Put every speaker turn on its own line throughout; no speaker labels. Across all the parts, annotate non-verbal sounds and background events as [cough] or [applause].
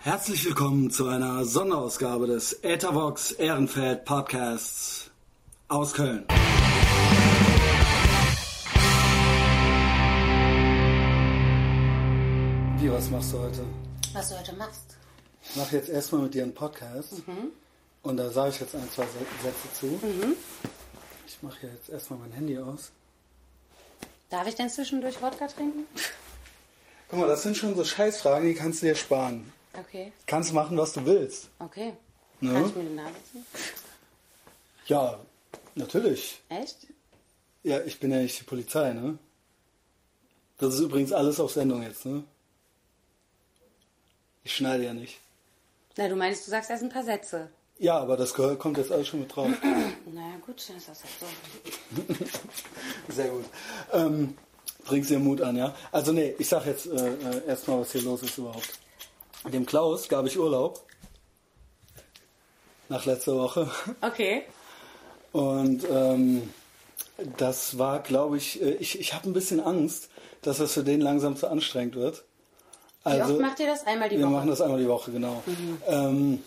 Herzlich willkommen zu einer Sonderausgabe des Ethervox Ehrenfeld Podcasts aus Köln. Wie, was machst du heute?
Was du heute machst.
Ich mache jetzt erstmal mit dir einen Podcast und da sage ich jetzt ein, zwei Sä- Sätze zu. Ich mache jetzt erstmal mein Handy aus.
Darf ich denn zwischendurch Wodka trinken?
Guck mal, das sind schon so Scheißfragen, die kannst du dir sparen.
Okay,
Kannst machen, was du willst.
okay.
Ne?
Kann ich mir den Namen ziehen?
Ja, natürlich.
Echt?
Ja, ich bin ja nicht die Polizei, ne? Das ist übrigens alles auf Sendung jetzt, ne? Ich schneide ja nicht.
Na, du meinst, du sagst erst ein paar Sätze.
Ja, aber das gehört- kommt jetzt alles schon mit drauf.
Naja, gut, dann ist das halt
[laughs]
so.
Sehr gut. Ähm, bringst dir Mut an, ja? Also nee, ich sag jetzt äh, äh, erstmal, was hier los ist überhaupt. Dem Klaus gab ich Urlaub. Nach letzter Woche.
Okay.
Und ähm, das war, glaube ich, äh, ich, ich habe ein bisschen Angst, dass das für den langsam zu anstrengend wird.
Wie oft macht ihr das? Einmal die
Also, Wir
Woche? Mhm.
machen das einmal die Woche, genau. Ähm,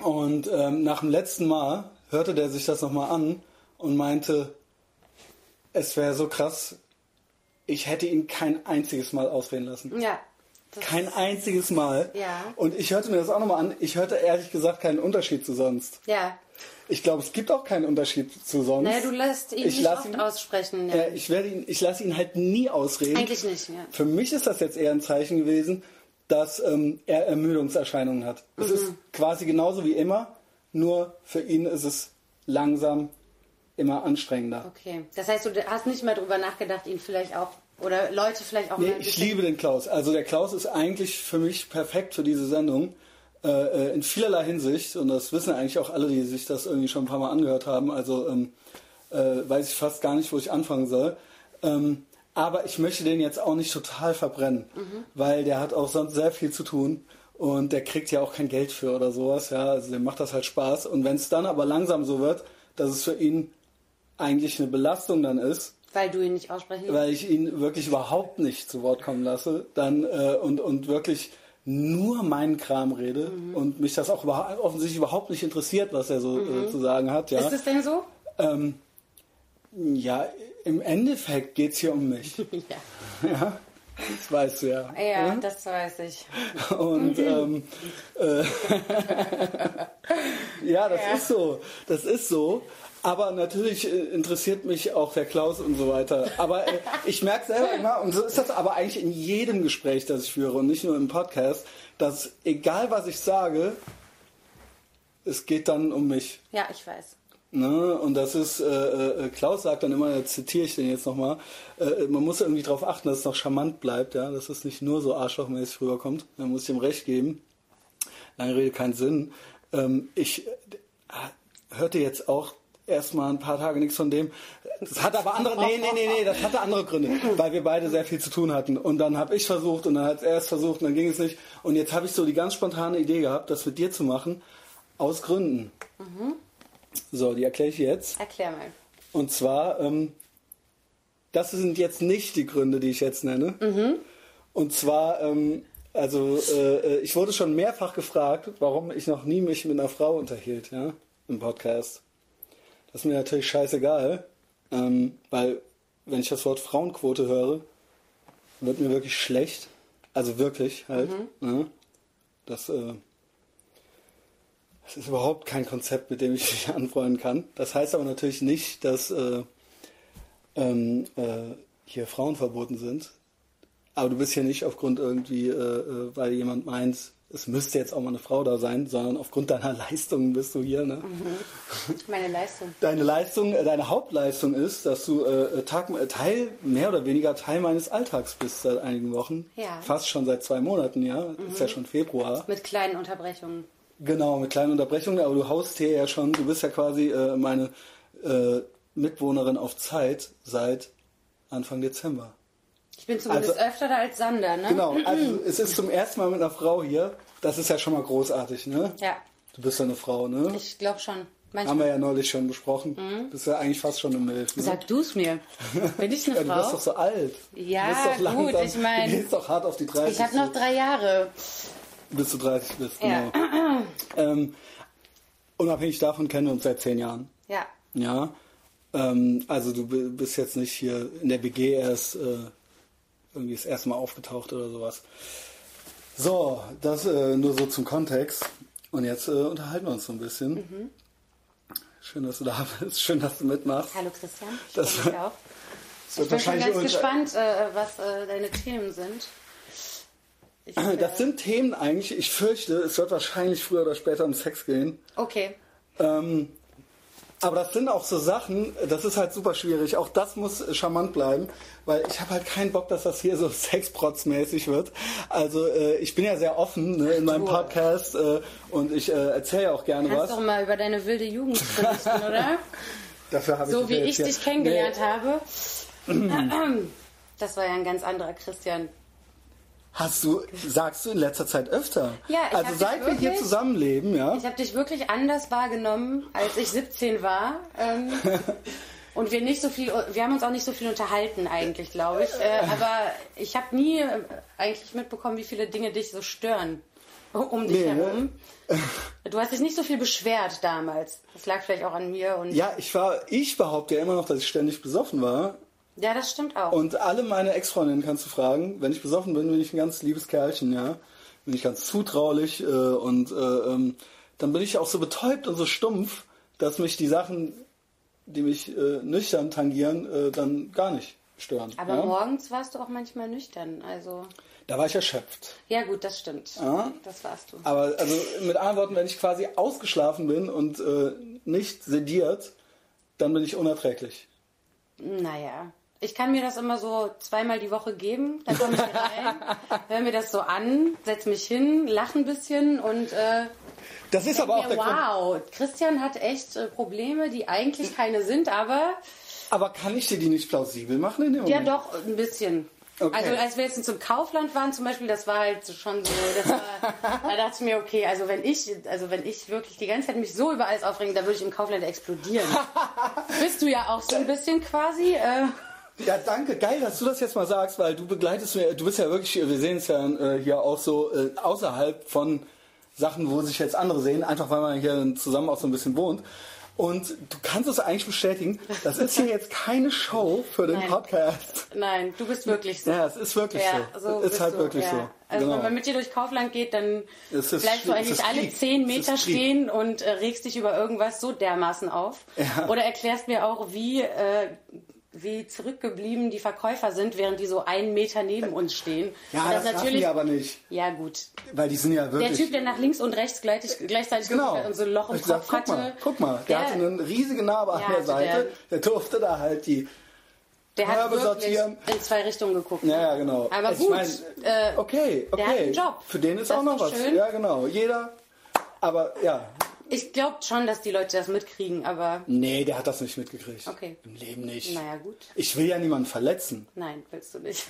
und ähm, nach dem letzten Mal hörte der sich das nochmal an und meinte, es wäre so krass, ich hätte ihn kein einziges Mal ausreden lassen.
Ja. Mhm. Das
Kein
ist-
einziges Mal.
Ja.
Und ich hörte mir das auch nochmal an. Ich hörte ehrlich gesagt keinen Unterschied zu sonst.
Ja.
Ich glaube, es gibt auch keinen Unterschied zu sonst.
Naja, du lässt ihn
Ich
nicht
lass
oft
ihn-
aussprechen. Ja.
Ja, Äh, ich werde ihn, ich lasse ihn halt nie ausreden.
Eigentlich nicht, ja.
Für mich ist das jetzt eher ein Zeichen gewesen, dass ähm, er Ermüdungserscheinungen hat. Es
Mhm.
ist quasi genauso wie immer, nur für ihn ist es langsam immer anstrengender.
Okay. Das heißt, du hast nicht mal drüber nachgedacht, ihn vielleicht auch, oder Leute vielleicht auch
Nee,
mal... ein
ich
bisschen-
liebe den Klaus. Also der Klaus ist eigentlich für mich perfekt für diese Sendung. äh, äh, In vielerlei Hinsicht, und das wissen eigentlich auch alle, die sich das irgendwie schon ein paar Mal angehört haben, also ähm, äh, weiß ich fast gar nicht, wo ich anfangen soll. Ähm, aber ich möchte den jetzt auch nicht total verbrennen, weil der hat auch sonst sehr viel zu tun und der kriegt ja auch kein Geld für oder sowas. Ja, also dem macht das halt Spaß. Und wenn es dann aber langsam so wird, dass es für ihn eigentlich eine Belastung dann ist,
Weil du ihn nicht aussprechen
weil ich ihn wirklich überhaupt nicht zu Wort kommen lasse, dann äh, und, und wirklich nur meinen Kram rede
Mhm.
und mich das auch überha- offensichtlich überhaupt nicht interessiert, was er so äh, zu sagen hat. Ja,
Ist Mhm. es denn so?
ähm, ja im Endeffekt geht es hier um mich.
[laughs] Ja.
ja? Das weißt du ja.
Ja, das weiß ich.
Und ähm, äh, [laughs] ja, das
Ja.
ist so. Das ist so. Aber natürlich äh, interessiert mich auch der Klaus und so weiter. Aber äh, ich merke selber immer, und so ist das aber eigentlich in jedem Gespräch, das ich führe und nicht nur im Podcast, dass egal was ich sage, es geht dann um mich.
Ja, ich weiß.
Ne? Und das ist, äh, äh, Klaus sagt dann immer, da zitiere ich den jetzt nochmal, äh, man muss irgendwie darauf achten, dass es noch charmant bleibt, ja? dass es nicht nur so arschlochmäßig rüberkommt. Da muss ich ihm recht geben. Lange Rede, keinen Sinn. Ähm, ich äh, d- ah, hörte jetzt auch erstmal ein paar Tage nichts von dem. Das hat aber andere, nee, nee, nee, nee, das hatte andere Gründe, weil wir beide sehr viel zu tun hatten. Und dann habe ich versucht und dann hat er es versucht und dann ging es nicht. Und jetzt habe ich so die ganz spontane Idee gehabt, das mit dir zu machen, aus Gründen. So, die erkläre ich jetzt.
Erklär mal.
Und zwar, ähm, das sind jetzt nicht die Gründe, die ich jetzt nenne. Und zwar, ähm, also äh, äh, ich wurde schon mehrfach gefragt, warum ich noch nie mich mit einer Frau unterhielt, ja, im Podcast. Das ist mir natürlich scheißegal, ähm, weil wenn ich das Wort Frauenquote höre, wird mir wirklich schlecht. Also wirklich halt. Ne? Das, äh, das ist überhaupt kein Konzept, mit dem ich mich [laughs] anfreunden kann. Das heißt aber natürlich nicht, dass äh, ähm, äh, hier Frauen verboten sind. Aber du bist hier nicht aufgrund irgendwie, äh, äh, weil jemand meint, es müsste jetzt auch mal eine Frau da sein, sondern aufgrund deiner [laughs] Leistungen bist du hier. Ne?
Meine Leistung.
Deine Leistung, äh, deine Hauptleistung ist, dass du äh, Tag, äh, Teil, mehr oder weniger Teil meines Alltags bist seit einigen Wochen.
Ja.
Fast schon seit zwei Monaten, ja. Ist ja schon Februar.
Mit kleinen Unterbrechungen.
Genau, mit kleinen Unterbrechungen, aber du haust hier ja schon, du bist ja quasi äh, meine äh, Mitwohnerin auf Zeit seit Anfang Dezember.
Ich bin zumindest
Also-
öfter da als Sander, ne?
Genau, also
[clears throat]
es ist zum ersten Mal mit einer Frau hier. Das ist ja schon mal großartig, ne?
Ja.
Du bist ja eine Frau, ne?
Ich glaube schon.
Haben
Manchmal
wir ja neulich schon besprochen. Bist ja eigentlich fast schon im Milf. Ne?
sag du es mir. Bin
[laughs]
ich
ja,
eine
du bist doch
Frau?
so alt.
Ja,
du bist doch
gut,
langsam,
ich mein,
Du gehst doch hart auf die 30.
Ich habe noch drei Jahre.
Bis du 30 bist,
Ja.
genau.
[clears throat]
Ähm, unabhängig davon kennen wir uns seit zehn Jahren.
Ja.
Ja. Ähm, also du bi- bist jetzt nicht hier in der BG erst äh, irgendwie das erste Mal aufgetaucht oder sowas. So, das äh, nur so zum Kontext. Und jetzt äh, unterhalten wir uns so ein bisschen.
Mhm.
Schön, dass du da bist. Schön, dass du mitmachst.
Hallo Christian. Ich
Das-
freue mich auch.
Das
Ich bin schon ganz
unter-
gespannt, äh, was äh, deine Themen sind. Ich, äh,
Das sind Themen eigentlich. Ich fürchte, es wird wahrscheinlich früher oder später um Sex gehen.
Okay.
Ähm, aber das sind auch so Sachen, das ist halt super schwierig. Auch das muss charmant bleiben, weil ich habe halt keinen Bock, dass das hier so [laughs] sexprotzmäßig wird. Also äh, ich bin ja sehr offen ne, in meinem
du.
Podcast äh, und ich äh, erzähle ja auch gerne
Kannst
was.
doch mal über deine wilde Jugend berichten, oder?
Dafür habe [laughs]
So
das
wie
ja
ich
jetzt
dich
hier-
kennengelernt
Nee.
habe. [clears throat] Das war ja ein ganz anderer Christian.
Hast du, sagst du in letzter Zeit öfter?
Ja, ich hab
Also
dich
seit wir hier
wirklich-
zusammenleben, ja.
Ich habe dich wirklich anders wahrgenommen, als ich 17 war.
[laughs]
Ähm, und wir nicht so viel, wir haben uns auch nicht so viel unterhalten eigentlich, glaube ich. Äh, aber ich habe nie äh, eigentlich mitbekommen, wie viele Dinge dich so stören um dich
Nee, ne? [laughs]
herum. Du hast dich nicht so viel beschwert damals. Das lag vielleicht auch an mir und ja,
Ja, ich war, ich behaupte ja immer noch, dass ich ständig besoffen war.
das stimmt auch.
Und alle meine Ex-Freundinnen kannst du fragen, wenn ich besoffen bin, bin ich ein ganz liebes Kerlchen, ja. Bin ich ganz zutraulich äh, und äh, ähm, dann bin ich auch so betäubt und so stumpf, dass mich die Sachen, die mich äh, nüchtern tangieren, äh, dann gar nicht stören.
aber
ja?
morgens warst du auch manchmal nüchtern. Also
Da war ich erschöpft.
ja gut, das stimmt.
Ja.
Das warst du.
Aber also mit anderen Worten, wenn ich quasi ausgeschlafen bin und äh, nicht sediert, dann bin ich unerträglich.
Naja, ich kann mir das immer so zweimal die Woche geben. Dann komme ich hier
[laughs]
rein, höre mir das so an, setze mich hin, lache ein bisschen und äh,
Das ist aber auch
mir,
der Grund.
wow, Christian hat echt äh, Probleme, die eigentlich keine sind, aber
Aber kann ich dir die nicht plausibel machen in dem
ja
Moment?
doch ein bisschen.
Hm. Okay.
Also als wir jetzt zum Kaufland waren zum Beispiel, das war halt so schon so,
[laughs]
das war, da dachte ich mir, okay, also wenn ich, also wenn ich wirklich die ganze Zeit mich so über alles aufregen, da würde ich im
[laughs]
Kaufland explodieren. Bist du ja auch so ein bisschen quasi. Äh,
Ja, danke. Geil, dass du das jetzt mal sagst, weil du begleitest mir, du bist ja wirklich, wir sehen es ja äh, hier auch so äh, außerhalb von Sachen, wo sich jetzt andere sehen, einfach weil man hier zusammen auch so ein bisschen wohnt. Und du kannst es eigentlich bestätigen, das ist hier jetzt keine Show für den
Nein.
Podcast.
nein, du bist wirklich so.
Ja, es ist wirklich so. es
bist
ist halt
du,
wirklich
ja.
so.
Also
genau.
wenn man mit dir durch Kaufland geht, dann
Es ist
bleibst
Krieg,
du
es
eigentlich
ist
alle
Krieg,
zehn
es ist
Meter
Krieg.
stehen und äh, regst dich über irgendwas so dermaßen auf. Oder erklärst mir auch, wie, äh, wie zurückgeblieben die Verkäufer sind, während die so einen Meter neben uns stehen.
ja,
Und
das, das machen die aber nicht,
Ja, gut.
weil die sind ja wirklich.
Der Typ, der nach links und rechts gleich, gleichzeitig geguckt
Genau.
hat und so ein Loch im
Ich sag,
Kopf hatte.
guck mal, guck mal, der, hatte eine riesige Narbe an
Ja, also
der
hatte
Seite, der durfte da halt die
der hat
Körbe
wirklich
sortieren.
in zwei Richtungen geguckt.
Ja, ja, genau.
Aber
Ich
gut,
mein,
äh,
okay, okay.
der hat einen Job.
Für den ist
Das
auch noch
ist doch
was.
schön.
Ja, genau. Jeder. Aber ja.
ich glaube schon, dass die Leute das mitkriegen, aber
Nee, der hat das nicht mitgekriegt.
Okay.
Im Leben nicht.
naja, gut.
Ich will ja niemanden verletzen.
Nein, willst
[laughs]
du nicht.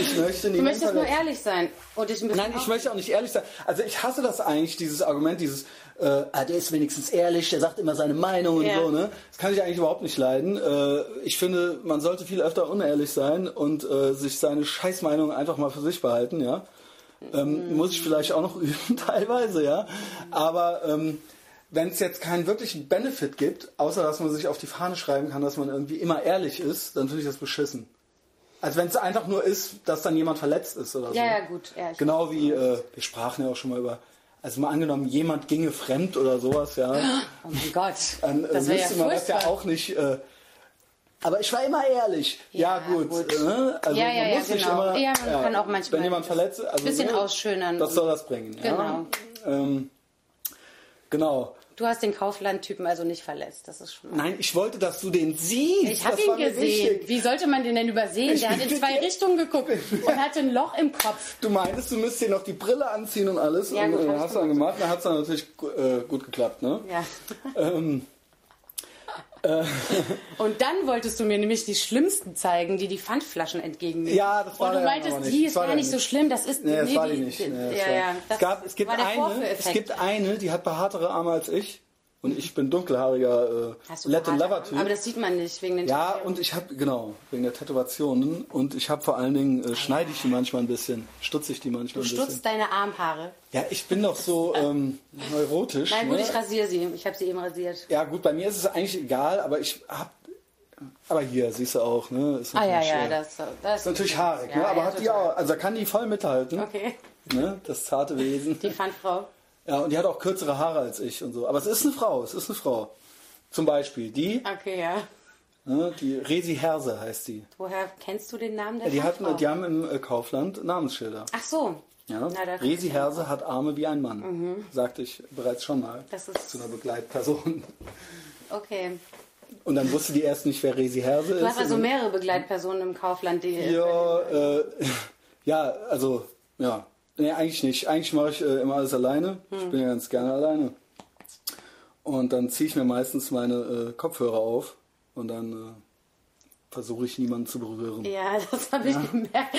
Ich möchte
Du
niemanden
möchtest nur
verletzen.
ehrlich sein. Und ich ein bisschen
Nein, ich
auch-
möchte auch nicht ehrlich sein. Also ich hasse das eigentlich, dieses Argument, dieses, äh, ah, der ist wenigstens ehrlich, der sagt immer seine Meinung
Ja.
und so, ne? Das kann ich eigentlich überhaupt nicht leiden. Äh, ich finde, man sollte viel öfter unehrlich sein und äh, sich seine Scheißmeinung einfach mal für sich behalten, ja.
Mhm.
Ähm, Muss ich vielleicht auch noch [laughs] üben, teilweise, ja. Aber ähm, wenn es jetzt keinen wirklichen Benefit gibt, außer dass man sich auf die Fahne schreiben kann, dass man irgendwie immer ehrlich ist, dann finde ich das beschissen. Also wenn es einfach nur ist, dass dann jemand verletzt ist oder so.
Ja, ja, gut, ja, ich-
Genau wie, äh, wir sprachen ja auch schon mal über, also mal angenommen, jemand ginge fremd oder sowas, ja,
[laughs] Oh mein Gott.
dann äh,
das wäre ja
müsste man das ja
furchtbar.
auch nicht... Äh, aber ich war immer ehrlich. Ja,
Ja,
gut.
gut.
ne? also
Ja, ja,
man
ja,
muss nicht
genau.
immer...
Ja, man kann auch manchmal
Wenn jemand
das
verletzt... Also
bisschen
ne,
ausschönern
Das
und-
soll das bringen, ja.
Genau.
Ähm, genau.
Du hast den Kaufland-Typen also nicht verletzt. Das ist schon mal.
Nein, ich wollte, dass du den siehst.
Ich habe
Das war
ihn
mir
gesehen.
wichtig.
Wie sollte man den denn übersehen?
Ich
Der hat
bin-
in
[laughs]
zwei Richtungen geguckt und hatte ein Loch im Kopf.
Du meinst, du müsstest dir noch die Brille anziehen und alles.
Ja,
und
gut,
äh,
hab ich
hast du dann gemacht. Dann hat es dann natürlich gu- äh, gut geklappt, ne?
Ja.
Ähm, äh,
[laughs] Und dann wolltest du mir nämlich die schlimmsten zeigen, die die Pfandflaschen entgegennehmen.
Ja, das war
Und Oh, du
der
meintest,
aber nicht.
die
Das
ist
war
gar
der
nicht so
nicht.
schlimm. Das ist
nee, das war die
die-
nicht. Nee, das
ja,
war-
ja. Das
es, gab, es, gibt
war der
eine, es
Vorführeffekt.
gibt eine, die hat behaartere Arme als ich. Und ich bin dunkelhaariger
Hast
äh,
du
Latin
behaart
Lover
an?
Typ.
Aber das sieht man nicht wegen den
Ja,
Tätowierungen.
und ich habe, genau, wegen der Tätowationen. Und ich habe vor allen Dingen, äh, schneide ich die manchmal ein bisschen, stutze ich die manchmal
Ah, Du
ein bisschen.
stutzt deine Armhaare.
Ja, ich bin doch
[laughs]
so ähm, neurotisch.
Nein,
ne?
gut, ich rasiere sie. Ich habe sie eben rasiert.
ja, gut, bei mir ist es eigentlich egal, aber ich hab. Aber hier, siehst du auch, ne? Ist
Ah ja,
natürlich,
ja,
äh,
das, das
ist natürlich haarig,
Ja,
ne? Aber
ja,
hat die
total.
auch, also da kann die voll mithalten.
Okay,
Ne? Das zarte Wesen.
die Pfandfrau.
Ja, und die hat auch kürzere Haare als ich und so. Aber es ist eine Frau, es ist eine Frau. Zum Beispiel die,
Okay, ja.
ne, die Resi Herse heißt die.
Woher kennst du den Namen der
Ja, Die,
Pfandfrau?
hatten, die haben im äh, Kaufland Namensschilder.
Ach so.
Ja?
Na, da-
Resi Herse hat Arme wie ein Mann, sagte ich bereits schon mal
Mhm. Das ist-
zu einer Begleitperson.
Okay.
Und dann wusste die erst nicht, wer Resi Herse
Du
ist.
hast also
Und-
mehrere Begleitpersonen im Kaufland, die...
ja, äh, [laughs] ja, also, ja. Nee, eigentlich nicht. Eigentlich mache ich äh, immer alles alleine. Ich bin ja ganz gerne alleine. Und dann ziehe ich mir meistens meine äh, Kopfhörer auf und dann äh, versuche ich niemanden zu berühren.
Ja, das habe ich gemerkt.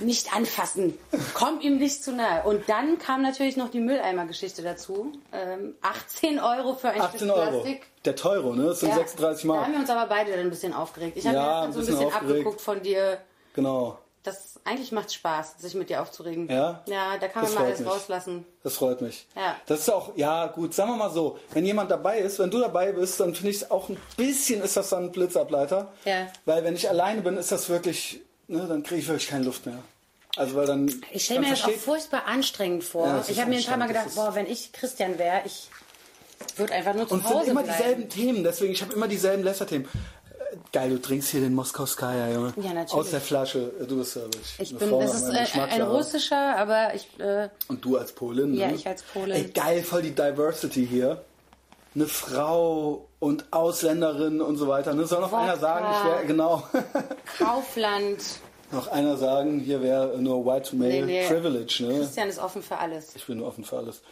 Nicht anfassen. Komm ihm nicht zu nahe. Und dann kam natürlich noch die Mülleimer-Geschichte dazu. Ähm, 18 Euro für ein
18
Stück
Euro.
Plastik.
Der teure, ne? Das sind
Ja.
36
Da haben
Mark.
wir uns aber beide dann ein bisschen aufgeregt. Ich habe
Ja,
mir das dann so ein
ein bisschen
bisschen
aufgeregt.
abgeguckt von dir.
Genau.
Das eigentlich macht Spaß, sich mit dir aufzuregen.
Ja?
Ja, da kann
Das
man mal
freut
alles
mich.
rauslassen.
Das freut mich.
Ja.
Das ist auch, ja gut, sagen wir mal so, wenn jemand dabei ist, wenn du dabei bist, dann finde ich es auch ein bisschen, ist das dann ein Blitzableiter.
Ja.
Weil wenn ich alleine bin, ist das wirklich, ne, dann kriege ich wirklich keine Luft mehr. Also weil dann...
Ich stelle mir
dann
das auch
versteht-
furchtbar anstrengend vor.
Ja, das
ich
ist
habe mir ein paar Mal
anstrengend,
gedacht,
das
boah, wenn ich Christian wäre, ich würde einfach nur zu
Und es
Hause
sind immer
bleiben.
dieselben Themen, deswegen, ich habe immer dieselben Lästerthemen. Äh, Geil, du trinkst hier den Moskowskaja, Junge.
Ja, natürlich.
Aus der Flasche. Äh, Du bist ja wirklich
Ich
eine
bin,
Frau
das
nach
ist
meinem
äh,
Geschmack,
ein
ja.
russischer, aber ich, äh,
Und du als Polin, ne?
Ja, ich als Polin.
Ey, geil, voll die Diversity hier. Eine Frau und Ausländerin und so weiter. Ne? Soll noch
Wodka.
einer sagen, ich wäre, genau, [laughs]
Kaufland.
noch einer sagen, hier wäre nur White Male
Nee, nee. Mm.
Privilege, ne?
Christian ist offen für alles.
Ich bin offen für alles.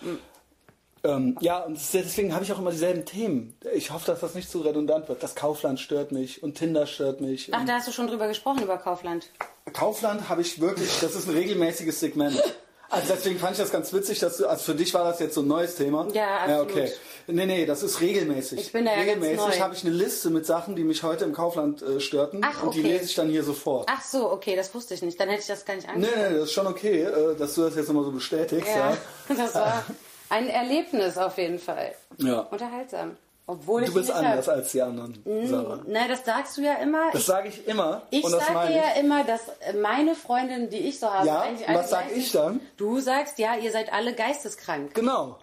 Ähm, ja, und das- deswegen habe ich auch immer dieselben Themen. Ich hoffe, dass das nicht zu redundant wird. Das Kaufland stört mich und Tinder stört mich.
Ach, da hast du schon drüber gesprochen, über Kaufland.
Kaufland habe ich wirklich, das ist ein regelmäßiges Segment. Also deswegen fand ich das ganz witzig, dass du, also für dich war das jetzt so ein neues Thema.
Ja, absolut.
Ja, okay. Nee, nee, das ist regelmäßig.
Ich bin da ja ganz
Regelmäßig
neu.
habe ich eine Liste mit Sachen, die mich heute im Kaufland äh, störten.
Ach,
und die
okay.
lese ich dann hier sofort.
Ach so, okay, das wusste ich nicht. Dann hätte ich das gar nicht
Nee,
angeschaut.
nee, das ist schon okay, äh, dass du das jetzt nochmal so bestätigst.
Ja,
Ja.
[laughs] das war ein Erlebnis auf jeden Fall.
ja.
Unterhaltsam. Obwohl ich
Du bist
nicht hab-
anders als die anderen, Sarah.
Nein, das sagst du ja immer.
Das sage ich immer.
Ich
und das
sage
meine
ja
ich.
immer, dass äh, meine Freundinnen, die ich so habe,
Ja,
eigentlich
und
alle
was sag
gleich
ich
sind.
dann?
Du sagst, ja, ihr seid alle geisteskrank.
Genau.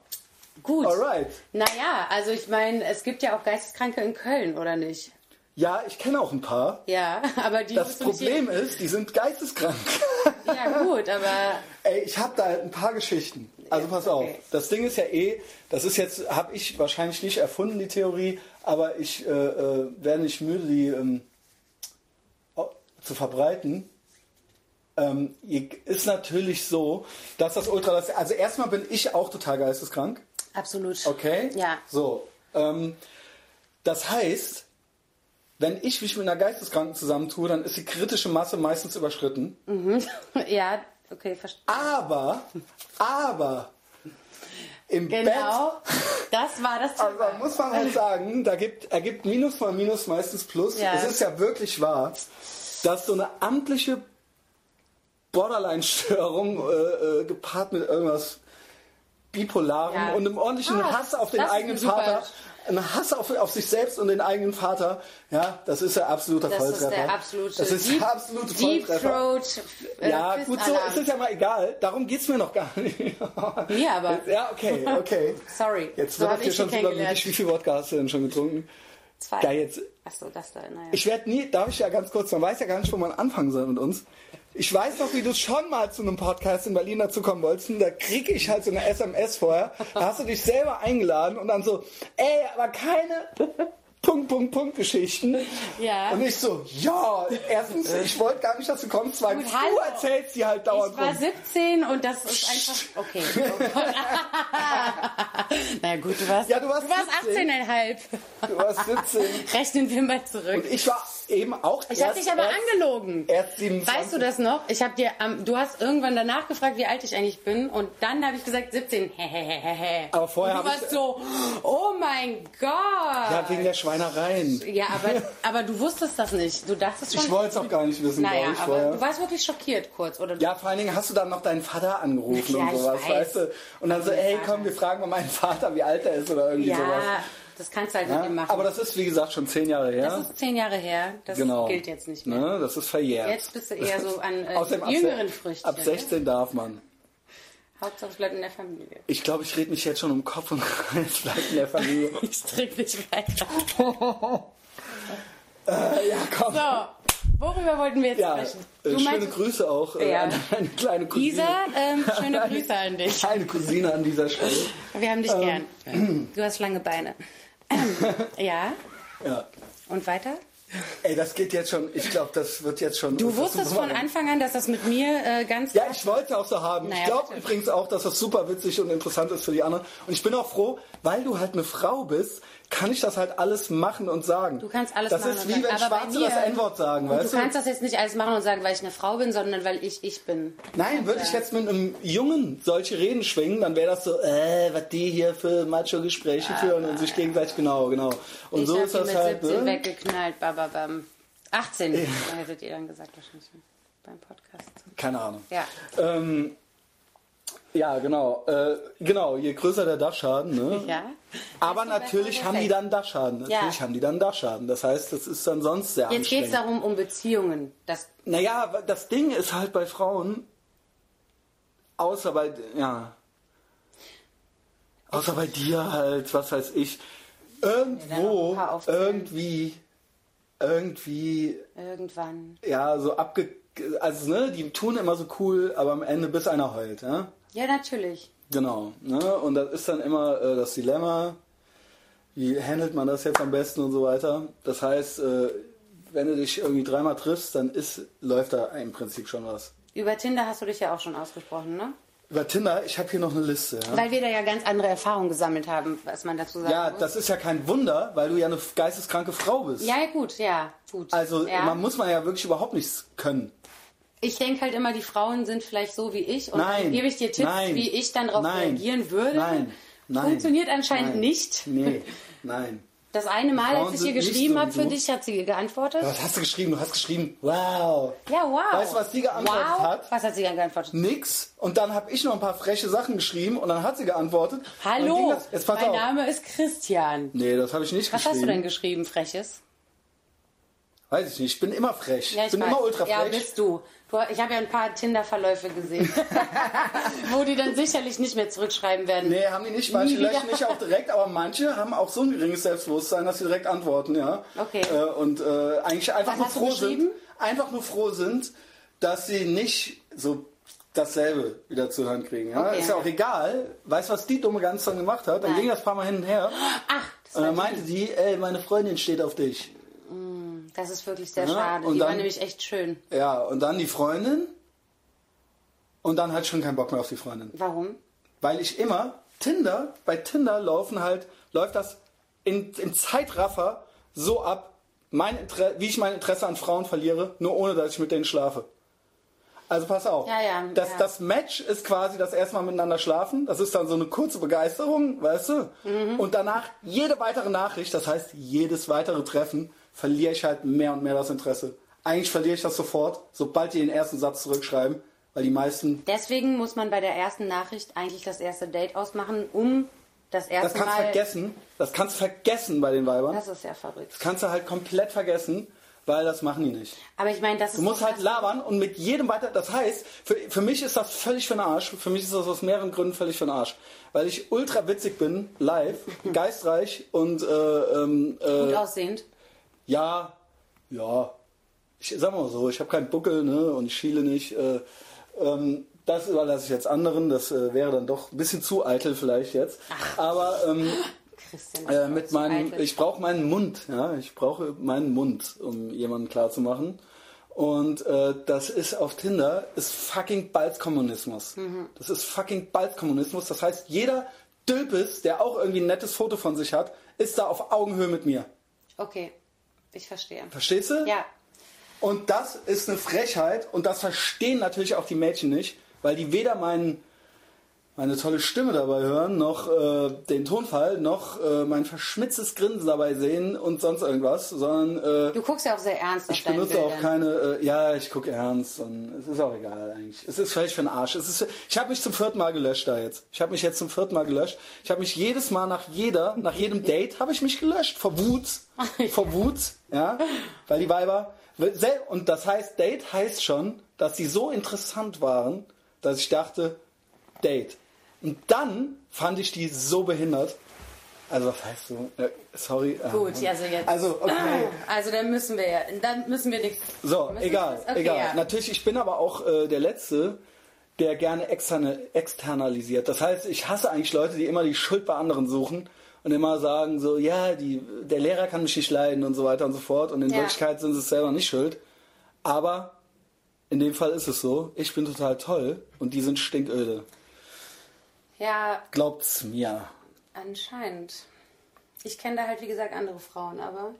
Gut.
Alright.
Naja, also ich meine, es gibt ja auch Geisteskranke in Köln, oder nicht?
Ja, ich kenne auch ein paar.
Ja, [laughs] aber die
Das
musst du nicht
Problem ist, die sind geisteskrank. [laughs]
Jeden... Ja, gut, aber
Ey, ich habe da ein paar Geschichten. Also pass auf.
okay.
Das Ding ist ja eh, das ist jetzt, habe ich wahrscheinlich nicht erfunden, die Theorie, aber ich äh, äh, werde nicht müde, die ähm, au- zu verbreiten. Ähm, je- ist natürlich so, dass das Ultra, das, also erstmal bin ich auch total geisteskrank.
absolut.
Okay?
Ja.
So. Ähm, das heißt, wenn ich mich mit einer Geisteskranken zusammentue, dann ist die kritische Masse meistens überschritten.
Ja, okay, verstehe.
Aber, aber, im Bett,
Genau, das war das
also
Thema.
muss man halt sagen, da gibt, ergibt Minus mal Minus meistens Plus.
Ja.
Es ist ja wirklich wahr, dass so eine amtliche Borderline-Störung äh, äh, gepaart mit irgendwas Bipolarem
Ja.
und einem ordentlichen
Ah,
Hass auf den
das ist
eigenen
super.
Vater, einem Hass auf, auf sich selbst und den eigenen Vater, ja, das ist der absolute
Das ist
Volltreffer.
der absolute,
das ist
Deep,
der absolute
Deep
Volltreffer.
Throat. äh,
Ja, gut, so
Quizalarm.
ist es ja mal egal. Darum geht es mir noch gar
[laughs]
nicht.
Mir aber.
Ja, okay, okay.
[laughs] Sorry.
Jetzt
So
wird
hab
das hier
ich
schon
dich
übermütig. Wie viel Wodka hast du denn schon getrunken?
Zwei.
Ja, jetzt-
Achso, das da, naja.
Ich werde nie, darf ich ja ganz kurz, man weiß ja gar nicht, wo man anfangen soll mit uns. Ich weiß noch, wie du schon mal zu einem Podcast in Berlin dazukommen wolltest. Und da kriege ich halt so eine SMS vorher. Da hast du dich selber eingeladen und dann so, ey, aber keine Punkt, Punkt, Punkt Geschichten.
Ja.
Und ich so, ja, erstens, ich wollte gar nicht, dass du kommst. Zweitens,
Gut, hallo.
du erzählst die halt dauernd
Ich war
rum.
17 und das ist einfach.
[laughs]
Okay. Na gut, du warst,
Ja, du warst 17.
18,5.
Du warst 17.
[laughs] Rechnen wir mal zurück.
Und ich war, eben auch
Ich habe
erst-
dich aber
erst-
angelogen.
erst 27.
Weißt du das noch? Ich habe dir, am- du hast irgendwann danach gefragt, wie alt ich eigentlich bin, und dann habe ich gesagt [laughs] 17. Hehehehe.
Aber vorher
Und du
hab ich-
warst so, oh mein
Ja,
Gott.
wegen der Schweinereien.
Ja,
[laughs]
aber, aber du wusstest das nicht. Du dachtest schon.
Ich wollte es auch gar nicht wissen,
naja,
glaube ich.
aber
vorher.
du warst wirklich schockiert kurz, oder?
Ja, vor allen Dingen hast du dann noch deinen Vater angerufen
Na klar,
und
ich
sowas,
weiß.
weißt du? Und dann so,
mein
ey,
Vater.
komm, wir fragen mal meinen Vater, wie alt er ist oder irgendwie
Ja,
sowas.
das kannst du halt mit ihm
Ja?
machen.
Aber das ist, wie gesagt, schon zehn Jahre her.
das ist zehn Jahre her. Das
genau.
gilt jetzt nicht mehr.
Ne? Das ist verjährt.
Jetzt bist du eher so an äh,
Außerdem ab se-
jüngeren ne? Früchten.
Ab 16 darf man.
Hauptsache es bleibt in der Familie.
Ich glaube, ich rede mich jetzt schon um Kopf und [laughs] Kreis bleibt in der Familie.
[laughs] Ich trinke nicht weiter.
äh, ja, komm.
So, worüber wollten wir jetzt
ja, äh,
sprechen?
schöne Grüße auch äh,
Ja.
an deine kleine Cousine.
Isa, ähm,
[laughs]
schöne Grüße an dich.
Kleine Cousine an dieser Stelle.
Wir haben dich
Ähm.
gern. Du hast
[clears throat]
lange Beine. ja,
Ja.
und weiter?
Ey, das geht jetzt schon, ich glaube, das wird jetzt schon.
Du
das
wusstest
muss man-
von Anfang an, dass das mit mir äh, ganz...
Ja, ich wollte es auch so haben.
Naja,
ich glaube
bitte.
übrigens auch, dass das super witzig und interessant ist für die anderen. Und ich bin auch froh, weil du halt eine Frau bist, kann ich das halt alles machen und sagen.
Du kannst alles
das
machen
Das ist
und
wie
sagen.
wenn
Aber bei
Schwarze
mir-
das N-Wort sagen,
du
weißt du?
kannst das jetzt nicht alles machen und sagen, weil ich eine Frau bin, sondern weil ich ich bin.
Nein, würde ich jetzt mit einem Jungen solche Reden schwingen, dann wäre das so, äh, was die hier für Macho-Gespräche führen und sich gegenseitig, genau, genau. Und
Ah. ich
so
hab
ist
die
das
mit
halt.
17
Ne?
weggeknallt, bababam. 18, hättet ihr dann gesagt wahrscheinlich beim Podcast.
Keine Ahnung.
Ja.
Ähm, ja, genau. Äh, genau, je größer der Dachschaden, ne?
Ja.
Aber
Desto
natürlich
besser
haben die
Reflex.
dann Dachschaden. Natürlich
Ja.
haben die dann Dachschaden. Das heißt, das ist dann sonst sehr
Jetzt geht
anstrengend.
es darum, um Beziehungen. Das,
Naja, das Ding ist halt bei Frauen, außer bei, ja, außer bei dir halt, was weiß ich,
Ja, noch ein
irgendwo,
paar aufzählen.
irgendwie, irgendwie,
irgendwann.
ja, so abge... Also, ne, die tun immer so cool, aber am Ende bis einer heult, ja?
Ja, natürlich.
Genau. Ne? Und das ist dann immer äh, das Dilemma, wie handelt man das jetzt am besten und so weiter. Das heißt, äh, wenn du dich irgendwie dreimal triffst, dann ist, läuft da im Prinzip schon was.
Über Tinder hast du dich ja auch schon ausgesprochen, ne?
Über Tinder, ich habe hier noch eine Liste. Ja?
Weil wir da ja ganz andere Erfahrungen gesammelt haben, was man dazu sagen
ja,
muss.
das ist ja kein Wunder, weil du ja eine geisteskranke Frau bist.
ja, ja, gut, ja, gut.
Also
ja.
man muss man ja wirklich überhaupt nichts können.
Ich denke halt immer, die Frauen sind vielleicht so wie ich und
Nein.
dann gebe ich dir Tipps,
Nein.
wie ich dann darauf
Nein.
reagieren würde.
Nein. Nein.
Funktioniert anscheinend
Nein.
nicht.
Nee, nein.
Das eine Mal,
Frauen
als ich ihr
sind nicht
geschrieben
so
habe
wie
für
du.
dich, hat sie geantwortet.
Was hast du geschrieben? Du hast geschrieben, wow.
Ja, wow.
Weißt du, was sie geantwortet
wow.
hat?
Was hat sie geantwortet?
Nix. Und dann habe ich noch ein paar freche Sachen geschrieben und dann hat sie geantwortet. Und dann ging
Hallo,
das, jetzt pass
mein
auf.
Name ist Christian.
Nee, das habe ich nicht
Was
geschrieben.
hast du denn geschrieben, Freches?
Weiß ich nicht. Ich bin immer frech.
Ja,
ich bin
weiß.
immer ultra
Ja,
frech.
bist du. du ich habe ja ein paar Tinder-Verläufe
[laughs]
gesehen, wo die dann sicherlich nicht mehr zurückschreiben werden.
nee, haben die nicht. Manche
Nie wieder.
löschen mich auch direkt, aber manche haben auch so ein geringes Selbstbewusstsein, dass sie direkt antworten, ja.
Okay.
Äh, und äh, eigentlich einfach
Was
nur
hast du
froh
geschrieben?
sind. Einfach nur froh sind, dass sie nicht so dasselbe wieder zu hören kriegen. Ja?
Okay.
Ist ja auch egal. Weißt du, was die dumme Gans dann gemacht hat? Dann
Nein.
ging das ein paar Mal hin und her.
Ach, das,
Und dann
war
meinte die, ey, meine Freundin steht auf dich.
die. das ist wirklich sehr
Ja,
schade.
und
Die war
dann-
nämlich echt schön.
Ja, und dann die Freundin. Und dann hat schon keinen Bock mehr auf die Freundin.
Warum?
weil ich immer Tinder, bei Tinder laufen halt, läuft das in, im Zeitraffer so ab, mein Inter wie ich mein Interesse an Frauen verliere, nur ohne dass ich mit denen schlafe. Also pass auf.
Ja, ja,
das,
ja.
das Match ist quasi das erstmal miteinander schlafen. Das ist dann so eine kurze Begeisterung, weißt du?
Mhm.
Und danach jede weitere Nachricht, das heißt jedes weitere Treffen, verliere ich halt mehr und mehr das Interesse. Eigentlich verliere ich das sofort, sobald die den ersten Satz zurückschreiben, weil die meisten
Deswegen muss man bei der ersten Nachricht eigentlich das erste Date ausmachen, um das
Das
erste
kannst du
Mal.
vergessen. Das kannst du vergessen bei den Weibern. Das
Das ist ja verrückt.
kannst du halt komplett vergessen, weil das machen die nicht.
Aber ich meine, das ist.
Du musst
so
halt
krass.
labern und mit jedem weiter. Das heißt, für, für mich ist das völlig für den Arsch. Für mich ist das aus mehreren Gründen völlig für den Arsch. Weil ich ultra witzig bin, live, geistreich und äh, ähm, äh,
gut aussehend.
ja, ja. Ich sag mal so, ich habe keinen Buckel ne, und ich schiele nicht. Äh, ähm, das überlasse ich jetzt anderen. Das äh, wäre dann doch ein bisschen zu eitel vielleicht jetzt. Aber ähm,
Christian.
äh, mit
so
meinem,
eitel.
ich brauche meinen Mund, ja, ich brauche meinen Mund, um jemanden klarzumachen. Und äh, das ist auf Tinder ist fucking Balzkommunismus.
Mhm.
Das ist fucking Balzkommunismus. Das heißt, jeder Döpis, der auch irgendwie ein nettes Foto von sich hat, ist da auf Augenhöhe mit mir.
Okay. Ich verstehe.
Verstehst du?
Ja,
Und das ist eine Frechheit und das verstehen natürlich auch die Mädchen nicht, weil die weder meinen, meine tolle Stimme dabei hören, noch äh, den Tonfall, noch äh, mein verschmitztes Grinsen dabei sehen und sonst irgendwas, sondern äh,
du guckst ja auch sehr ernst auf
ich
deine
benutze auch
Bildern.
keine, äh, ja, ich gucke ernst und es ist auch egal eigentlich. Es ist völlig für den Arsch. Es ist, ich habe mich zum vierten Mal gelöscht da jetzt. Ich habe mich jetzt zum vierten Mal gelöscht. Ich habe mich jedes Mal nach jeder, nach jedem Date habe ich mich gelöscht. Vor
[laughs]
Wut. Vor Wut, ja. Weil die Weiber, sel- und das heißt, Date heißt schon, dass sie so interessant waren, dass ich dachte, Date. Und dann fand ich die so behindert. Also was heißt so? Äh, Sorry. äh,
Gut, also jetzt-
Also, okay.
Also dann müssen wir ja, dann müssen wir nichts.
So,
müssen wir
egal,
nichts- okay,
egal.
Ja.
Natürlich, ich bin aber auch äh, der Letzte, der gerne externe, externalisiert. Das heißt, ich hasse eigentlich Leute, die immer die Schuld bei anderen suchen und immer sagen so, ja, die, der Lehrer kann mich nicht leiden und so weiter und so fort. Und in
Ja.
Wirklichkeit sind sie es selber nicht schuld. Aber in dem Fall ist es so, ich bin total toll und die sind stinköde.
ja,
Glaubt's mir.
anscheinend. Ich kenne da halt wie gesagt andere Frauen, aber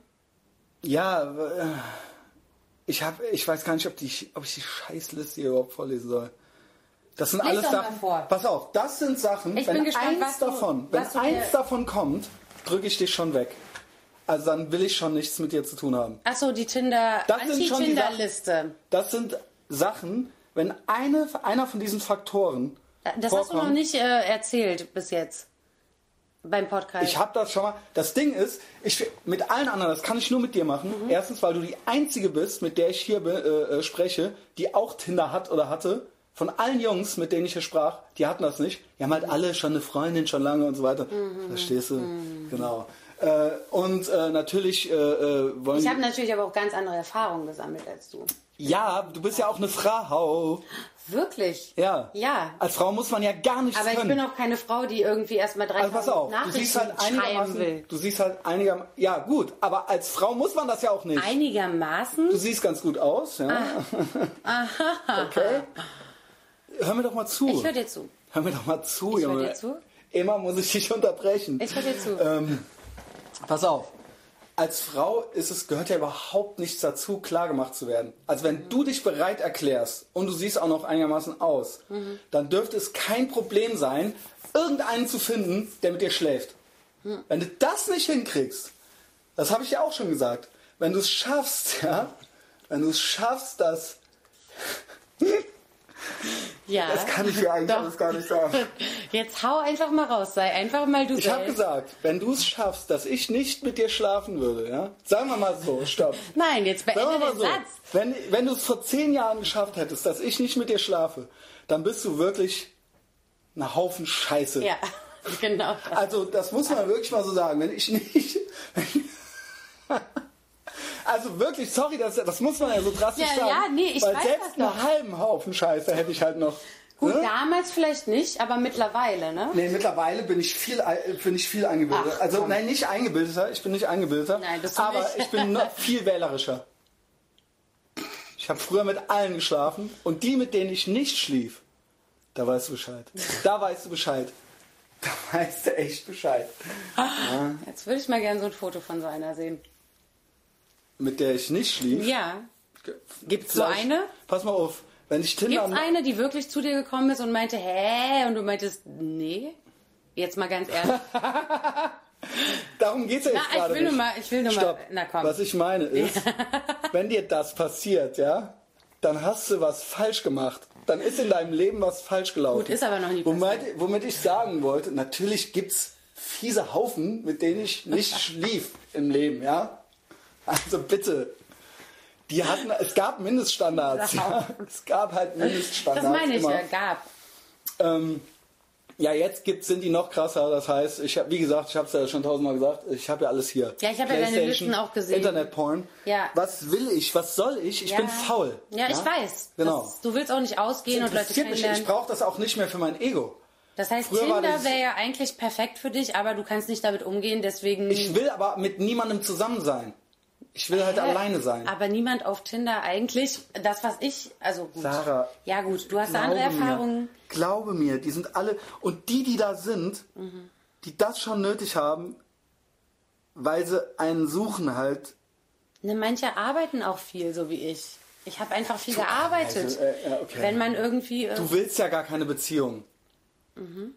Ja, äh, ich, hab, ich weiß gar nicht, ob, die, ob ich die Scheißliste hier überhaupt vorlesen soll. Das sind
Lies
alles
doch mal
Sachen.
vor.
Pass auf, das sind Sachen.
Ich
wenn
bin gespannt,
eins
was du-
davon, wenn
was du
eins
dir-
davon kommt, drücke ich dich schon weg. Also dann will ich schon nichts mit dir zu tun haben.
achso, die Tinder
Das sind schon die
Anti-Tinder-Liste.
Das sind Sachen, wenn eine, einer von diesen Faktoren
Das hast du
vorkommt,
noch nicht äh, erzählt bis jetzt beim Podcast.
Ich habe das schon mal. Das Ding ist, ich mit allen anderen, das kann ich nur mit dir machen.
Mhm.
Erstens, weil du die einzige bist, mit der ich hier be- äh, äh, spreche, die auch Tinder hat oder hatte. Von allen Jungs, mit denen ich hier sprach, die hatten das nicht. Die haben halt alle schon eine Freundin schon lange und so weiter.
Mhm,
Verstehst du? Genau. Äh, und äh, natürlich äh, äh, wollen.
ich habe natürlich aber auch ganz andere Erfahrungen gesammelt als du.
ja, du bist ja auch eine Frau.
Wirklich?
Ja. Also
Ja.
Als Frau muss man ja gar nichts
Aber ich
können.
bin auch keine Frau, die irgendwie erstmal drei
Also pass auf, du siehst
Nachrichten
halt
schreiben
einigermaßen,
will.
du siehst halt einigermaßen, ja gut, aber als Frau muss man das ja auch nicht.
Einigermaßen?
Du siehst ganz gut aus, ja. [laughs] Okay. Hör mir doch mal zu.
Ah. Ich höre dir zu.
hör mir doch mal zu,
Ich hör
Junge.
dir zu.
Immer muss ich dich unterbrechen.
Ich höre dir zu.
Ähm, pass auf. Als Frau ist es, gehört ja überhaupt nichts dazu, klargemacht zu werden. Also wenn du dich bereit erklärst und du siehst auch noch einigermaßen aus, dann dürfte es kein Problem sein, irgendeinen zu finden, der mit dir schläft. Wenn du das nicht hinkriegst, das habe ich ja auch schon gesagt, wenn du es schaffst, [laughs] ja, wenn du es schaffst, dass...
Ja.
Das kann ich dir eigentlich
Doch.
alles gar nicht sagen.
Jetzt hau einfach mal raus, sei einfach mal du
Ich habe
selbst.
gesagt, wenn du es schaffst, dass ich nicht mit dir schlafen würde, ja? Sagen wir mal so, stopp.
Nein, jetzt
Sagen
beende
wir mal
den
so,
Satz.
wenn, wenn du es vor zehn Jahren geschafft hättest, dass ich nicht mit dir schlafe, dann bist du wirklich ein Haufen Scheiße.
Ja, [laughs] genau. das.
Also das muss man wirklich mal so sagen. Wenn ich nicht... [laughs] Also wirklich, sorry, das, das muss man ja so drastisch
Ja,
sagen.
ja, nee, ich
weil
weiß
selbst
das doch.
einen halben Haufen Scheiße hätte ich halt noch.
Gut,
ne?
damals vielleicht nicht, aber mittlerweile, ne?
Nee, mittlerweile bin ich viel, ei- bin ich viel eingebildeter.
Ach,
also,
komm.
nein, nicht eingebildeter. Ich bin nicht eingebildeter.
Nein, bist du
aber
nicht.
ich bin noch viel wählerischer. Ich habe früher mit allen geschlafen und die, mit denen ich nicht schlief, da weißt du Bescheid. Da weißt du Bescheid. Da weißt du echt Bescheid.
Jetzt würde ich mal gerne so ein Foto von so einer sehen.
Mit der ich nicht schlief.
Ja.
Gibt's
so eine?
Pass mal auf. Wenn ich Tinder.
Gibt's eine, die wirklich zu dir gekommen ist und meinte, hä? Und du meintest, nee? Jetzt mal ganz ehrlich.
[laughs] Darum geht's ja jetzt
Na, ich
gerade
will
nicht.
nur mal- ich will nur mal-
Stopp.
na komm.
Was ich meine ist, wenn dir das passiert, ja, dann hast du was falsch gemacht. Dann ist in deinem Leben was falsch gelaufen.
Gut, ist aber noch nie
womit, womit ich sagen wollte, natürlich gibt's fiese Haufen, mit denen ich
[laughs]
nicht schlief im Leben, ja. Also bitte. Die hatten, es gab Mindeststandards. Ja. Es gab halt
Das
Mindeststandards.
meine ich
immer.
ja, gab.
Ähm, ja, jetzt gibt's, sind die noch krasser. Das heißt, ich habe, wie gesagt, ich habe es ja schon tausendmal gesagt, ich habe ja alles hier.
Ja, ich hab ja deine
PlayStation,
Listen auch gesehen.
Internetporn.
Ja.
Was will ich? Was soll ich? Ich bin faul.
Ja, ich weiß.
Genau.
Das, du willst auch nicht ausgehen und Leute
interessiert mich. Ich
kennenlernen.
brauche das auch nicht mehr für mein Ego.
Das heißt,
Früher war
Tinder
das-
wäre ja eigentlich perfekt für dich, aber du kannst nicht damit umgehen, deswegen.
Ich will aber mit niemandem zusammen sein. Ich will halt
Hä?
alleine sein.
Aber niemand auf Tinder eigentlich. Das, was ich. Also gut.
Sarah,
Ja, gut. Du hast da andere
Glaube mir.
Erfahrungen.
Glaube mir, die sind alle. Und die, die da sind,
Mhm.
die das schon nötig haben, weil sie einen suchen halt,
Ne, manche arbeiten auch viel, so wie ich. Ich habe einfach viel gearbeitet.
Also, äh, ja, okay.
Wenn man irgendwie. Äh,
Du willst ja gar keine Beziehung.
Mhm.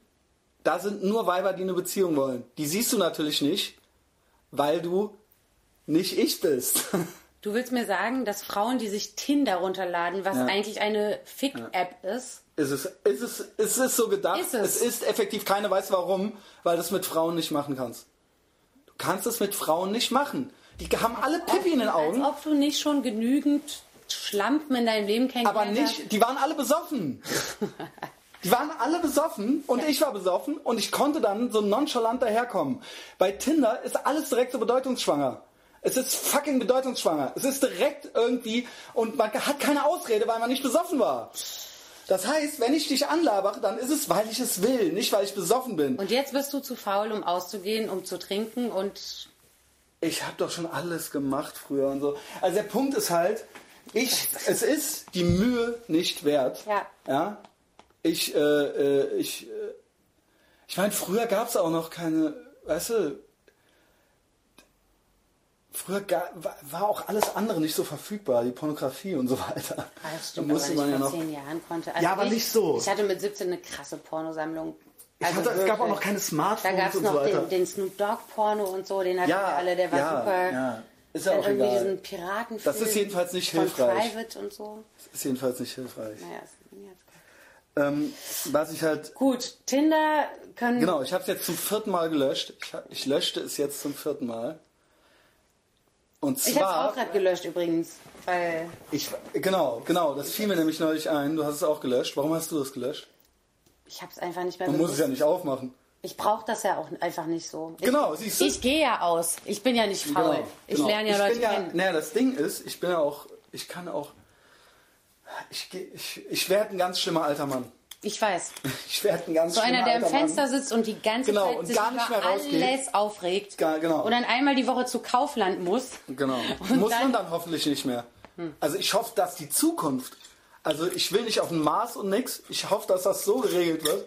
Da sind nur Weiber, die eine Beziehung wollen. Die siehst du natürlich nicht, weil du nicht ich bist. [laughs]
du willst mir sagen, dass Frauen, die sich Tinder runterladen, was
Ja.
eigentlich eine Fick-App ist,
Ist es, ist es, ist es so gedacht?
Ist es.
ist effektiv, keiner weiß warum, weil du es mit Frauen nicht machen kannst. Du kannst es mit Frauen nicht machen. Die haben alle Pippi in den Augen,
als ob du nicht schon genügend Schlampen in deinem Leben
aber
kennengelernt hast.
nicht, die waren alle besoffen. Die waren alle besoffen und ich war besoffen und ich konnte dann so nonchalant daherkommen. Bei Tinder ist alles direkt so bedeutungsschwanger. Es ist fucking bedeutungsschwanger. Es ist direkt irgendwie und man hat keine Ausrede, weil man nicht besoffen war. Das heißt, wenn ich dich anlabere, dann ist es, weil ich es will, nicht weil ich besoffen bin.
Und jetzt bist du zu faul, um auszugehen, um zu trinken und
ich habe doch schon alles gemacht früher und so. Also der Punkt ist halt, ich, es ist die Mühe nicht wert.
Ja.
Ja. Ich, äh, äh, ich, äh, ich meine, früher gab es auch noch keine, weißt du, früher ga, wa- war auch alles andere nicht so verfügbar, die Pornografie und so weiter.
Ah, das
Da
stimmt, aber nicht
ja
vor
noch.
zehn Jahren konnte. Also
Ja, aber nicht so.
Ich hatte mit 17 eine krasse Pornosammlung. Also
Ich hatte, es gab auch noch keine
Da
Smartphones
gab es
und so
noch
weiter.
den, den Snoop Dogg Porno und so, den hatten wir alle, der war
ja,
super.
Ja. Ist ja
Dann
auch
irgendwie
egal.
diesen Piratenfilm.
Das ist jedenfalls nicht
von
hilfreich.
Private und so.
Ist jedenfalls nicht hilfreich.
Naja, ist- jetzt-
Ähm, was ich halt
Gut, Tinder können.
Genau, ich habe es jetzt zum vierten Mal gelöscht. Ich, hab, ich löschte es jetzt zum vierten Mal. Und
Ich habe es
zwar,
auch gerade gelöscht übrigens, weil
ich, genau, genau, das fiel mir nämlich neulich ein. Du hast es auch gelöscht. Warum hast du das gelöscht?
ich habe es einfach nicht mehr
Du musst es
benutzt.
ja nicht aufmachen.
Ich brauche das ja auch einfach nicht so. Ich,
Genau, siehst du?
Ich gehe ja aus. Ich bin ja nicht faul.
Genau,
Ich
genau.
lerne ja
ich
Leute
bin ja,
kennen.
Naja, das Ding ist, ich bin ja auch, ich kann auch, ich, geh- ich, ich werde ein ganz schlimmer alter Mann. [laughs]
Ich weiß.
Ich werde ein ganz
So
schlimmer
einer, der im
alter
Fenster
Mann.
sitzt und die ganze
Genau,
Zeit
und
sich
gar nicht
über
mehr rausgeht.
alles aufregt.
Ga- genau.
Und dann einmal die Woche zu Kaufland muss.
Genau.
[laughs] Und
Muss
dann-
man dann hoffentlich nicht mehr. Also ich hoffe, dass die Zukunft, also ich will nicht auf den Mars und nix. Ich hoffe, dass das so geregelt wird.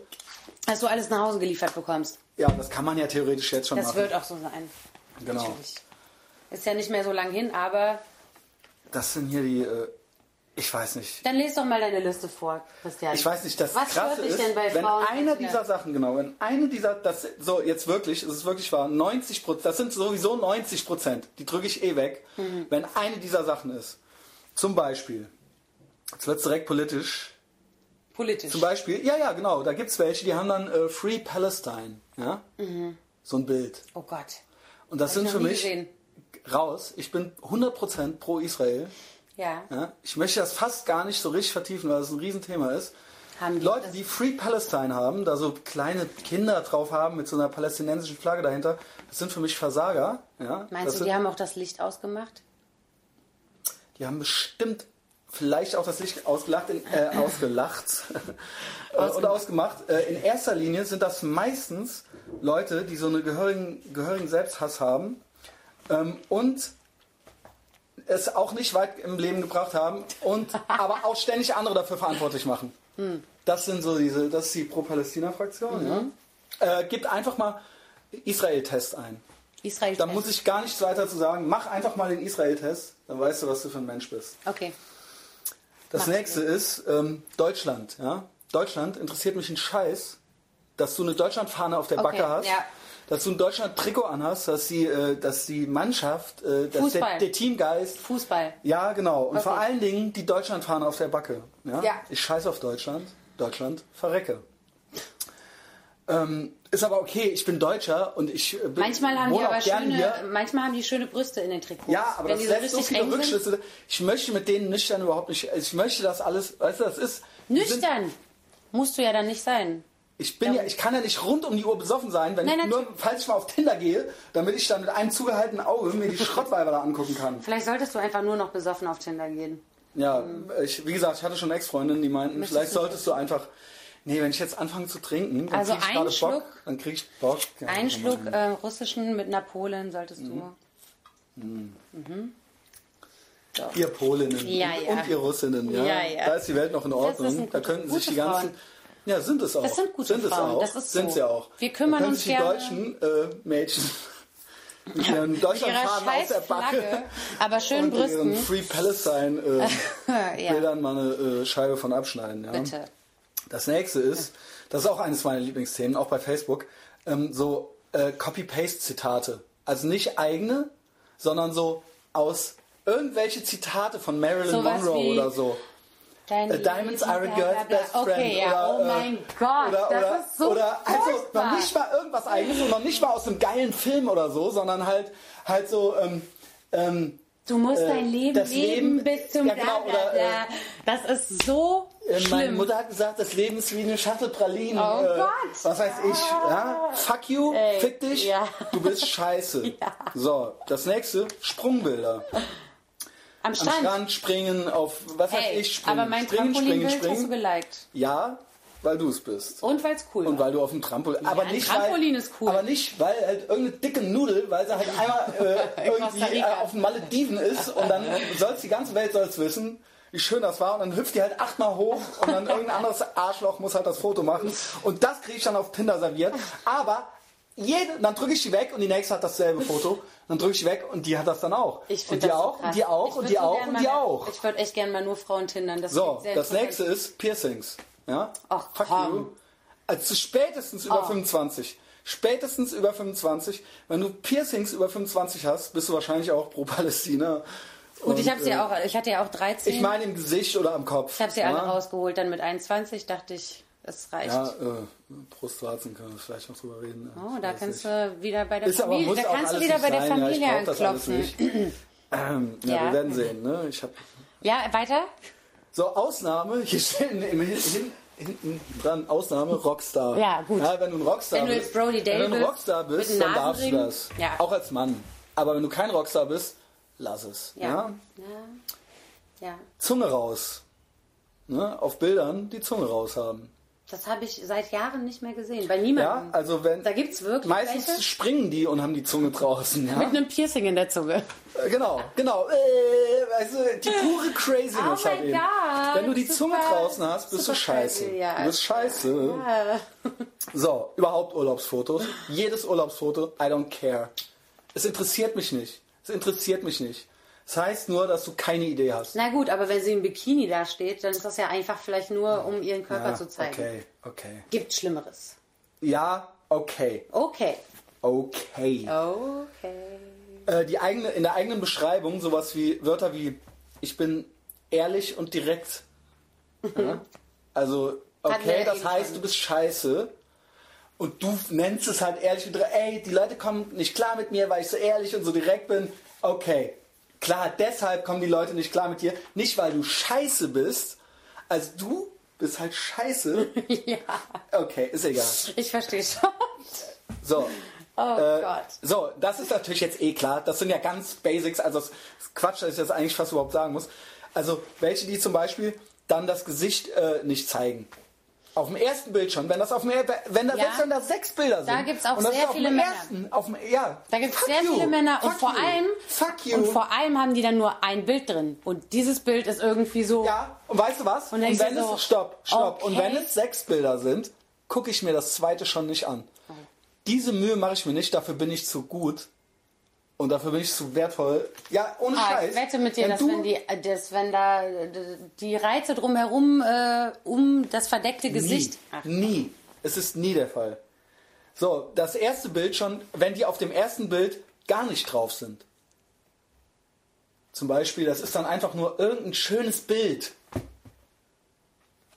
Dass du alles nach Hause geliefert bekommst.
Ja, das kann man ja theoretisch jetzt schon
Das
machen.
wird auch so sein.
Genau.
Natürlich. Ist ja nicht mehr so lang hin, aber
Das sind hier die, äh, ich weiß nicht.
dann lese doch mal deine Liste vor, Christian.
Ich weiß nicht, das
Was
krasse
stört
ist,
dich denn bei
wenn
Frauen?
einer dieser Sachen, genau, wenn eine dieser, das, so jetzt wirklich, es ist wirklich wahr, 90 Prozent, das sind sowieso 90 Prozent, die drücke ich eh weg,
Mhm.
wenn eine dieser Sachen ist. Zum Beispiel, jetzt wird es direkt politisch,
Politisch.
Zum Beispiel, ja, ja, genau, da gibt es welche, die haben dann äh, Free Palestine, ja? So ein Bild.
oh Gott.
Und das sind
Mhm. Hab ich
für
noch nie
mich
gesehen.
raus. Ich bin 100% pro Israel.
Ja.
Ja? Ich möchte das fast gar nicht so richtig vertiefen, weil das ein Riesenthema ist.
Haben die
Leute,
das-
die Free Palestine haben, da so kleine Kinder drauf haben mit so einer palästinensischen Flagge dahinter, das sind für mich Versager. Ja? das
Meinst du,
sind,
die haben auch das Licht ausgemacht?
die haben bestimmt vielleicht auch das Licht ausgelacht, in, äh, ausgelacht äh, oder ausgemacht. Äh, in erster Linie sind das meistens Leute, die so einen gehörigen, gehörigen Selbsthass haben ähm, und es auch nicht weit im Leben gebracht haben und aber auch ständig andere dafür verantwortlich machen. Das sind so diese, das ist die Pro-Palästina-Fraktion. Ja? Äh, gibt einfach mal Israel-Test ein.
Israel.
Da muss ich gar nichts weiter zu sagen. Mach einfach mal den Israel-Test, dann weißt du, was du für ein Mensch bist.
Okay.
Das
Macht's
nächste ist ähm, Deutschland. Ja? Deutschland interessiert mich ein Scheiß, dass du eine Deutschlandfahne auf der
Okay,
Backe hast,
ja.
dass du ein Deutschland-Trikot anhast, dass die, äh, dass die Mannschaft, äh, dass
Fußball.
der, der Teamgeist.
Fußball.
Ja, genau. Und vor
Okay.
allen Dingen die Deutschlandfahne auf der Backe. Ja?
Ja.
Ich scheiße auf Deutschland. Deutschland verrecke. Ähm, ist aber okay, ich bin Deutscher und ich äh, bin
Manchmal haben die
wohne
aber
auch gern
schöne,
hier.
manchmal haben die schöne Brüste in den Trikots.
Ja, aber
Wenn
das
die so
lässt so
richtig
viele
eng sind.
Rückschlüsse. Ich möchte mit denen nüchtern überhaupt nicht. Ich möchte das alles. Weißt du, das ist. die sind-
Nüchtern musst du ja dann nicht sein.
Ich bin ja, ich kann ja nicht rund um die Uhr besoffen sein, wenn
Nein,
ich nur,
natürlich.
falls ich mal auf Tinder gehe, damit ich dann mit einem zugehaltenen Auge mir die Schrottweiber da angucken kann.
Vielleicht solltest du einfach nur noch besoffen auf Tinder gehen.
Ja, ich, wie gesagt, ich hatte schon Ex-Freundinnen, die meinten,
Möchtest
vielleicht
du-
solltest du einfach. Nee, wenn ich jetzt anfange zu trinken, dann
Also
krieg ich
einen
gerade Bock.
Schluck-
Dann krieg ich Bock. Ja, Mhm. komm
Einen Schluck
mal.
äh, russischen mit Napoleon solltest du.
Ihr Polinnen
Ja,
und,
ja.
und ihr Russinnen, ja.
Ja, ja.
Da ist die Welt noch in Ordnung.
sind
da
gute-
könnten sich
gute
die ganzen.
Frauen.
Ja, sind es auch.
Das sind gute
sind es
Frauen,
auch.
das ist so.
Sind sie auch.
Wir kümmern um
da können
uns
sich die
[laughs] gerne-
deutschen äh, Mädchen mit ihren Deutschlandfaden aus der Backe
Flagge, aber schön
und ihren
Brüsten.
Free Palestine äh,
[laughs] Ja.
Bildern mal eine äh, Scheibe von abschneiden. Ja.
Bitte.
Das nächste ist, das ist auch eines meiner Lieblingsthemen, auch bei Facebook, ähm, so äh, Copy-Paste-Zitate. Also nicht eigene, sondern so aus irgendwelche Zitate von Marilyn
Sowas
Monroe
wie-
oder so.
Dein
Äh, Diamonds
Leben,
are a
bla,
girl's
bla, bla.
best friend.
Okay, ja,
oder,
oh mein
äh,
Gott,
oder,
das
oder,
ist so
Oder also
furchtbar.
noch nicht mal irgendwas eigenes und noch nicht mal aus einem geilen Film oder so, sondern halt, halt so, ähm, ähm,
Du musst
äh,
dein Leben
das
leben
Leben-
bis zum
ja, genau,
bla, bla,
oder,
bla. Das ist so
äh, meine
schlimm.
Mutter hat gesagt, das Leben ist wie eine Schachtel Pralinen.
Oh
äh,
Gott.
Was weiß ich, ja? Fuck you,
Ey,
fick dich,
ja.
du bist
[laughs]
scheiße. So, das nächste, Sprungbilder.
Am
Am
Strand.
Strand, springen, auf, was weiß
Ey,
ich, springen,
aber mein
springen, springen,
Trampolinbild hast du
springen.
geliked.
Ja, weil du es bist.
Und weil es cool
Und
war.
weil du auf dem Trampolin. aber
ein
nicht,
Trampolin
weil,
ist cool.
Aber nicht, weil halt irgendeine dicke Nudel, weil sie halt
[laughs]
einmal äh,
In Costa
irgendwie äh,
Rica.
auf den Malediven ist und dann soll's die ganze Welt soll's wissen, wie schön das war. Und dann hüpft die halt achtmal hoch und dann irgendein anderes Arschloch muss halt das Foto machen. Und das kriege ich dann auf Tinder serviert. Aber jede, dann drücke ich die weg und die nächste hat dasselbe Foto. Dann drücke ich die weg und die hat das dann auch.
Ich find
und die
das so
auch,
krass.
und die auch,
Ich
und
würd
die
so
auch,
gern
und
mal
die
eine-
auch.
Ich würde echt gerne mal nur Frauen tindern. Das
So,
klingt sehr
das
interessant.
nächste ist Piercings. Ja?
Ach,
Fuck
komm.
you. Also spätestens über
Oh.
25. Spätestens über 25. Wenn du Piercings über 25 hast, bist du wahrscheinlich auch pro Palästina. äh,
Gut, ich, hab's ja auch, ich hatte ja auch 13.
Ich meine im Gesicht oder am Kopf.
Ich habe sie alle rausgeholt, dann mit 21 dachte ich, es reicht.
Ja, äh, Brustwarzen können wir vielleicht noch drüber reden.
oh,
Ich
da
weiß
kannst
nicht.
du wieder bei der
Ist aber,
Familie,
muss
da
auch
kannst du
alles
wieder
nicht
bei der
sein.
Familie
ja, ich brauch das alles
anklopfen.
nicht. [clears throat] Ähm, ja,
Ja.
wir werden sehen. Ne? Ich hab
Ja, weiter?
So, Ausnahme, [laughs] hier stehen im Hin- hin, hinten dran, Ausnahme, Rockstar.
Ja, gut.
Ja, wenn du ein Rockstar
Wenn du
bist,
jetzt Brody Day
wenn du ein
bist,
Rockstar bist,
mit
dann darfst du
Nasenring.
das.
Ja.
Auch als Mann. Aber wenn du kein Rockstar bist, lass es. Ja.
Ja. Ja. ja.
Zunge raus. Ne? Auf Bildern die Zunge raus haben.
Das habe ich seit Jahren nicht mehr gesehen. Bei
Ja,
niemandem.
also wenn.
Da gibt's wirklich
Meistens
welche?
springen die und haben die Zunge draußen. Ja?
[laughs] mit einem Piercing in der Zunge.
Äh, Genau, genau. Äh, also die pure Craziness
[laughs] Oh
halt
mein
eben.
Gott,
Wenn du die Zunge
super-
draußen hast, bist du
super
scheiße.
crazy, ja.
Du bist scheiße. So, überhaupt Urlaubsfotos. Jedes Urlaubsfoto, I don't care. Es interessiert mich nicht. Es interessiert mich nicht. Das heißt nur, dass du keine Idee hast.
[laughs] Na gut, aber wenn sie im Bikini da steht, dann ist das ja einfach vielleicht nur, um ihren Körper
Ja,
zu zeigen.
Ah, Okay, okay.
Gibt Schlimmeres.
Ja, okay,
Okay.
okay.
Okay. [laughs]
Äh, die eigene, in der eigenen Beschreibung sowas wie Wörter wie ich bin ehrlich und direkt. Ja? Also,
Hatten wir
okay,
ja
das
eben
heißt,
schon.
du bist scheiße. Und du nennst es halt ehrlich und direkt. Ey, die Leute kommen nicht klar mit mir, weil ich so ehrlich und so direkt bin. Okay, klar, deshalb kommen die Leute nicht klar mit dir. Nicht, weil du scheiße bist. Also, du bist halt scheiße.
Ja,
Okay, ist egal.
ich verstehe schon.
So.
Oh
Äh,
Gott.
So, das ist natürlich jetzt eh klar. Das sind ja ganz Basics. Also es ist Quatsch, dass ich das eigentlich fast überhaupt sagen muss. Also welche, die zum Beispiel dann das Gesicht äh, nicht zeigen. Auf dem ersten Bild schon. Wenn das auf dem er- wenn da,
Ja.
selbst wenn da sechs Bilder sind.
Da gibt's auch
und das
sehr
ist auf
viele
dem
Männer.
Ersten, auf dem, ja.
Da gibt es
Fuck
sehr
you.
viele Männer und
Fuck
vor
you.
allem
Fuck you.
und vor allem haben die dann nur ein Bild drin und dieses Bild ist irgendwie so
Ja, und weißt du was?
Und
Und,
dann
wenn
denkst du
es,
so,
stopp, stopp. Und
okay.
wenn es sechs Bilder sind, gucke ich mir das zweite schon nicht an. Diese Mühe mache ich mir nicht, dafür bin ich zu gut. Und dafür bin ich zu wertvoll. Ja, ohne
Ah,
Scheiß.
ich wette mit dir,
wenn
dass
du,
wenn, die, dass wenn da äh, die Reize drumherum äh, um das verdeckte
nie,
Gesicht. Ach,
nie. Es ist nie der Fall. So, das erste Bild schon, wenn die auf dem ersten Bild gar nicht drauf sind. Zum Beispiel, das ist dann einfach nur irgendein schönes Bild.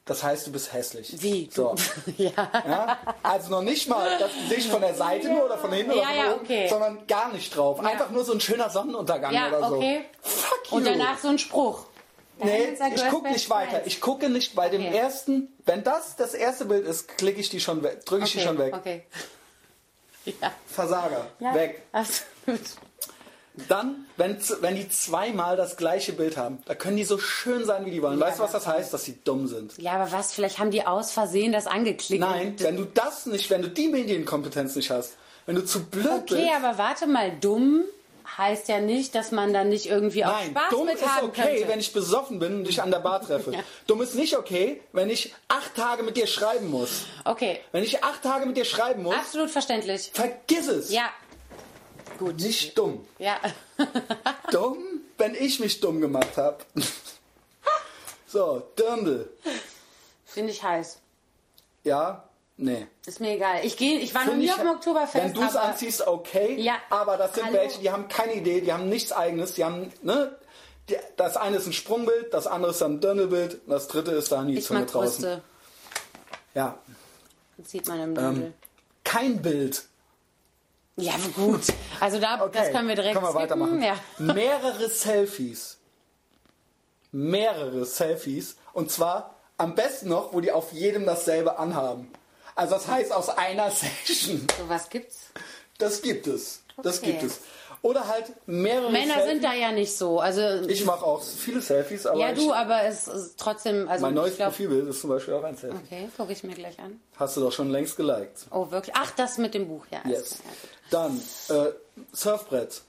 Das heißt, du bist hässlich.
Wie? [laughs]
So.
ja.
Ja? Also noch nicht mal das Gesicht von der Seite nur oder von hinten
Ja,
oder von
ja,
oben,
okay.
sondern gar nicht drauf. Einfach nur so ein schöner Sonnenuntergang
Ja,
oder so.
okay.
Fuck you.
Und danach so ein Spruch.
nee,
Diamonds are
ich
girls'
gucke
best
nicht weiter.
friends.
Ich gucke nicht bei dem
Okay.
ersten, wenn das das erste Bild ist, klicke ich die schon weg, drücke ich die
Okay,
schon weg. [laughs]
Okay. Ja.
Versager,
ja.
weg.
Absolut.
Dann, wenn, z- wenn die zweimal das gleiche Bild haben, da können die so schön sein, wie die wollen. weißt du, was das heißt? Dass sie dumm sind.
Ja, aber was? Vielleicht haben die aus Versehen das angeklickt.
Nein, wenn du das nicht, wenn du die Medienkompetenz nicht hast, wenn du zu blöd bist,
Okay, aber warte mal, dumm heißt ja nicht, dass man dann nicht irgendwie auch
Nein,
Spaß
dumm
mit
ist
haben
okay,
könnte.
wenn ich besoffen bin und dich an der Bar
[laughs]
treffe. Dumm ist nicht okay, wenn ich acht Tage mit dir schreiben muss.
okay,
Wenn ich acht Tage mit dir schreiben muss,
absolut verständlich.
vergiss es.
Ja, gut.
Nicht dumm.
Ja. [laughs]
Dumm, wenn ich mich dumm gemacht habe. [laughs] so, Dirndl.
Finde ich heiß.
Ja, nee.
Ist mir egal. Ich gehe, ich war noch
Find
nie
ich-
auf dem Oktoberfest.
Wenn du es
aber-
anziehst, okay.
Ja.
Aber das sind
Hallo.
welche, die haben keine Idee, die haben nichts eigenes, die haben, ne? Die, das eine ist ein Sprungbild, das andere ist ein Dirndlbild, das dritte ist da nie
Ich
Zunge
mag
draußen.
Brüste.
Ja.
Das sieht man im
Ähm.
Dudel.
Kein Bild.
Ja, gut. Also da,
Okay.
das können wir direkt
Können wir
skippen.
weitermachen. Hm.
Ja.
[laughs]
[laughs]
Mehrere Selfies. Mehrere Selfies. Und zwar am besten noch, wo die auf jedem dasselbe anhaben. Also das heißt aus einer [laughs] Session.
So was gibt's.
Das gibt es. Das
Okay.
gibt es. Oder halt mehrere
Männer
Selfies.
sind da ja nicht so. Also
Ich mache auch viele Selfies, aber
ja, du,
ich,
aber es ist trotzdem. Also
mein neues
ich glaub,
Profilbild ist zum Beispiel auch ein Selfie.
Okay, gucke ich mir gleich an.
Hast du doch schon längst geliked.
Oh, wirklich? Ach, das mit dem Buch, ja.
Yes.
Also, ja, gut.
Dann äh, Surfbrett.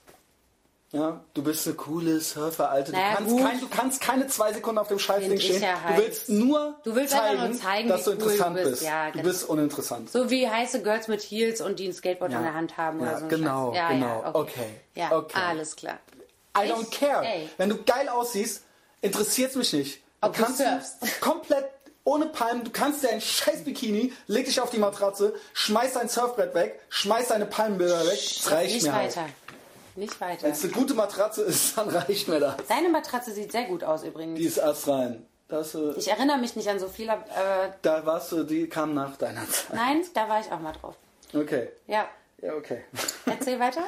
Ja, du bist eine coole Surfer, Alte. Du,
Naja,
kannst,
gut.
kein, du kannst keine zwei Sekunden auf dem Scheißding
Find ich
stehen.
ja
du
heiß.
willst nur
Du willst einfach
zeigen,
nur zeigen,
dass
wie
du
cool du
interessant
bist. Ja,
du
genau.
bist uninteressant.
So wie heiße Girls mit Heels und die ein Skateboard
Ja.
in der Hand haben
Ja,
oder so. ein
genau,
Scheiß. ja,
genau.
Ja, okay.
Okay.
Ja,
Okay.
alles klar.
I don't
Ich-
care.
ey.
Wenn du geil aussiehst, interessiert mich nicht. Du
Ob du
kannst
surfst.
komplett ohne Palmen, du kannst dir ein scheiß Bikini, leg dich auf die Matratze, schmeiß dein Surfbrett weg, schmeiß deine Palmenbilder weg. Das reicht
Nicht
mir halt.
weiter. Nicht weiter.
Wenn es eine gute Matratze ist, dann [laughs] reicht mir das.
Deine Matratze sieht sehr gut aus übrigens.
Die ist astrein. Das, äh,
ich erinnere mich nicht an so viel, aber äh,
da warst du, die kam nach deiner Zeit.
nein, da war ich auch mal drauf.
Okay.
Ja,
Ja, okay. [laughs]
erzähl weiter.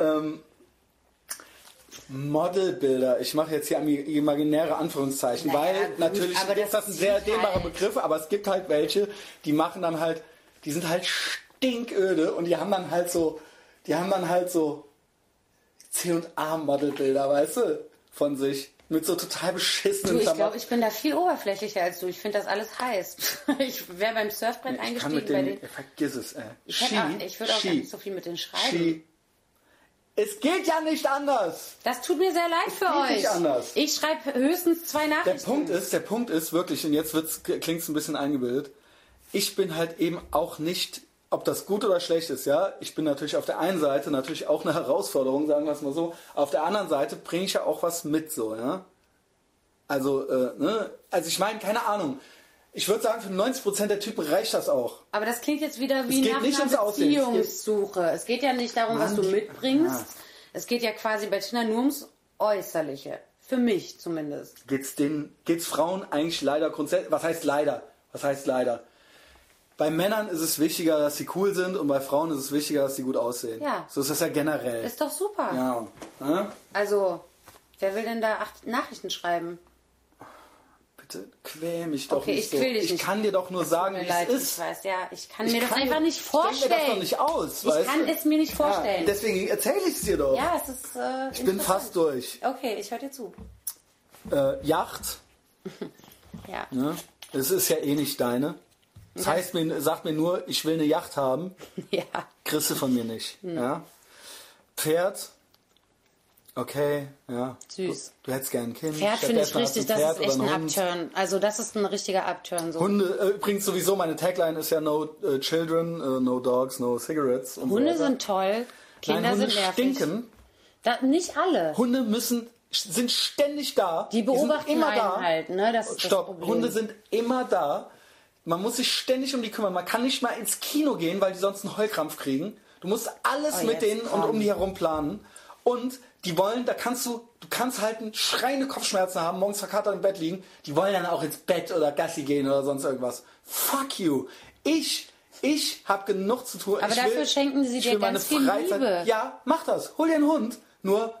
ähm, Modelbilder. Ich mache jetzt hier ami- imaginäre Anführungszeichen,
Naja,
weil
gut,
natürlich
aber
ist das
das
ein sehr
sieht
dehnbarer
halt-
Begriff, aber es gibt halt welche, die machen dann halt, die sind halt stinköde und die haben dann halt so, die haben dann halt so C&A Modelbilder, weißt du, von sich. Mit so total beschissenen
Du, ich
Klamotten.
glaube, ich bin da viel oberflächlicher als du. Ich finde das alles heiß. Ich [laughs] wäre beim Surfbrett
Ich kann
eingestiegen
mit
bei
dem,
den.
vergiss es, äh, ey.
Ich, hätte auch- ich würde auch gar nicht so viel mit denen schreiben.
Ski. Es geht ja nicht anders.
Das tut mir sehr leid für
geht
euch.
nicht anders.
Ich schreibe höchstens zwei
Der
Nachrichten.
Punkt ist, der Punkt ist wirklich, und jetzt wird's, klingt's ein bisschen eingebildet. Ich bin halt eben auch nicht, ob das gut oder schlecht ist, ja. Ich bin natürlich auf der einen Seite natürlich auch eine Herausforderung, sagen wir es mal so. Auf der anderen Seite bringe ich ja auch was mit, so, ja. Also, äh, ne? Also ich meine, keine Ahnung. Ich würde sagen, für 90% der Typen reicht das auch.
Aber das klingt jetzt wieder wie
Es geht
nach
nicht ums
einer
Aussehen, es geht-
Beziehungssuche. Es geht ja nicht darum, was
Mann,
du
ich-
mitbringst.
Ja.
Es geht ja quasi bei Tinder nur ums Äußerliche. Für mich zumindest.
geht's den geht's Frauen eigentlich leider grundsätzlich was heißt leider was heißt leider bei Männern ist es wichtiger dass sie cool sind und bei Frauen ist es wichtiger dass sie gut aussehen
Ja.
so ist das ja generell
Ist doch super.
ja Hä?
Also, wer will denn da acht Nachrichten schreiben?
bitte quäl mich doch
Okay,
nicht
ich
so.
quäl dich
ich
nicht.
kann dir doch nur sagen
Mir
wie
leid,
es
ich
ist
weiß, ja. Ich kann mir
Ich
das
kann-
einfach nicht
ich denk
vorstellen.
mir das doch nicht aus
ich
weißt
kann
du?
es mir nicht
ja,
vorstellen. Ja,
deswegen erzähle ich es dir doch
es ist. Äh,
ich bin fast durch
Okay, ich höre dir zu.
äh, Yacht
Ja.
ne? das ist ja eh nicht deine das heißt mir sagt mir nur ich will eine Yacht haben
[laughs] ja.
kriegst du von mir nicht.
Hm.
Ja? Pferd, okay, ja.
Süß.
Du, du hättest gern ein Kind.
Pferd
Stattdessen
finde ich
hast du
richtig,
ein
das ist
Pferd
echt
oder
ein
einen Hund.
Upturn. Also das ist ein richtiger Upturn. So.
Hunde, äh, übrigens sowieso, meine Tagline ist ja No äh, Children, äh, No Dogs, No Cigarettes. Und
Hunde
so weiter.
sind toll, Kinder
Nein, Hunde
sind nervig.
stinken.
Da, nicht alle.
Hunde müssen, sind ständig da.
Die beobachten
sind immer
einen
da.
halt, ne? Das ist das
Stopp,
Problem.
Hunde sind immer da. Man muss sich ständig um die kümmern. Man kann nicht mal ins Kino gehen, weil die sonst einen Heulkrampf kriegen. Du musst alles
Oh,
mit
jetzt
denen und
komm.
um die herum planen. Und die wollen, da kannst du, du kannst halt einen schreiende Kopfschmerzen haben, morgens verkatert im Bett liegen. Die wollen dann auch ins Bett oder Gassi gehen oder sonst irgendwas. Fuck you. Ich, ich hab genug zu tun.
Aber
ich
dafür
will,
schenken sie
ich
dir
will meine
ganz viel
Freizeit-
Liebe.
Ja, mach das. Hol dir einen Hund. Nur,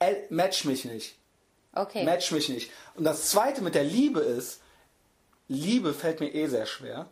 äh, match mich nicht.
Okay.
Match mich nicht. Und das Zweite mit der Liebe ist, Liebe fällt mir eh sehr schwer.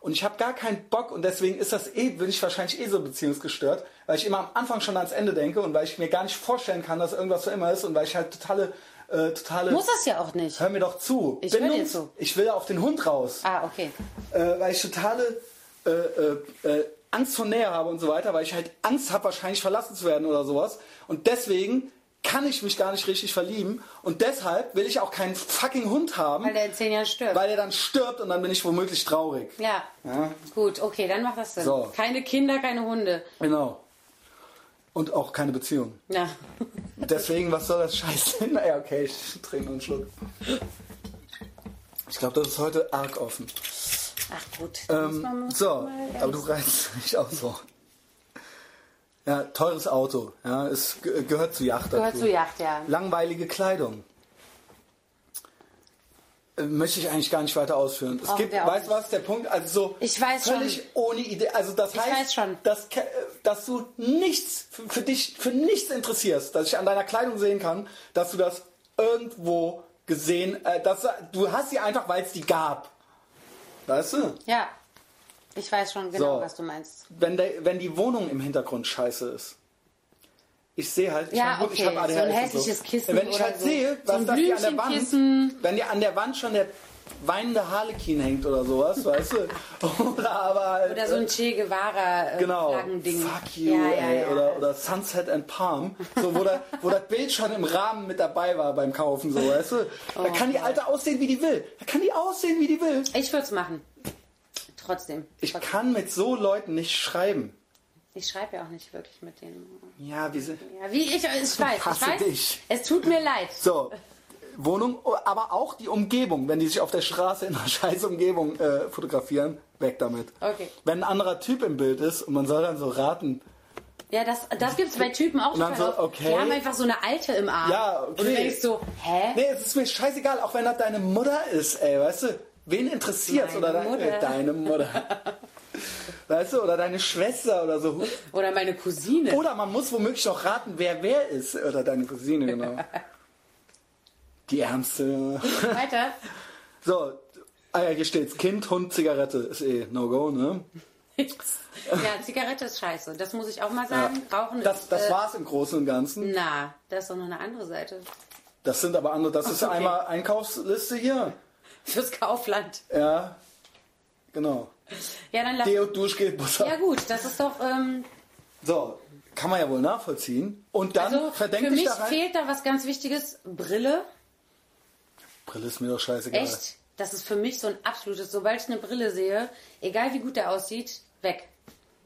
Und ich habe gar keinen Bock und deswegen ist das eh, bin ich wahrscheinlich eh so beziehungsgestört, weil ich immer am Anfang schon ans Ende denke und weil ich mir gar nicht vorstellen kann, dass irgendwas so immer ist und weil ich halt totale, äh, totale.
Muss das ja auch nicht.
Hör mir doch zu.
Ich hör dir
Bindungs-
zu.
Ich will auf den Hund raus
Ah, okay.
äh, weil ich totale äh, äh, äh, Angst vor Nähe habe und so weiter, weil ich halt Angst habe, wahrscheinlich verlassen zu werden oder sowas. Und deswegen kann ich mich gar nicht richtig verlieben. Und deshalb will ich auch keinen fucking Hund haben,
Weil der in zehn Jahren stirbt.
weil der dann stirbt und dann bin ich womöglich traurig.
ja.
Ja.
Gut, okay, dann macht das Sinn.
So.
Keine Kinder, keine Hunde.
Genau. und auch keine Beziehung.
Ja.
Deswegen, was soll das Scheiß denn? [laughs] Naja, okay, ich trinke einen Schluck. Ich glaube, das ist heute arg offen.
Ach gut. Muss man-
Ähm,
muss
so,
man mal-
aber du [laughs] reizt mich auch so. Ja, teures Auto. Ja, es ge- gehört zu Yacht dazu.
Gehört zu Yacht, ja.
Langweilige Kleidung. Äh, Möchte ich eigentlich gar nicht weiter ausführen. Es
Brauchen
gibt,
wir auch
weißt du
nicht.
was, der Punkt, also so
Ich weiß
völlig
schon.
ohne Idee. Also das
Ich
heißt,
weiß schon.
Dass, ke- äh, dass du nichts für, für dich für nichts interessierst, dass ich an deiner Kleidung sehen kann, dass du das irgendwo gesehen, äh, dass du hast sie einfach, weil es die gab. Weißt du?
Ja. Ich weiß schon genau,
So.
was du meinst.
wenn, der, wenn die Wohnung im Hintergrund scheiße ist. Ich sehe halt, ich
Ja,
meine, gut, ich
okay,
habe ADHS
so ein
und
hässliches Kissen
Wenn ich
oder
halt
so.
sehe,
So
was
ein
da hier an der
Blümchenkissen.
Wand, wenn dir an der Wand schon der weinende Harlekin hängt oder sowas,
[laughs]
weißt du? Oder aber halt,
Oder so ein
äh,
Che Guevara äh,
genau,
Flaggending.
fuck you,
ja, ja,
ey,
ja.
Oder, oder Sunset and Palm, so, wo, da, wo das Bild schon im Rahmen mit dabei war beim Kaufen, so, weißt du?
Oh,
Da kann die Alte aussehen, wie die will. Da kann die aussehen, wie die will.
Ich würde es machen. Trotzdem.
Ich
Trotzdem.
kann mit so Leuten nicht schreiben.
Ich schreibe ja auch nicht wirklich mit denen.
Ja, wie sind...
Ja, wie ich, ich weiß, ich
Hasse
weiß.
dich.
Es tut mir leid.
So, Wohnung, aber auch die Umgebung, wenn die sich auf der Straße in einer [laughs] scheiß Umgebung äh, fotografieren, weg damit.
Okay.
Wenn ein anderer Typ im Bild ist und man soll dann so raten,
Ja, das, das gibt es bei Typen auch
Und dann
total
so,
oft.
okay.
Die haben einfach so eine alte im Arm.
Ja, okay.
Und du denkst so, hä?
nee, es ist mir scheißegal, auch wenn das deine Mutter ist, ey, weißt du, wen interessiert
Meine
oder dein-
Mutter.
Äh, deine Mutter?
[laughs]
weißt du, oder deine Schwester oder so.
Oder meine Cousine.
Oder man muss womöglich noch raten, wer wer ist oder deine Cousine, genau. Die Ärmste.
Weiter.
So, ah ja, hier steht's. Kind, Hund, Zigarette. Ist eh No-Go, ne?
ja, Zigarette ist scheiße. Das muss ich auch mal sagen. Rauchen
Das,
ist.
das
äh,
war's im Großen und Ganzen.
Na, das ist doch noch eine andere Seite.
Das sind aber andere. Das ist
Okay.
einmal Einkaufsliste hier.
Fürs Kaufland.
Ja, genau.
Ja, dann lass.
Deo, Duschgel, Butter.
Ja, gut, das ist doch. Ähm,
So, kann man ja wohl nachvollziehen. Und dann
also, für
verdenklich
mich
daran.
fehlt da was ganz Wichtiges: Brille.
Brille ist mir doch scheißegal.
Echt? Das ist für mich so ein absolutes. Sobald ich eine Brille sehe, egal wie gut der aussieht, weg.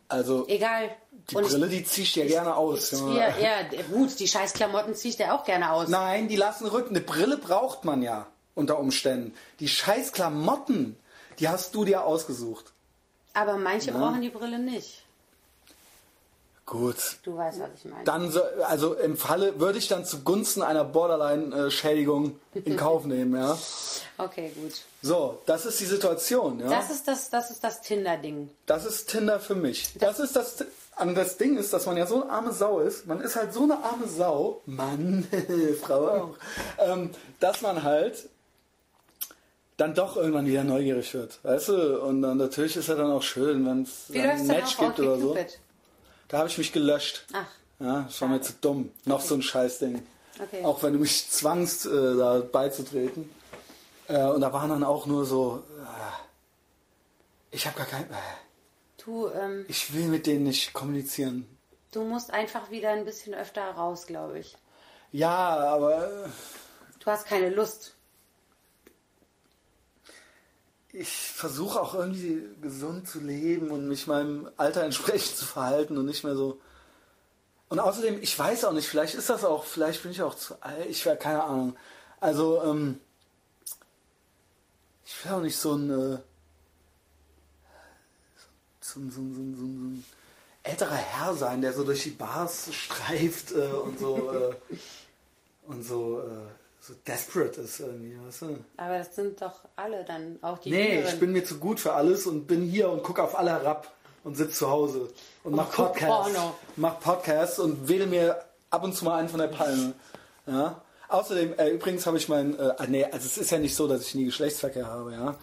Also,
Egal.
die Brille, die zieh ich dir gerne aus.
Ich,
Junge.
ja, ja, gut, die scheiß Klamotten ziehe ich dir auch gerne aus.
Nein, die lassen rücken. Eine Brille braucht man ja unter Umständen. Die scheiß Klamotten, die hast du dir ausgesucht.
Aber manche brauchen die Brille nicht.
Gut,
Du weißt, was ich meine.
dann so, also im Falle würde ich dann zugunsten einer Borderline-Schädigung in Kauf nehmen, ja.
Okay, gut.
So, das ist die Situation, ja.
Das ist das, das ist das Tinder-Ding.
Das ist Tinder für mich. Das ist das. Und das Ding ist, dass man ja so eine arme Sau ist. Man ist halt so eine arme Sau, Mann, [laughs] Frau auch, ähm, dass man halt dann doch irgendwann wieder neugierig wird, weißt du? Und dann natürlich ist er dann auch schön, wenn es
Wie
ein
läuft's denn
Match
auf Ah.
gibt oder so.
OkCupid?
Da habe ich mich gelöscht.
Ach.
Ja, das war mir zu dumm. Noch so ein Scheißding.
Okay.
Auch wenn du mich zwangst, äh, da beizutreten. Äh, und da waren dann auch nur so, äh, ich habe gar kein, äh,
Du, ähm,
ich will mit denen nicht kommunizieren.
du musst einfach wieder ein bisschen öfter raus, glaube ich.
Ja, aber äh,
Du hast keine Lust.
ich versuche auch irgendwie gesund zu leben und mich meinem Alter entsprechend zu verhalten und nicht mehr so. Und außerdem, ich weiß auch nicht, vielleicht ist das auch, vielleicht bin ich auch zu alt, ich wäre keine Ahnung. Also, ähm, ich will auch nicht so ein, äh, so, ein- so, ein- so, ein- so, ein- so ein älterer Herr sein, der so durch die Bars streift äh, und so, äh, und so, äh, so desperate ist irgendwie, weißt du?
Aber das sind doch alle dann, auch die
Nee,
Jüngeren.
ich bin mir zu gut für alles und bin hier und gucke auf alle herab und sitze zu Hause und, mach
guck
Podcasts.
Porno.
Mach Podcasts und wähle mir ab und zu mal einen von der Palme. Ja? Außerdem, äh, übrigens habe ich meinen, äh, ah, nee, also es ist ja nicht so, dass ich nie Geschlechtsverkehr habe, ja.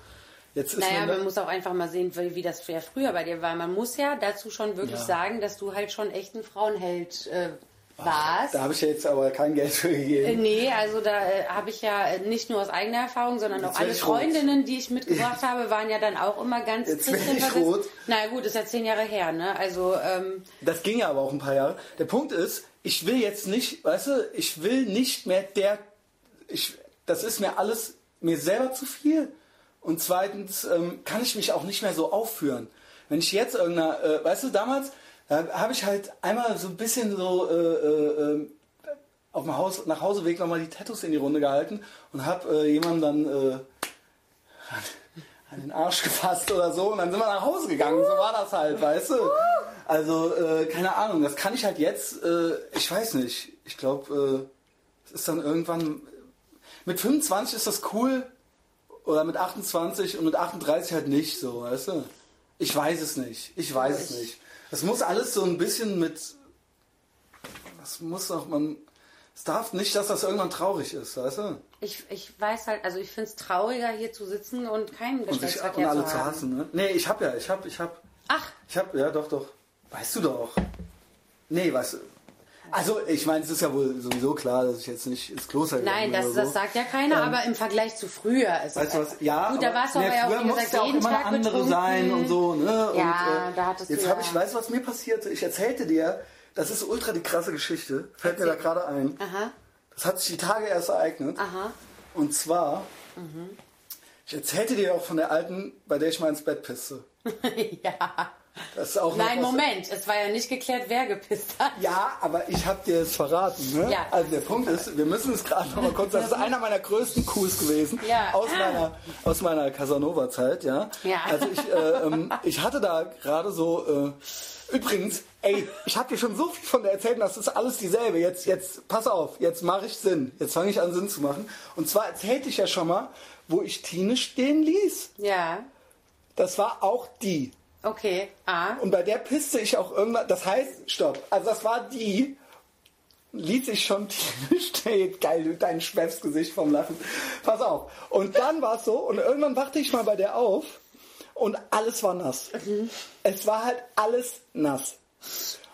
Jetzt ist
Naja,
mir ne,
man muss auch einfach mal sehen, wie, wie das ja früher bei dir war. Man muss ja dazu schon wirklich
Ja.
sagen, dass du halt schon echt ein Frauenheld äh, warst.
da habe ich ja jetzt aber kein Geld für gegeben.
Äh, Nee, also da äh, habe ich ja äh, nicht nur aus eigener Erfahrung, sondern
Jetzt
auch alle
werd ich rot.
Freundinnen, die
[laughs]
ich mitgebracht habe, waren ja dann auch immer ganz
Jetzt werd ich
versetzt.
rot.
Na gut, ist ja zehn Jahre her, ne? Also ähm,
Das ging ja aber auch ein paar Jahre. Der Punkt ist, ich will jetzt nicht, weißt du, ich will nicht mehr der. Ich, das ist mir alles mir selber zu viel. Und zweitens ähm, kann ich mich auch nicht mehr so aufführen. Wenn ich jetzt irgendeiner, äh, weißt du, damals Dann habe ich halt einmal so ein bisschen so äh, äh, äh, auf dem Haus, nach Hauseweg nochmal die Tattoos in die Runde gehalten und habe äh, jemanden dann äh, an- an den Arsch [laughs] gefasst oder so und dann sind wir nach Hause gegangen. So war das halt, weißt du? Also, äh, keine Ahnung, das kann ich halt jetzt, äh, ich weiß nicht. Ich glaube, äh, es ist dann irgendwann. Mit 25 ist das cool oder mit 28 und mit 38 halt nicht so, weißt du? Ich weiß es nicht. Ich weiß es
Ich-
nicht. Das muss alles so ein bisschen mit. Das muss doch, man. Es darf nicht, dass das irgendwann traurig ist, weißt du?
Ich, ich weiß halt, also ich finde es trauriger, hier zu sitzen und keinen
Und, sich,
Geschlechtsverkehr
und alle
zu
zu
haben.
hassen, ne? Nee, ich hab ja, ich hab, ich hab.
Ach,
Ich hab, ja, doch, doch. Weißt du doch. Nee, weißt du. Also, ich meine, es ist ja wohl sowieso klar, dass ich jetzt nicht ins Kloster gegangen
nein, das,
bin oder Ähm,
das sagt ja keiner, aber im Vergleich zu früher ist
Weißt du
es.
was? Ja,
Gut, da warst du
nee,
aber ja
früher
auch, wie
musste
gesagt,
ja auch
jeden
immer eine
Tag
andere
betrunken.
sein und so, ne? Und,
Ja, da hattest du
jetzt
ja-
habe ich, weißt du, was mir passierte? Ich erzählte dir, das ist ultra die krasse Geschichte. Fällt mir da gerade ein.
Aha,
Das hat sich die Tage erst ereignet.
aha. Mhm.
Und zwar, ich erzählte dir auch von der alten, bei der ich mal ins Bett pisste.
[laughs] ja.
Das ist auch noch
Nein,
was-
Moment, es war ja nicht geklärt, wer gepisst hat.
Ja, aber ich hab dir es verraten. Ne?
Ja.
Also der Punkt ist, wir müssen es gerade noch mal kurz sagen. Das ist einer meiner größten Coups gewesen
Ja.
aus
Ah.
meiner aus meiner Casanova-Zeit. Ja?
Ja.
Also ich, äh, ähm, ich hatte da gerade so. Äh, übrigens, ey, ich hab dir schon so viel von der erzählt, und das ist alles dieselbe. Jetzt, jetzt, pass auf, jetzt mache ich Sinn. Jetzt fange ich an Sinn zu machen. Und zwar erzählte ich ja schon mal, wo ich Tine stehen ließ.
Ja,
Das war auch die.
okay. Ah,
Und bei der pisste ich auch irgendwann. Das heißt, stopp. Also das war die. Ließ ich schon Tine [laughs] stehen. Geil, dein Schwäbsgesicht vom Lachen. Pass auf. Und dann war es so, und irgendwann wachte ich mal bei der auf und alles war nass. Es war halt alles nass.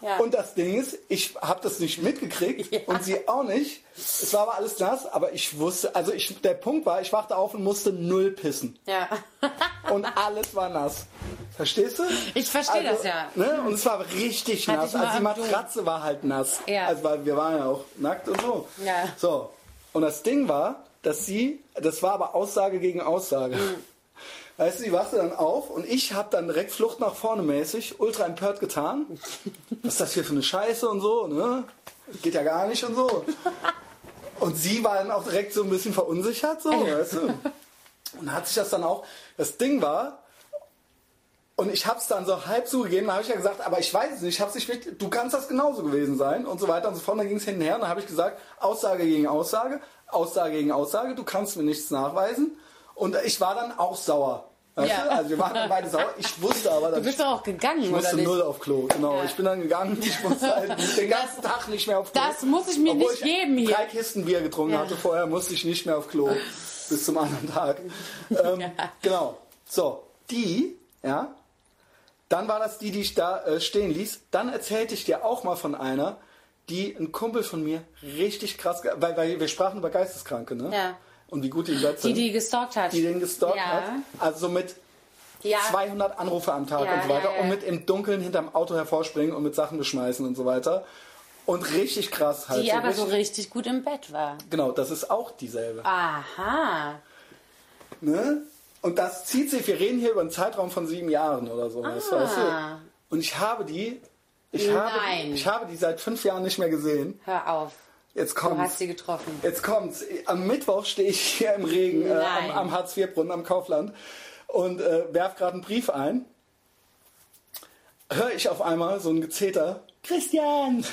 ja.
Und das Ding ist, ich habe das nicht mitgekriegt und sie auch nicht. Es war aber alles nass, aber ich wusste, also ich, der Punkt war, ich wachte auf und musste null pissen
ja. [laughs]
und alles war nass. Verstehst du?
Ich verstehe das ja.
Ne? Und es war richtig
Hatte
nass.
ich mal
Also die
am Du.
Matratze war halt nass.
Ja.
Also weil wir waren ja auch nackt und so.
Ja.
So. Und das Ding war, dass sie, das war aber Aussage gegen Aussage.
Mhm.
Weißt du, sie wachte dann auf und ich habe dann direkt Flucht nach vorne mäßig, ultra empört getan. Was ist das hier für eine Scheiße und so, ne? Geht ja gar nicht und so. Und sie war dann auch direkt so ein bisschen verunsichert, so, weißt du? Und hat sich das dann auch, das Ding war, und ich hab's dann so halb zugegeben, da habe ich ja gesagt, aber ich weiß es nicht, ich hab's nicht mit, du kannst das genauso gewesen sein und so weiter und so fort. Und Dann ging's hin und her und dann habe ich gesagt, Aussage gegen Aussage, Aussage gegen Aussage, du kannst mir nichts nachweisen. Und ich war dann auch sauer. Weißt
Ja.
du? Also wir waren dann beide sauer. Ich wusste aber, dass
Du bist
ich,
doch auch gegangen,
ich
oder
musste
nicht?
null auf Klo. Genau,
Ja.
ich bin dann gegangen, [laughs] ich musste halt den ganzen Tag nicht mehr auf Klo.
das muss ich mir
Obwohl
nicht geben hier.
drei Kisten Bier getrunken
Ja.
hatte vorher, musste ich nicht mehr auf
[laughs]
Klo. bis zum anderen Tag. Ähm, Genau. So, die, ja. Dann war das die, die ich da äh, stehen ließ. Dann erzählte ich dir auch mal von einer, die ein Kumpel von mir richtig krass, ge- weil, weil wir sprachen über Geisteskranke, ne?
Ja.
Und wie gut die Götze,
Die,
die,
die gestalkt hat.
den gestalkt
Ja.
hat. Also mit
ja.
200 Anrufe am Tag
Ja,
und so weiter
ja, ja.
und mit im Dunkeln hinterm Auto hervorspringen und mit Sachen beschmeißen und so weiter. Und richtig krass halt.
die aber so richtig gut im Bett war.
Genau, das ist auch dieselbe.
Aha.
Ne? Und das zieht sich, wir reden hier über einen Zeitraum von sieben Jahren oder so. weißt du, weißt
Ah.
du? Und ich habe die, ich habe,
Nein.
ich habe die seit fünf Jahren nicht mehr gesehen.
Hör auf.
Jetzt
Du hast
kommt's.
sie getroffen.
Jetzt kommt's. Am Mittwoch stehe ich hier im Regen äh, am,
Nein.
am Hartz-IV-Brunnen am Kaufland und äh, werf gerade einen Brief ein. Höre ich auf einmal so ein Gezeter. Christian!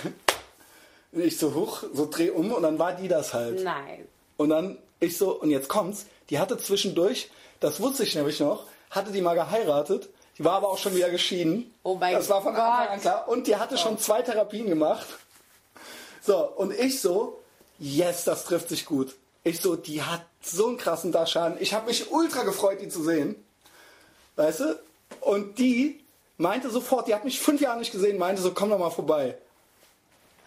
Und ich so hoch, so dreh um und dann war die das halt.
Nein.
Und dann ich so, und jetzt kommt's. Die hatte zwischendurch, das wusste ich nämlich noch, hatte die mal geheiratet. Die war aber auch schon wieder geschieden.
Oh mein
Das war von Anfang an
Gott. Oh.
klar. Und die hatte schon zwei Therapien gemacht. So, und ich so, yes, das trifft sich gut. Ich so, die hat so einen krassen Dachschaden. Ich habe mich ultra gefreut, die zu sehen. Weißt du? Und die meinte sofort, die hat mich fünf Jahre nicht gesehen, meinte so, komm doch mal vorbei.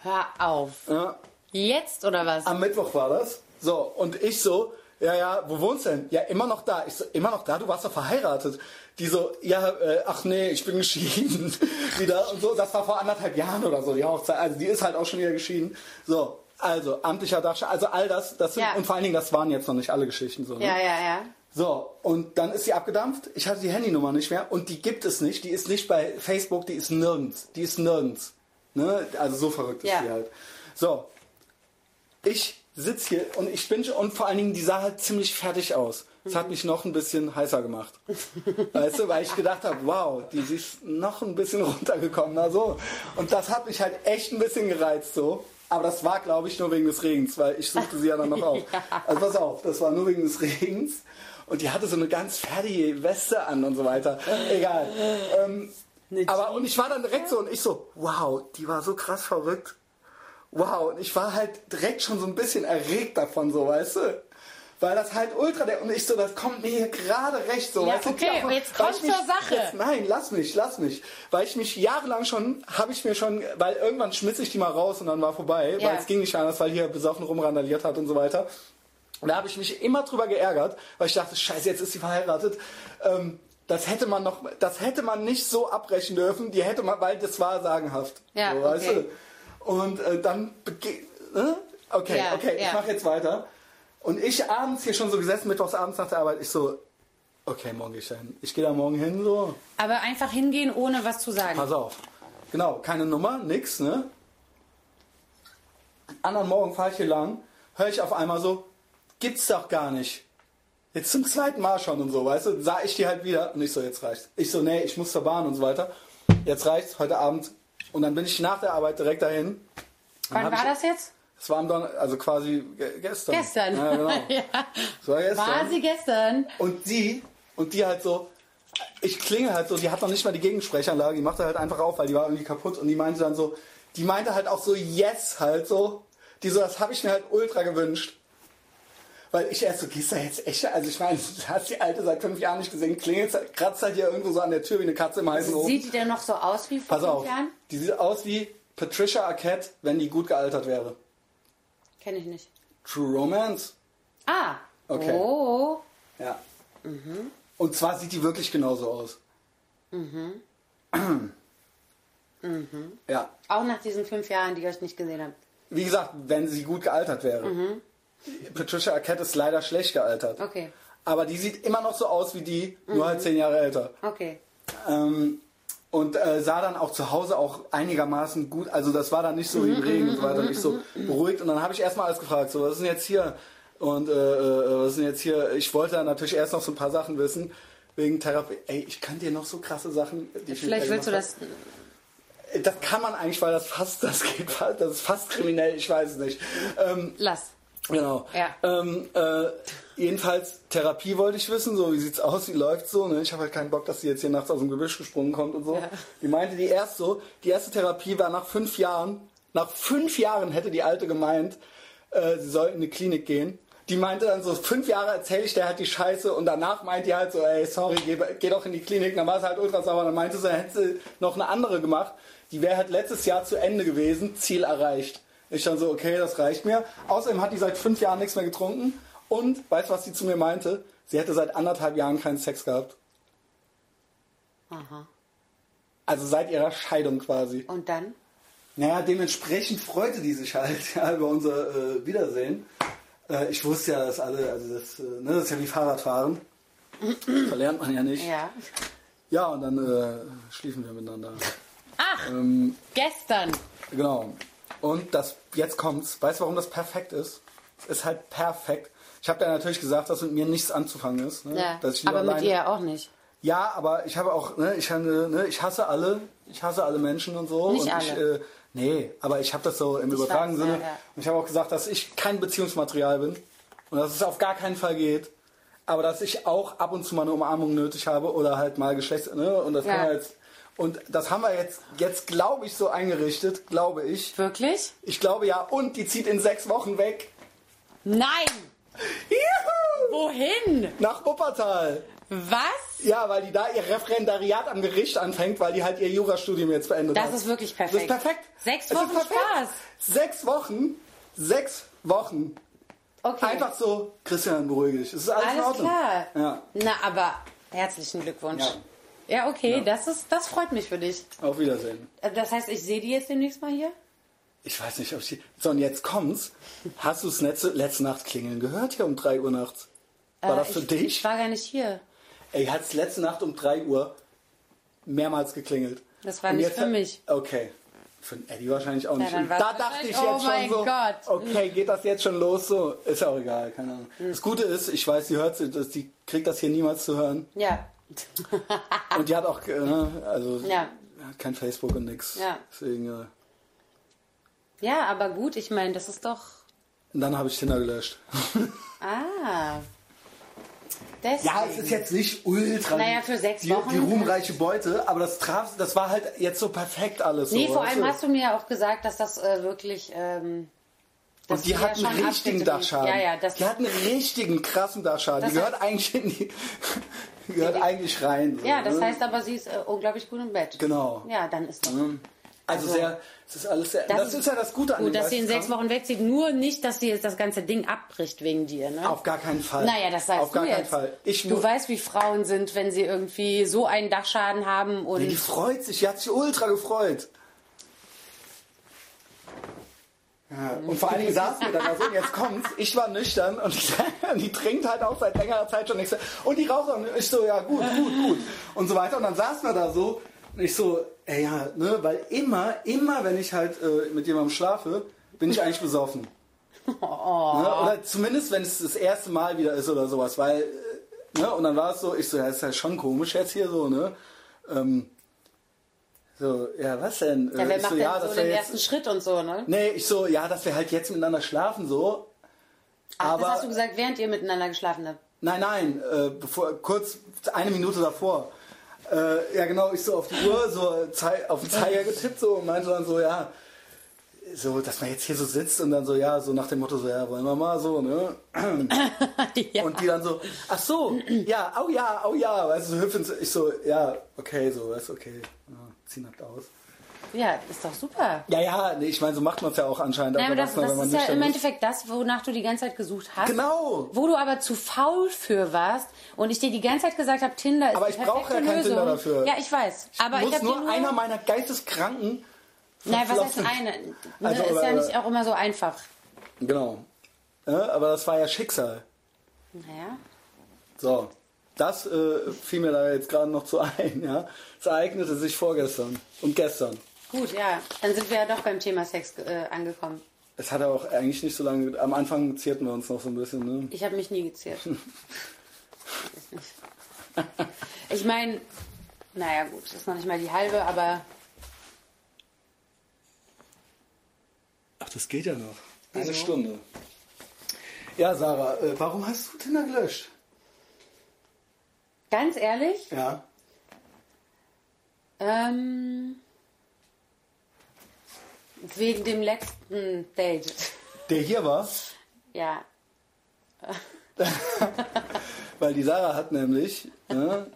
Hör auf.
Ja,
Jetzt oder was?
am Mittwoch war das. So, und ich so, ja, ja, wo wohnst du denn? Ja, immer noch da. Ich so, immer noch da? Du warst doch verheiratet. Die so, ja, äh, ach nee, ich bin geschieden. [laughs] wieder und so. Das war vor anderthalb Jahren oder so, die Hochzeit. Also die ist halt auch schon wieder geschieden. So, also, amtlicher Dachschaden, also all das, das sind,
Ja.
und vor allen Dingen, das waren jetzt noch nicht alle Geschichten so. Ne?
ja, ja, ja.
So, und dann ist sie abgedampft. Ich hatte die Handynummer nicht mehr und die gibt es nicht. Die ist nicht bei Facebook, die ist nirgends. Die ist nirgends. Ne? Also so verrückt ist
Ja.
die halt. So, ich sitze hier und ich bin und vor allen Dingen, die sah halt ziemlich fertig aus. Das hat mich noch ein bisschen heißer gemacht. Weißt du, weil ich gedacht habe, wow, die die ist noch ein bisschen runtergekommen. Na so. Und das hat mich halt echt ein bisschen gereizt so. Aber das war, glaube ich, nur wegen des Regens, weil ich suchte sie ja dann noch auf. Also pass auf, das war nur wegen des Regens. Und die hatte so eine ganz fertige Weste an und so weiter. Egal. Ähm,
Eine
aber und ich war dann direkt so und ich so, wow, die war so krass verrückt. Wow, und ich war halt direkt schon so ein bisschen erregt davon, so, weißt du? Weil das halt ultra der. Und ich so, das kommt mir hier gerade recht so.
Ja,
weißt du?
okay,
Klar,
und jetzt
weil
kommt's
ich mich-
zur Sache.
Jetzt, nein, lass mich, lass mich. Weil ich mich jahrelang schon, habe ich mir schon, weil irgendwann schmiss ich die mal raus und dann war vorbei,
Ja.
weil es ging nicht anders, weil hier besoffen rumrandaliert hat und so weiter. Und da habe ich mich immer drüber geärgert, weil ich dachte, scheiße, jetzt ist sie verheiratet. Ähm, das hätte man noch, das hätte man nicht so abbrechen dürfen. Die hätte man, weil das war sagenhaft.
Ja,
so, weißt
okay.
du? Und äh, dann, bege- äh? okay,
Ja,
okay,
ja.
ich mache jetzt weiter. Und ich abends hier schon so gesessen, mittwochs abends nach der Arbeit, ich so, okay, morgen gehe ich da hin. Ich gehe da morgen hin, so,
Aber einfach hingehen, ohne was zu sagen.
pass auf. Genau, keine Nummer, nix, ne? Anderen Morgen fahre ich hier lang, höre ich auf einmal so, gibt's doch gar nicht. Jetzt zum zweiten Mal schon und so, weißt du? Sah ich die halt wieder und ich so, jetzt reicht's. Ich so, nee, ich muss zur Bahn und so weiter. Jetzt reicht's, heute Abend. Und dann bin ich nach der Arbeit direkt dahin. Dann
Wann
hab
war
ich-
das jetzt?
Es war am Donnerstag, also quasi ge- gestern.
Gestern.
Ja, genau.
[laughs] Ja.
Es war gestern.
War sie gestern?
Und die, und die halt so, ich klinge halt so, die hat noch nicht mal die Gegensprechanlage, die machte halt einfach auf, weil die war irgendwie kaputt und die meinte dann so, die meinte halt auch so, yes, halt so. Die so, das habe ich mir halt ultra gewünscht. Weil ich erst so, gehst du da jetzt echt, also ich meine, du hast die Alte seit fünf Jahren nicht gesehen, klingelt, kratzt halt hier irgendwo so an der Tür wie eine Katze im heißen Ofen.
Also Sieht die denn noch so aus wie vor
Pass auf,
fünf Jahren?
die sieht aus wie Patricia Arquette, wenn die gut gealtert wäre.
Kenne ich nicht.
True Romance.
Ah.
Okay.
Oh.
Ja. Und zwar sieht die wirklich genauso aus. Mhm. Ja.
Auch nach diesen fünf Jahren, die ich euch nicht gesehen habe.
Wie gesagt, wenn sie gut gealtert wäre. Patricia Arquette ist leider schlecht gealtert.
Okay.
Aber die sieht immer noch so aus wie die, nur halt zehn Jahre älter.
Okay.
Ähm, und äh, sah dann auch zu Hause auch einigermaßen gut, also das war dann nicht so
Mhm,
im Regen und so weiter, nicht so beruhigt. Und dann habe ich erstmal alles gefragt, so was ist denn jetzt hier? Und äh, äh, was ist denn jetzt hier? Ich wollte dann natürlich erst noch so ein paar Sachen wissen, wegen Therapie. Ey, ich kann dir noch so krasse Sachen. Die ich also
Vielleicht
mit
willst
der
du
gemacht
das.
habe. Das kann man eigentlich, weil das fast, das geht, fast- das ist fast kriminell, ich weiß es nicht. Ähm,
Lass.
Genau.
Ja.
Ähm, äh, jedenfalls Therapie wollte ich wissen, so wie sieht's aus, wie läuft's so. Ne? Ich habe halt keinen Bock, dass sie jetzt hier nachts aus dem Gebüsch gesprungen kommt und so.
Ja.
Die meinte die erst so, die erste Therapie war nach fünf Jahren. Nach fünf Jahren hätte die Alte gemeint, äh, sie soll in eine Klinik gehen. Die meinte dann so, fünf Jahre erzähle ich der halt die Scheiße und danach meint die halt so, ey, sorry, geh, geh doch in die Klinik. Und dann war es halt ultra sauer. Dann meinte sie, dann hätte sie noch eine andere gemacht. Die wäre halt letztes Jahr zu Ende gewesen, Ziel erreicht. Ich dann so, okay, das reicht mir. Außerdem hat die seit fünf Jahren nichts mehr getrunken. Und, weißt du, was die zu mir meinte? Sie hätte seit anderthalb Jahren keinen Sex gehabt.
Aha.
Also seit ihrer Scheidung quasi.
Und dann?
Naja, dementsprechend freute die sich halt [laughs] ja, über unser äh, Wiedersehen. Äh, ich wusste ja, dass alle, also das, äh, ne, das ist ja wie
[clears throat]
Fahrradfahren. Verlernt man ja nicht.
Ja.
Ja, und dann äh, schliefen wir miteinander.
Ach,
Ähm,
gestern.
Genau. Und das, jetzt kommt's. Weißt du, warum das perfekt ist? Es ist halt perfekt. Ich habe ja natürlich gesagt, dass mit mir nichts anzufangen ist. Ne?
Ja.
Dass ich lieber
Aber mit
alleine-
ihr auch nicht.
Ja, aber ich habe auch, ne, ich, habe, ne, ich hasse alle, ich hasse alle Menschen und so.
Nicht
und Ich,
alle.
äh, nee, aber ich habe das so im übertragenen
weiß,
Sinne.
ja, ja.
Und ich habe auch gesagt, dass ich kein Beziehungsmaterial bin und dass es auf gar keinen Fall geht. Aber dass ich auch ab und zu mal eine Umarmung nötig habe oder halt mal Geschlechts... Ne, und, das
Ja.
kann man jetzt, und das haben wir jetzt, jetzt glaube ich, so eingerichtet, glaube ich.
Wirklich?
Ich glaube ja, und die zieht in sechs Wochen weg.
Nein!
Juhu!
Wohin?
Nach Wuppertal.
Was?
Ja, weil die da ihr Referendariat am Gericht anfängt, weil die halt ihr Jurastudium jetzt beendet
Das
hat.
ist wirklich
Das ist
perfekt.
perfekt.
Sechs
Es ist
Wochen Spaß.
Sechs Wochen. Sechs Wochen.
Okay.
Einfach so, Christian, beruhige dich. Es ist alles, in
Alles
Ordnung.
klar.
Ja,
Na, aber herzlichen Glückwunsch.
Ja.
Ja, okay,
Ja.
Das, ist, das freut mich für dich.
auf Wiedersehen.
Also Das heißt, ich sehe die jetzt demnächst mal hier?
Ich weiß nicht, ob ich... So, und jetzt kommt's. Hast du es letzte, letzte Nacht klingeln gehört hier um drei Uhr nachts? War
Äh,
das für
ich,
dich?
Ich war gar nicht hier.
Ey, hat es letzte Nacht um 3 Uhr mehrmals geklingelt.
Das war
Und
nicht
jetzt-
für mich.
Okay. Für den Eddie wahrscheinlich auch nicht.
dann
Und
war's
da
für
dachte
dich.
ich
Oh
jetzt schon
mein
so,
Gott.
okay, geht das jetzt schon los so? Ist ja auch egal, keine Ahnung.
Hm.
Das Gute ist, ich weiß, sie hört sie, das- die kriegt das hier niemals zu hören.
Ja.
Und die hat auch, äh, also,
Ah. Ja.
hat kein Facebook und nix.
Ja.
Deswegen, äh,
Ja, aber gut, ich meine, das ist doch.
und dann habe ich Tinder gelöscht.
Ah. Deswegen.
Ja, es ist jetzt nicht ultra.
Naja, für sechs
die,
Wochen.
Die ruhmreiche Beute, aber das traf, das war halt jetzt so perfekt alles.
nee,
so, also
vor
weißt
allem hast du mir ja auch gesagt, dass das äh, wirklich. Ähm, dass
Und die
wir
hat
schon
einen richtigen
Abschnitte-
Dachschaden.
Ja, ja, das,
die hat einen richtigen krassen Dachschaden.
Das
Die gehört eigentlich in die, [laughs] die gehört eigentlich rein. So,
ja, das
ne?
heißt aber, sie ist äh, unglaublich gut im Bett.
Genau.
Ja, dann ist doch.
Also,
also-
sehr, es ist alles sehr. Das, ist, ja das Gute an
Gut,
dem
dass sie in sechs
Geisteskranken.
Wochen wegzieht. Nur nicht, dass sie jetzt das ganze Ding abbricht wegen dir. Ne?
Auf gar keinen Fall.
Naja, das sagst
Auf gar
du
keinen
jetzt.
Fall. Ich
du weißt, wie Frauen sind, wenn sie irgendwie so einen Dachschaden haben und
Die freut sich, die hat sich ultra gefreut. Ja, und vor allen Dingen saß mir dann da so, und jetzt kommt's, ich war nüchtern und die [laughs] trinkt halt auch seit längerer Zeit schon nichts. Und die raucht und ich so, ja gut, gut, gut. Und so weiter. Und dann saß mir da so und ich so, ey, ja, ne, weil immer, immer wenn ich halt äh, mit jemandem schlafe, bin ich eigentlich besoffen. Ne? Oder zumindest, wenn es das erste Mal wieder ist oder sowas, weil, äh, ne, und dann war es so, ich so, ja, ist ja schon komisch jetzt hier so, ne, ähm, so, ja, was denn?
ja,
Äh,
wer
ich
macht
so,
denn
ja,
so
das
den
wäre
ersten
jetzt,
Schritt und so, ne?
nee, ich so, ja, dass wir halt jetzt miteinander schlafen, so,
Ach,
aber,
Ah, das hast du gesagt, während ihr miteinander geschlafen habt. [laughs]
nein, nein, äh, bevor, kurz, eine Minute davor, äh, ja, genau, ich so auf die Uhr, so, zei- auf den Zeiger getippt, so, und meinte dann so, ja, so, dass man jetzt hier so sitzt und dann so, ja, so nach dem Motto, so, ja, wollen wir mal, so, ne,
ja.
Und die dann so, ach so, ja, au ja, au ja, weißt du, so hüpfen. Ich so, ja, okay, so, weißt du, okay, ja, ziehen halt aus.
ja, ist doch super.
Ja, ja, nee, ich meine, so macht man es ja auch anscheinend.
Nein, aber das,
Erwachsener,
das ist ja
nüchtern
im Endeffekt das, wonach du die ganze Zeit gesucht hast.
Genau.
Wo du aber zu faul für warst und ich dir die ganze Zeit gesagt habe, Tinder ist
Aber
die
ich brauche
perfekte
ja kein
Lösung.
Tinder dafür.
Ja, ich weiß. Aber ich
Muss
habe
nur
dir nur...
einer meiner Geisteskranken.
Nein, was heißt
verflossen.
eine? Ne,
Also,
ist
aber-
ja nicht auch immer so einfach.
Genau. Ja, aber das war ja Schicksal.
Naja.
So. Das äh, fiel mir da jetzt gerade noch zu ein, ja. Es ereignete sich vorgestern und gestern.
Gut, ja. Dann sind wir ja doch beim Thema Sex äh, angekommen.
Es hat aber auch eigentlich nicht so lange. Am Anfang zierten wir uns noch so ein bisschen, ne?
Ich habe mich nie geziert.
[laughs]
Weiß nicht. ich meine, naja gut, ist noch nicht mal die halbe, aber
Ach, das geht ja noch.
Wieso?
Eine Stunde. Ja, Sarah, äh, warum hast du Tinder gelöscht?
ganz ehrlich,
Ja.
ähm, wegen dem letzten Date.
Der hier war,
Ja,
weil die Sarah hat nämlich, ne,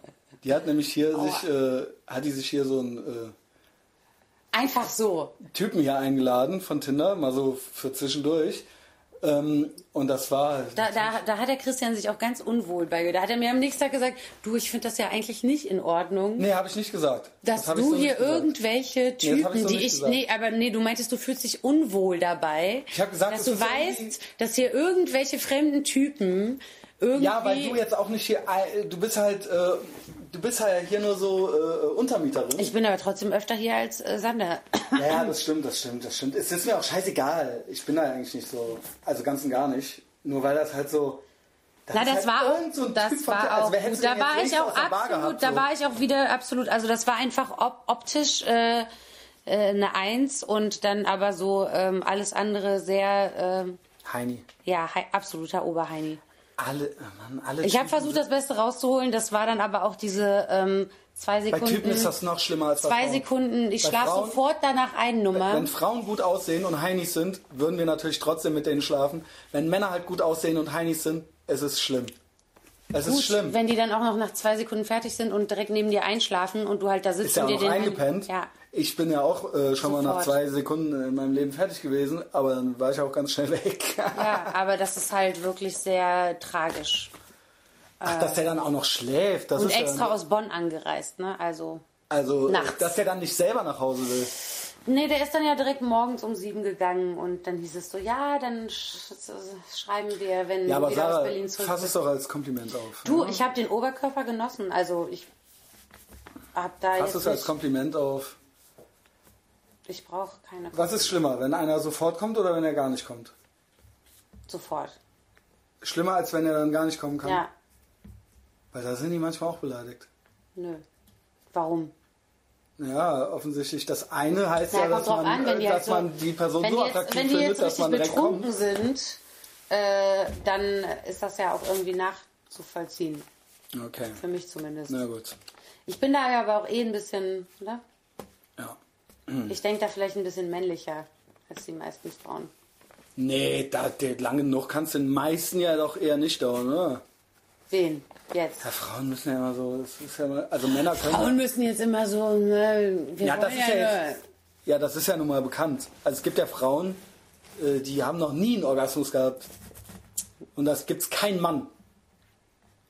die hat nämlich hier
Aua.
sich, äh, hat die sich hier so einen
einfach so.
äh, Typen hier eingeladen von Tinder, mal so für zwischendurch. Ähm, und das war,
Da, da, da hat der Christian sich auch ganz unwohl bei. Da hat er mir am nächsten Tag gesagt, du, ich finde das ja eigentlich nicht in Ordnung.
nee, habe ich nicht gesagt.
Dass
hab ich
du
so nicht
hier
gesagt.
irgendwelche
hab ich
Typen,
so
die
nicht
ich.
gesagt.
Nee, aber nee, du meintest, du fühlst dich unwohl dabei.
Ich hab gesagt,
dass
das
du
ist
weißt,
irgendwie-
dass hier irgendwelche fremden Typen irgendwie.
Ja, weil du jetzt auch nicht hier, äh, du bist halt, äh, du bist halt hier nur so äh, Untermieterin.
Ich bin aber trotzdem öfter hier als äh, Sander. [laughs]
Ja, Ja, das stimmt, das stimmt, das stimmt. Es ist mir auch scheißegal. Ich bin da eigentlich nicht so, also ganz und gar nicht. Nur weil das halt so.
Na,
ist
das
halt
war auch,
irgend so ein Typ
das
von-
war
als
auch,
wer hättest
gut.
du
da
den jetzt
war ich
längst
auch
aus der Bar
absolut,
gehabt,
da
so.
war ich auch wieder absolut, also das war einfach op optisch äh, äh, eine Eins und dann aber so ähm, alles andere sehr, ähm,
Heini,
ja, hei- absoluter Oberheini.
alle, ah, Mann, alle.
Ich habe
Typen
versucht,
sind-
das Beste rauszuholen. Das war dann aber auch diese ähm, zwei
Bei
Sekunden.
Typen ist das noch schlimmer als bei
zwei
Frauen.
Sekunden. ne? Ich
Bei
schlafe
Frauen-
sofort danach ein, Nummer.
Wenn Frauen gut aussehen und Heinis sind, würden wir natürlich trotzdem mit denen schlafen. Wenn Männer halt gut aussehen und Heinis sind, es ist schlimm. Es ist schlimm.
Wenn die dann auch noch nach zwei Sekunden fertig sind und direkt neben dir einschlafen und du halt da sitzt
ist ja
und dir
auch
den.
eingepennt.
Ja.
Ich bin ja auch äh, schon mal nach
Sofort.
zwei Sekunden in meinem Leben fertig gewesen, aber dann war ich auch ganz schnell weg. [laughs]
ja, aber das ist halt wirklich sehr tragisch.
Ach, dass der dann auch noch schläft. Das
Und
ist ja-
extra aus Bonn angereist, ne? Also.
Also,
Nachts.
dass der dann nicht selber nach Hause will.
Nee, der ist dann ja direkt morgens um sieben gegangen und dann hieß es so, ja, dann sch schreiben wir, wenn
Ja, aber
du wieder aus
Sarah,
Berlin zurück
fass es
bist.
doch als Kompliment auf.
Du,
ja?
ich habe den Oberkörper genossen, also ich hab da
Fass
jetzt
es als
nicht,
Kompliment auf.
ich brauche keine
Was ist schlimmer, wenn einer sofort kommt oder wenn er gar nicht kommt?
sofort.
Schlimmer, als wenn er dann gar nicht kommen kann.
Ja,
Weil da sind die manchmal auch beleidigt.
nö. Warum?
Ja, offensichtlich. Das eine heißt
Na,
ja,
kommt
dass,
drauf
man, äh,
an, wenn die
dass
halt so-
man die Person
Wenn
so
die jetzt,
attraktiv
wenn die
findet,
jetzt
dass
richtig
man direkt kommt.
betrunken sind, äh, dann ist das ja auch irgendwie nachzuvollziehen.
Okay,
Für mich zumindest.
na gut.
Ich bin da ja aber auch eh ein bisschen, oder?
Ja. Hm.
Ich denke da vielleicht ein bisschen männlicher als die meisten Frauen.
Nee, da, der lange noch kannst du den meisten ja doch eher nicht dauern, oder?
Wen? Jetzt.
Ja, Frauen müssen ja immer so, das ist ja immer, also Männer können.
Frauen müssen jetzt immer so, ne, wir
ja, das
wollen
ist ja, jetzt, ja, das ist ja nun mal bekannt. Also es gibt ja Frauen, äh, die haben noch nie einen Orgasmus gehabt. Und das gibt's keinen Mann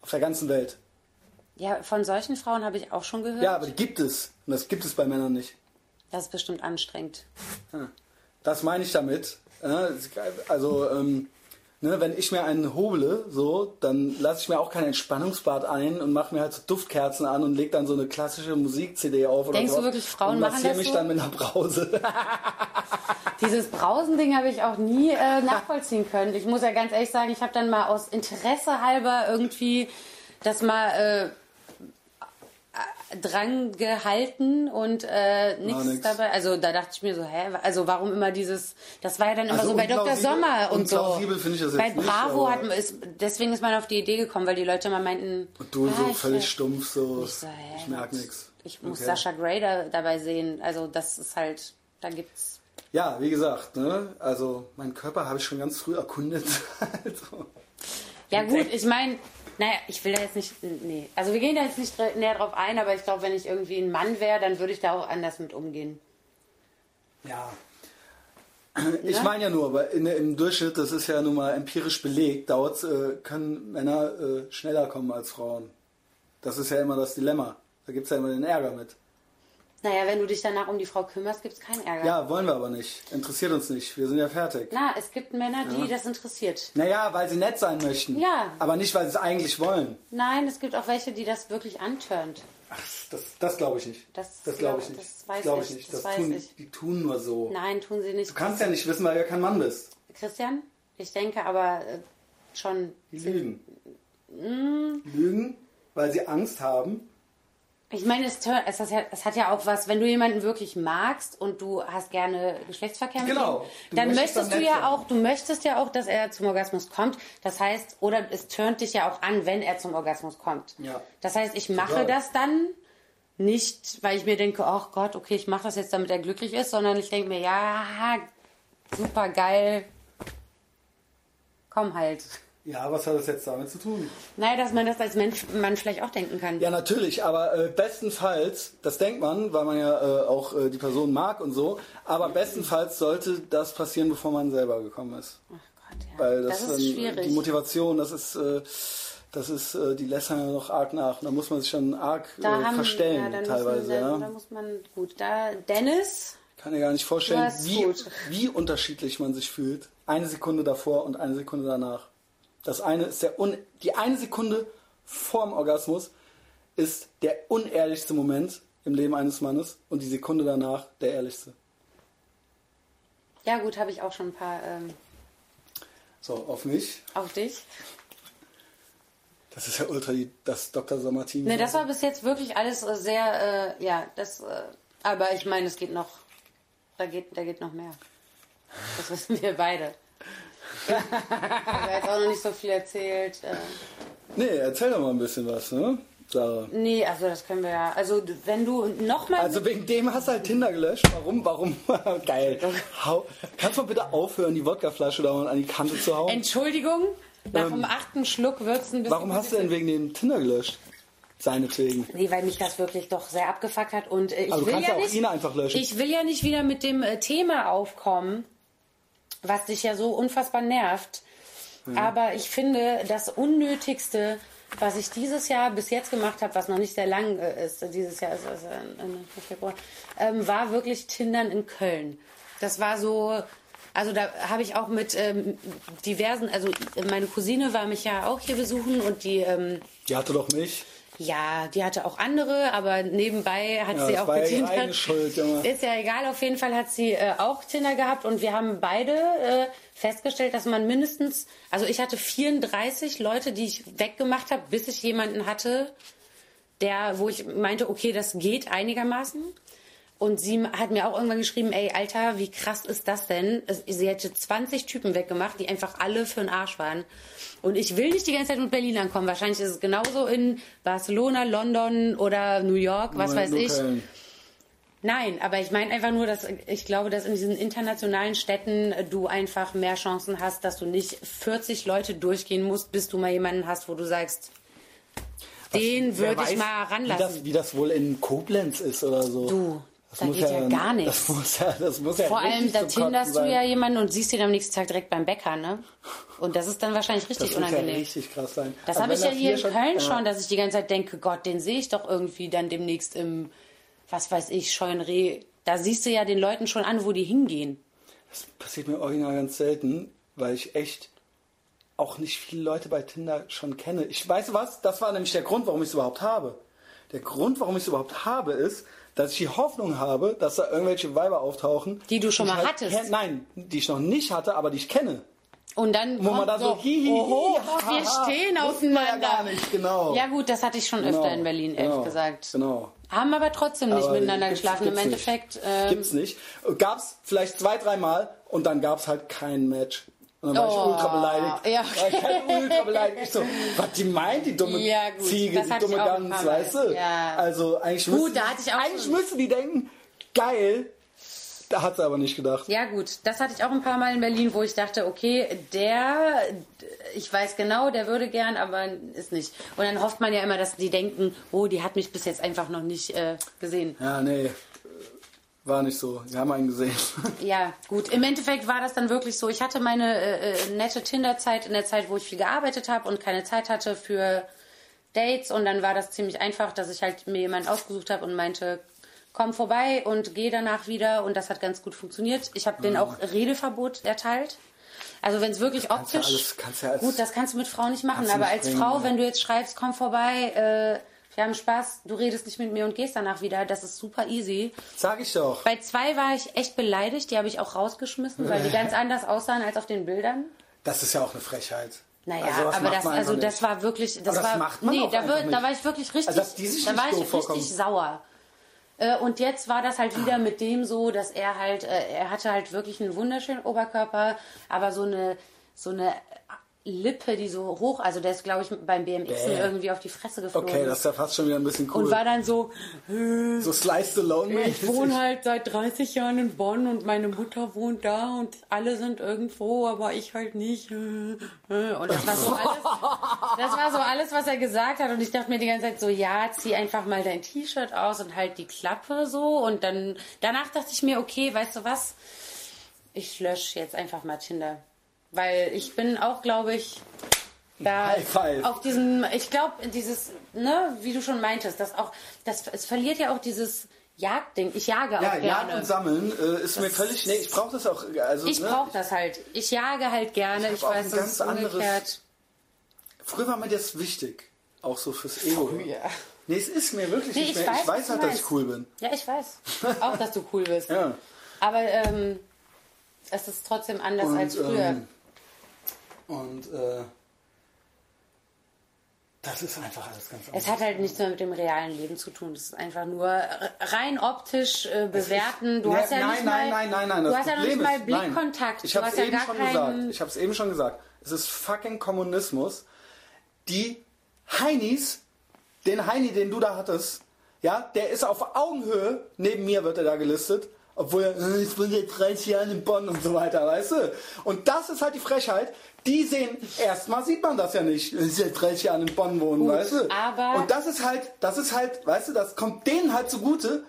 auf der ganzen Welt.
nur- ja, von solchen Frauen habe ich auch schon gehört.
Ja, aber die gibt es. Und das gibt es bei Männern nicht.
Das ist bestimmt anstrengend.
Ja. Das meine ich damit. Ja, es- Also, ähm, ne, wenn ich mir einen hobele, so, dann lasse ich mir auch kein Entspannungsbad ein und mache mir halt so Duftkerzen an und lege dann so eine klassische Musik-CD auf. Oder
Denkst du
sowas
wirklich, Frauen
und
machen
massiere
das
mich
so?
dann mit einer Brause.
[laughs] Dieses Brausending habe ich auch
[laughs]
nie äh, nachvollziehen können. Ich muss ja ganz ehrlich sagen, ich habe dann mal aus Interesse halber irgendwie das mal äh, äh, dran gehalten und äh, nichts
Ah, nix.
dabei. Also da dachte ich mir so, hä, also warum immer dieses, das war ja dann immer
Also
so bei Dr.
unplausibel-
Sommer und so.
unplausibel finde ich das
bei
jetzt nicht,
Bravo
aber-
hat man, ist, deswegen ist man auf die Idee gekommen, weil die Leute immer meinten,
Und du
ah,
so
ich-
völlig stumpf, so.
Ich, so, hä,
ich merke
was?
nichts.
Ich muss Sascha Gray da, dabei sehen. Also das ist halt, da gibt's
Ja, wie gesagt, ne? also meinen Körper habe ich schon ganz früh erkundet. [laughs] also,
Ja gut, ich meine, naja, ich will da jetzt nicht, nee, also wir gehen da jetzt nicht dr- näher drauf ein, aber ich glaube, wenn ich irgendwie ein Mann wäre, dann würde ich da auch anders mit umgehen.
ja. [clears throat] Ich meine ja nur, aber in, im Durchschnitt, das ist ja nun mal empirisch belegt, dauert's, äh, können Männer äh, schneller kommen als Frauen. Das ist ja immer das Dilemma. Da gibt es ja immer den Ärger mit.
Naja, wenn du dich danach um die Frau kümmerst, gibt es keinen Ärger.
Ja, wollen wir aber nicht. Interessiert uns nicht. Wir sind ja fertig.
Na, es gibt Männer, die das interessiert.
Naja, weil sie nett sein möchten.
Ja.
Aber nicht, weil sie es eigentlich wollen.
Nein, es gibt auch welche, die das wirklich antörnt.
Ach, das, das glaube ich nicht.
Das
glaube
glaub-
ich nicht.
das weiß
glaube
ich, das
Das
weiß
tun,
ich.
Die tun nur so.
Nein, tun sie nicht.
Du kannst ja nicht wissen, weil du ja kein Mann bist.
Christian, ich denke aber äh, schon.
Die lügen.
Mm.
Lügen, weil sie Angst haben.
Ich meine, es, tör- es, hat ja- es hat ja auch was, wenn du jemanden wirklich magst und du hast gerne Geschlechtsverkehr mit
Genau.
ihm,
Du
dann
möchtest
möchtest
am
du
Netz sein.
ja auch, du möchtest ja auch, dass er zum Orgasmus kommt. Das heißt, oder es turnt dich ja auch an, wenn er zum Orgasmus kommt.
Ja.
Das heißt, ich mache
Total.
das dann nicht, weil ich mir denke, ach Gott, okay, ich mache das jetzt, damit er glücklich ist, sondern ich denke mir, ja, super geil, komm halt.
Ja, was hat das jetzt damit zu tun?
Naja, dass man das als Mensch, man vielleicht auch denken kann.
Ja, natürlich, aber äh, bestenfalls, das denkt man, weil man ja äh, auch äh, die Person mag und so, aber bestenfalls sollte das passieren, bevor man selber gekommen ist.
Ach Gott, ja.
Weil das,
das, ist
dann, äh,
schwierig.
Die Motivation, das ist, äh, das ist, äh, die lässt man ja noch arg nach. Da muss man sich schon arg äh, verstellen
dann muss
teilweise.
man,
ja.
Da muss man, gut, da, Dennis,
kann dir gar nicht vorstellen,
Das ist
wie,
gut.
wie unterschiedlich man sich fühlt. Eine Sekunde davor und eine Sekunde danach. Das eine ist der un die eine Sekunde vorm Orgasmus ist der unehrlichste Moment im Leben eines Mannes und die Sekunde danach der ehrlichste.
ja gut, habe ich auch schon ein paar ähm,
So, auf mich.
auf dich.
Das ist ja ultra die, das Dr. Sommer-Team.
Ne, das war bis jetzt wirklich alles äh, sehr, äh, ja, das, äh, aber ich meine, es geht noch, da geht, da geht noch mehr. Das wissen wir beide. [laughs] ich habe jetzt auch noch nicht so viel erzählt. Äh,
nee, erzähl doch mal ein bisschen was, ne? Sarah.
nee, also das können wir ja, also wenn du nochmal...
Also wegen dem hast du halt Tinder gelöscht. Warum? Warum? [laughs] Geil. Hau, kannst du mal bitte aufhören, die Wodkaflasche da an die Kante zu hauen?
Entschuldigung, nach dem achten Schluck wird es ein bisschen...
ähm, Warum hast du denn wegen dem Tinder gelöscht? Seinetwegen.
Nee, weil mich das wirklich doch sehr abgefuckt hat und äh, ich
Also du
will
kannst
ja
ja auch
nicht,
ihn einfach löschen.
Ich will ja nicht wieder mit dem äh, Thema aufkommen,
Hm.
was dich ja so unfassbar nervt. Aber ich finde, das Unnötigste Was ich dieses Jahr bis jetzt gemacht habe, was noch nicht sehr lang äh, ist, dieses Jahr ist es äh, in- in Februar, ähm, war wirklich Tindern in Köln. Das war so, also da habe ich auch mit ähm, diversen, also äh, meine Cousine war mich ja auch hier besuchen und die, ähm,
Die hatte doch mich.
ja, die hatte auch andere, aber nebenbei hat
Ja,
sie
das
auch
war ja ihre
getindert.
eigene Schuld, Junge.
Ist ja egal, auf jeden Fall hat sie äh, auch Tinder gehabt und wir haben beide äh, festgestellt, dass man mindestens, also ich hatte 34 Leute, die ich weggemacht habe, bis ich jemanden hatte, der, wo ich meinte, okay, das geht einigermaßen. Und sie hat mir auch irgendwann geschrieben, ey, Alter, wie krass ist das denn? Es- Sie hätte 20 Typen weggemacht, die einfach alle für den Arsch waren. Und ich will nicht die ganze Zeit mit Berlin ankommen. Wahrscheinlich ist es genauso in Barcelona, London oder New York, was
Moment,
weiß
nur
ich.
Köln.
Nein, aber ich meine einfach nur, dass äh, ich glaube, dass in diesen internationalen Städten äh, du einfach mehr Chancen hast, dass du nicht 40 Leute durchgehen musst, bis du mal jemanden hast, wo du sagst, den
Wer
würde
weiß,
ich mal
Wie das,
ranlassen.
wie das wohl in Koblenz ist oder so.
Du, da geht ja gar nichts.
Das muss ja, das muss ja
Vor
richtig
allem, da
zum Kotzen
tinderst du
sein.
ja jemanden und siehst ihn am nächsten Tag direkt beim Bäcker, ne? Und das ist dann wahrscheinlich richtig
Das muss ja
unangenehm.
richtig krass sein.
Das
Also
habe
wenn
ich ja
das
hier in
schon-
Köln
ja.
schon, dass ich die ganze Zeit denke, Gott, den sehe ich doch irgendwie dann demnächst im, was weiß ich, Scheunreh. Da siehst du ja den Leuten schon an, wo die hingehen.
Das passiert mir original ganz selten, weil ich echt auch nicht viele Leute bei Tinder schon kenne. Ich weiß was, das war nämlich der Grund, warum ich es überhaupt habe. Der Grund, warum ich es überhaupt habe, ist, dass ich die Hoffnung habe, dass da irgendwelche Weiber auftauchen.
Die du schon
ich halt
mal hattest.
kenn- Nein, die ich noch nicht hatte, aber die ich kenne.
Und dann
Wo man
kommt oh,
da so, hi, hi, hi,
oho,
haha,
wir stehen
wussten wir ja
auseinander.
gar nicht, genau.
Ja gut, das hatte ich schon öfter in Berlin, ehrlich
genau,
gesagt.
Genau.
Haben aber trotzdem nicht
Aber
miteinander
gibt's-
geschlafen.
gibt's
Im
nicht.
Endeffekt, ähm,
gibt's nicht. Gab's vielleicht zwei, dreimal und dann gab's halt kein Match. Und dann war
Oh,
ich ultra beleidigt.
ja, okay.
War ich halt ultra beleidigt. Ich so, was die meint, die dumme
Ja, gut,
Ziege,
das
die
hatte
dumme
ich auch ein
Gans,
paar Mal.
weißt du?
Ja.
Also eigentlich
Gut,
müssen,
da hatte ich auch
eigentlich
schon-
müssen die denken, geil. Da hat sie aber nicht gedacht.
Ja gut, das hatte ich auch ein paar Mal in Berlin, wo ich dachte, okay, der, ich weiß genau, der würde gern, aber ist nicht. Und dann hofft man ja immer, dass die denken, oh, die hat mich bis jetzt einfach noch nicht äh, gesehen.
Ja, nee. War nicht so. Wir haben einen gesehen. [laughs]
Ja, gut. Im Endeffekt war das dann wirklich so. Ich hatte meine äh, äh, nette Tinder-Zeit in der Zeit, wo ich viel gearbeitet habe und keine Zeit hatte für Dates. Und dann war das ziemlich einfach, dass ich halt mir jemanden ausgesucht habe und meinte, komm vorbei und geh danach wieder. Und das hat ganz gut funktioniert. Ich habe denen
Mhm.
auch Redeverbot erteilt. Also wenn es wirklich
kannst ja
optisch...
alles- kannst ja als-
gut, das kannst du mit Frauen nicht machen.
Kannst du
Aber
nicht
als
bringen,
Frau,
ja.
wenn du jetzt schreibst, komm vorbei... Äh, wir haben Spaß, du redest nicht mit mir und gehst danach wieder. Das ist super easy.
Sag ich doch.
Bei zwei war ich echt beleidigt, die habe ich auch rausgeschmissen, weil die ganz anders aussahen als auf den Bildern.
Das ist ja auch eine Frechheit.
Naja,
Also, sowas
aber
macht
das,
man einfach
also das
nicht.
war wirklich, das,
Aber das
war,
macht man
nee,
auch
da,
einfach
wird- da
nicht.
war ich wirklich richtig,
Also, dass die sich
da
nicht
war ich
doof
richtig
vorkommen.
sauer. Äh, Und jetzt war das halt wieder mit dem so, dass er halt, äh, er hatte halt wirklich einen wunderschönen Oberkörper, aber so eine, so eine Lippe, die so hoch, also der ist, glaube ich, beim BMX
Bäh.
irgendwie auf die Fresse geflogen.
Okay, das ist ja fast schon wieder ein bisschen cool.
und war dann so,
so Slice Stallone.
Ich wohne halt seit 30 Jahren in Bonn und meine Mutter wohnt da und alle sind irgendwo, aber ich halt nicht. Und das war so alles, das war so alles was er gesagt hat. Und ich dachte mir die ganze Zeit so, ja, zieh einfach mal dein T-Shirt aus und halt die Klappe so. Und dann danach dachte ich mir, okay, weißt du was? Ich lösche jetzt einfach mal Tinder. Weil ich bin auch, glaube ich, da
High five.
auf diesem, ich glaube, dieses, ne, wie du schon meintest, das auch, das, es verliert ja auch dieses Jagdding. Ich jage auch
Ja,
gerne.
Jagen und Sammeln äh, ist mir völlig. Nee, ich brauche das auch. Also,
ich
ne,
brauche das halt. Ich jage halt gerne.
hab
Ich,
auch
weiß,
ein
das ist
ganz anderes-
umgekehrt.
Früher war mir das wichtig. Auch so fürs Ego. Nee, es ist mir wirklich
Oh, Nee,
nicht
ich
mehr.
weiß,
ich weiß
was
halt,
du
dass ich
meinst.
cool bin.
Ja,
[laughs]
ich weiß. Auch, dass du cool bist.
Ja.
Aber ähm, es ist trotzdem anders
Und,
als früher.
ähm, und äh, das ist einfach alles ganz anders.
Es hat halt nichts mehr mit dem realen Leben zu tun. Es ist einfach nur re- rein optisch äh, bewerten. Du
Nee,
hast ja
Ne, nein,
nicht
nein,
mal,
nein, nein, nein.
Du
das
hast ja noch
Problem
nicht mal
ist- nein.
Blickkontakt.
Ich
du
hab's
hast ja
eben
gar
schon gesagt.
keinen.
Ich hab's eben schon gesagt. Es ist fucking Kommunismus. Die Heinis, den Heini, den du da hattest, ja, der ist auf Augenhöhe, neben mir wird er da gelistet, obwohl er, äh, ich bin seit 30 Jahren in Bonn und so weiter, weißt du? Und das ist halt die Frechheit. Die sehen, erstmal sieht man das ja nicht, dass sie seit 30 Jahren in Bonn wohnen, weißt du?
aber-
und das ist halt, das ist halt, weißt du, das kommt denen halt zugute.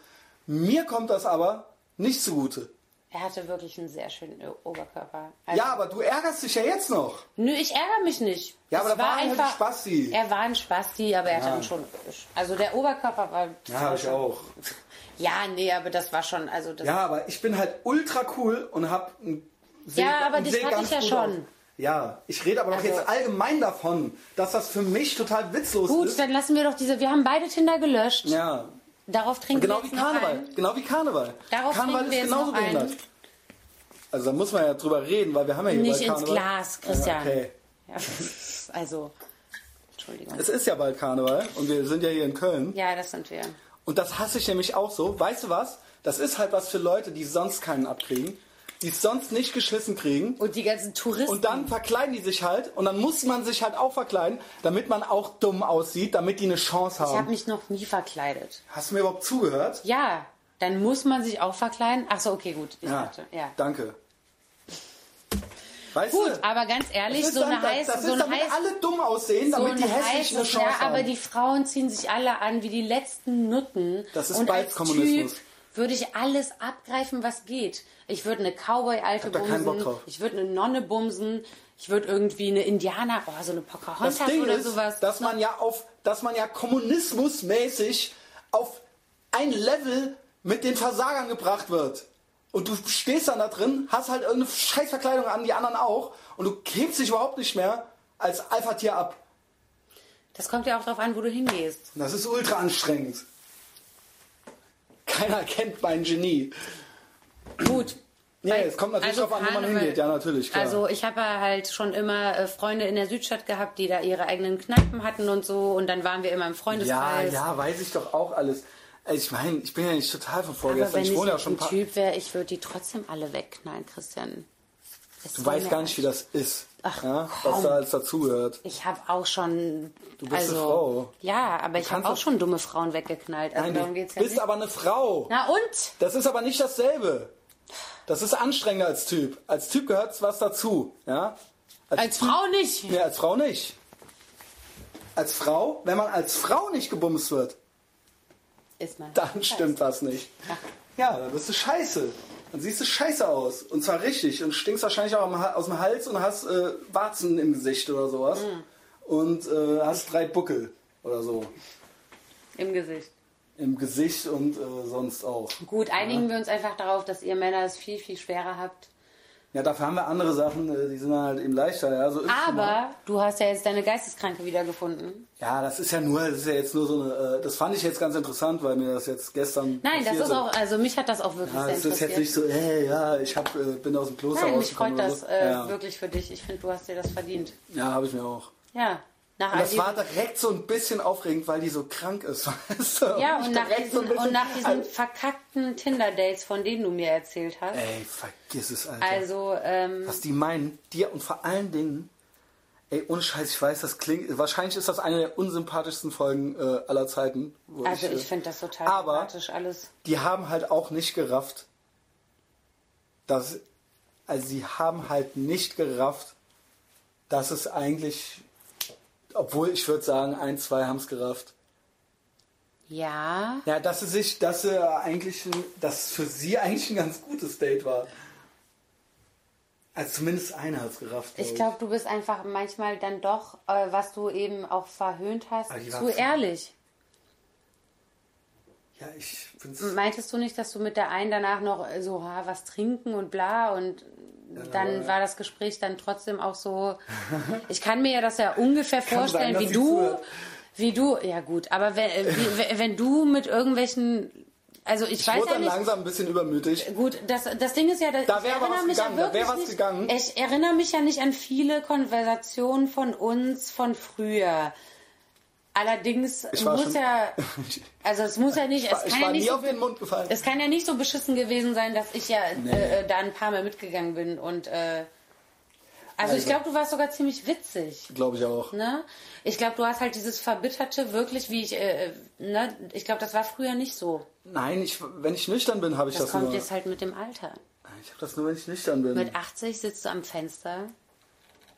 Mir kommt das aber nicht zugute.
Er hatte wirklich einen sehr schönen Oberkörper. Also-
Ja, aber du ärgerst dich ja jetzt noch.
Nö, ich ärgere mich nicht.
Ja, aber
Es
da war halt ein Spasti.
Er war ein Spasti, aber er
Ja.
hatte schon. Also der Oberkörper war.
Ja, ich auch.
Ja, nee, aber das war schon. Also das,
Ja, aber ich bin halt ultra cool und hab ein seh-
Ja, aber
und
das
seh
hatte
ganz
ich ja
gut
schon.
Aus. Ja, ich rede aber doch
Also-
jetzt allgemein davon, dass das für mich total witzlos
Gut,
ist.
dann lassen wir doch diese. Wir haben beide Tinder gelöscht.
Ja.
Darauf trinken
Genau
wir
wie
jetzt noch
Karneval.
ein.
Genau wie Karneval.
Darauf
Karneval
trinken wir
ist
jetzt
genauso
noch ein.
behindert. Also da muss man ja drüber reden, weil wir haben ja hier
Nicht
bald
ins
Karneval.
Glas, Christian.
Ja, okay.
Ja, [laughs] also. Entschuldigung.
Es ist ja bald Karneval und wir sind ja hier in Köln.
Ja, das sind wir.
Und das hasse ich nämlich auch so. Weißt du was? Das ist halt was für Leute, die sonst keinen abkriegen, die es sonst nicht geschissen kriegen.
Und die ganzen Touristen.
Und dann verkleiden die sich halt und dann muss man sich halt auch verkleiden, damit man auch dumm aussieht, damit die eine Chance
ich habe
haben.
mich noch nie verkleidet.
Hast du mir überhaupt zugehört?
Ja, dann muss man sich auch verkleiden. Ach so, okay, gut. Ich dachte, ja.
Danke. Weißt
Gut,
du?
aber ganz ehrlich,
das
so eine
ist dann-
heiße,
das
so
ist,
eine
damit
heiße,
alle dumm aussehen,
so
damit die
ein
hässlichen eine
heißes
Chance
Jahr, aber
haben.
die Frauen ziehen sich alle an wie die letzten Nutten.
Das ist
Und
bald
als
Kommunismus.
Typ würde ich alles abgreifen, was geht. Ich würde eine Cowboy-Alte
da keinen
bumsen.
Bock drauf.
Ich würde eine Nonne bumsen. Ich würde irgendwie eine Indianer, oh, so eine Pocahontas
das Ding
oder
ist,
sowas. ne?
dass man ja auf, dass man ja kommunismusmäßig auf ein Level mit den Versagern gebracht wird. Und du stehst dann da drin, hast halt irgendeine Scheißverkleidung an, die anderen auch, und du hebst dich überhaupt nicht mehr als Alpha-Tier ab.
das kommt ja auch drauf an, wo du hingehst.
Und Das ist ultra anstrengend. Keiner kennt mein Genie.
Gut.
Nee,
Weil- also
es kommt natürlich drauf an, wo man
Karneval-
hingeht. Ja, natürlich, klar.
Also ich habe halt schon immer äh, Freunde in der Südstadt gehabt, die da ihre eigenen Kneipen hatten und so. Und dann waren wir immer im
ja,
Freundeskreis.
ja, weiß ich doch auch alles. Ich meine, ich bin ja nicht total von
Aber
vorgestern.
wenn
Ich
ich
wohne ja schon ein
ein
paar.
Typ wäre, ich würde die trotzdem alle wegknallen, Christian. Es
Du
soll
weißt
mir-
gar nicht, wie das ist.
Ach,
ja? Was
komm.
da alles dazugehört.
Ich habe auch schon. Du
bist
also,
eine Frau.
Ja, aber ich habe
kannst
auch
das-
schon dumme Frauen weggeknallt. Also
Nein,
darum
du
geht's ja
bist
nicht.
aber eine Frau.
Na und?
Das ist aber nicht dasselbe. Das ist anstrengender als Typ. Als Typ gehört was dazu. Ja?
Als
Typ-
Frau nicht.
Nee, als Frau nicht. Als Frau, wenn man als Frau nicht gebumst wird,
Ist mal.
dann stimmt was nicht. Ja, dann bist du scheiße. Dann siehst du scheiße aus. Und zwar richtig. Und stinkst wahrscheinlich auch am Ha- aus dem Hals und hast äh, Warzen im Gesicht oder sowas.
Mhm.
Und äh, hast drei Buckel oder so.
Im Gesicht.
Im Gesicht und äh, sonst auch.
Gut, einigen wir uns einfach darauf, dass ihr Männer es viel, viel schwerer habt.
Ja, dafür haben wir andere Sachen, äh, die sind halt eben leichter. Ja, so ist es mal.
Aber du hast ja jetzt deine Geisteskranke wiedergefunden.
Ja, das ist ja nur, das ist ja jetzt nur so eine. Äh, das fand ich jetzt ganz interessant, weil mir das jetzt gestern.
Nein, das
passierte.
ist auch, also mich hat das auch wirklich
Ja,
sehr
das ist
interessiert.
jetzt nicht so, hey, ja, ich hab, äh, bin aus dem Kloster
Nein, mich
rausgekommen
freut das
oder so.
äh,
ja,
wirklich für dich. Ich finde, du hast dir das verdient.
ja habe ich mir auch.
Ja. Nach
Und
all
das
diesen-
war direkt so ein bisschen aufregend, weil die so krank ist. [laughs] Weißt du?
Ja,
ich
und nach,
direkt so
diesen,
ein bisschen-
und nach diesen verkackten Tinder-Dates, von denen du mir erzählt hast.
Ey, vergiss es, Alter.
Also, ähm,
Was die meinen, dir und vor allen Dingen, ey, ohne Scheiß, ich weiß, das klingt, wahrscheinlich ist das eine der unsympathischsten Folgen äh, aller Zeiten. wo
also
äh,
ich finde das total
aber-
sympathisch alles.
die haben halt auch nicht gerafft, dass, also sie haben halt nicht gerafft, dass es eigentlich, obwohl ich würde sagen, ein, zwei haben es gerafft.
Ja,
Ja, dass sie sich, dass sie eigentlich, ein, dass es für sie eigentlich ein ganz gutes Date war. Also zumindest einer hat es gerafft.
ich glaube, du bist einfach manchmal dann doch, äh, was du eben auch verhöhnt hast,
Aber Ah, die
zu
war-
ehrlich.
Ja, ich find's,
Meintest du nicht, dass du mit der einen danach noch äh, so ha, was trinken und bla und dann
aber-
war das Gespräch dann trotzdem auch so. Ich kann mir ja das ja ungefähr
[laughs] Kann sein,
vorstellen,
dass
wie
sie
du,
zuhört.
wie du, ja gut, aber wenn, äh, wie, we- wenn du mit irgendwelchen, also ich,
ich
weiß Äh,
wurde
ja
dann
nicht,
langsam ein bisschen übermütig.
gut, das, das Ding ist ja, dass,
Da
ich
wäre aber
erinnere
was
mich
gegangen,
ja
da wäre
wirklich
was
nicht,
gegangen.
Ich erinnere mich ja nicht an viele Konversationen von uns von früher. Allerdings
Ich war
muss
schon- [laughs]
ja, also es muss ja nicht, es
Ich
kann ja
war
nicht
nie
so
auf den Mund gefallen.
es kann ja nicht so beschissen gewesen sein, dass ich ja äh, äh, da ein paar Mal mitgegangen bin und äh, also, ich
Also-
glaube, du warst sogar ziemlich witzig.
Glaube ich auch.
Ne? Ich glaube, du hast halt dieses Verbitterte wirklich, wie ich, äh, äh, ne? ich glaube, das war früher nicht so.
Nein, ich, wenn ich nüchtern bin, habe ich
Das,
das,
kommt
nur.
jetzt halt mit dem Alter.
Ich habe das nur, wenn ich nüchtern bin.
Mit 80 sitzt du am Fenster,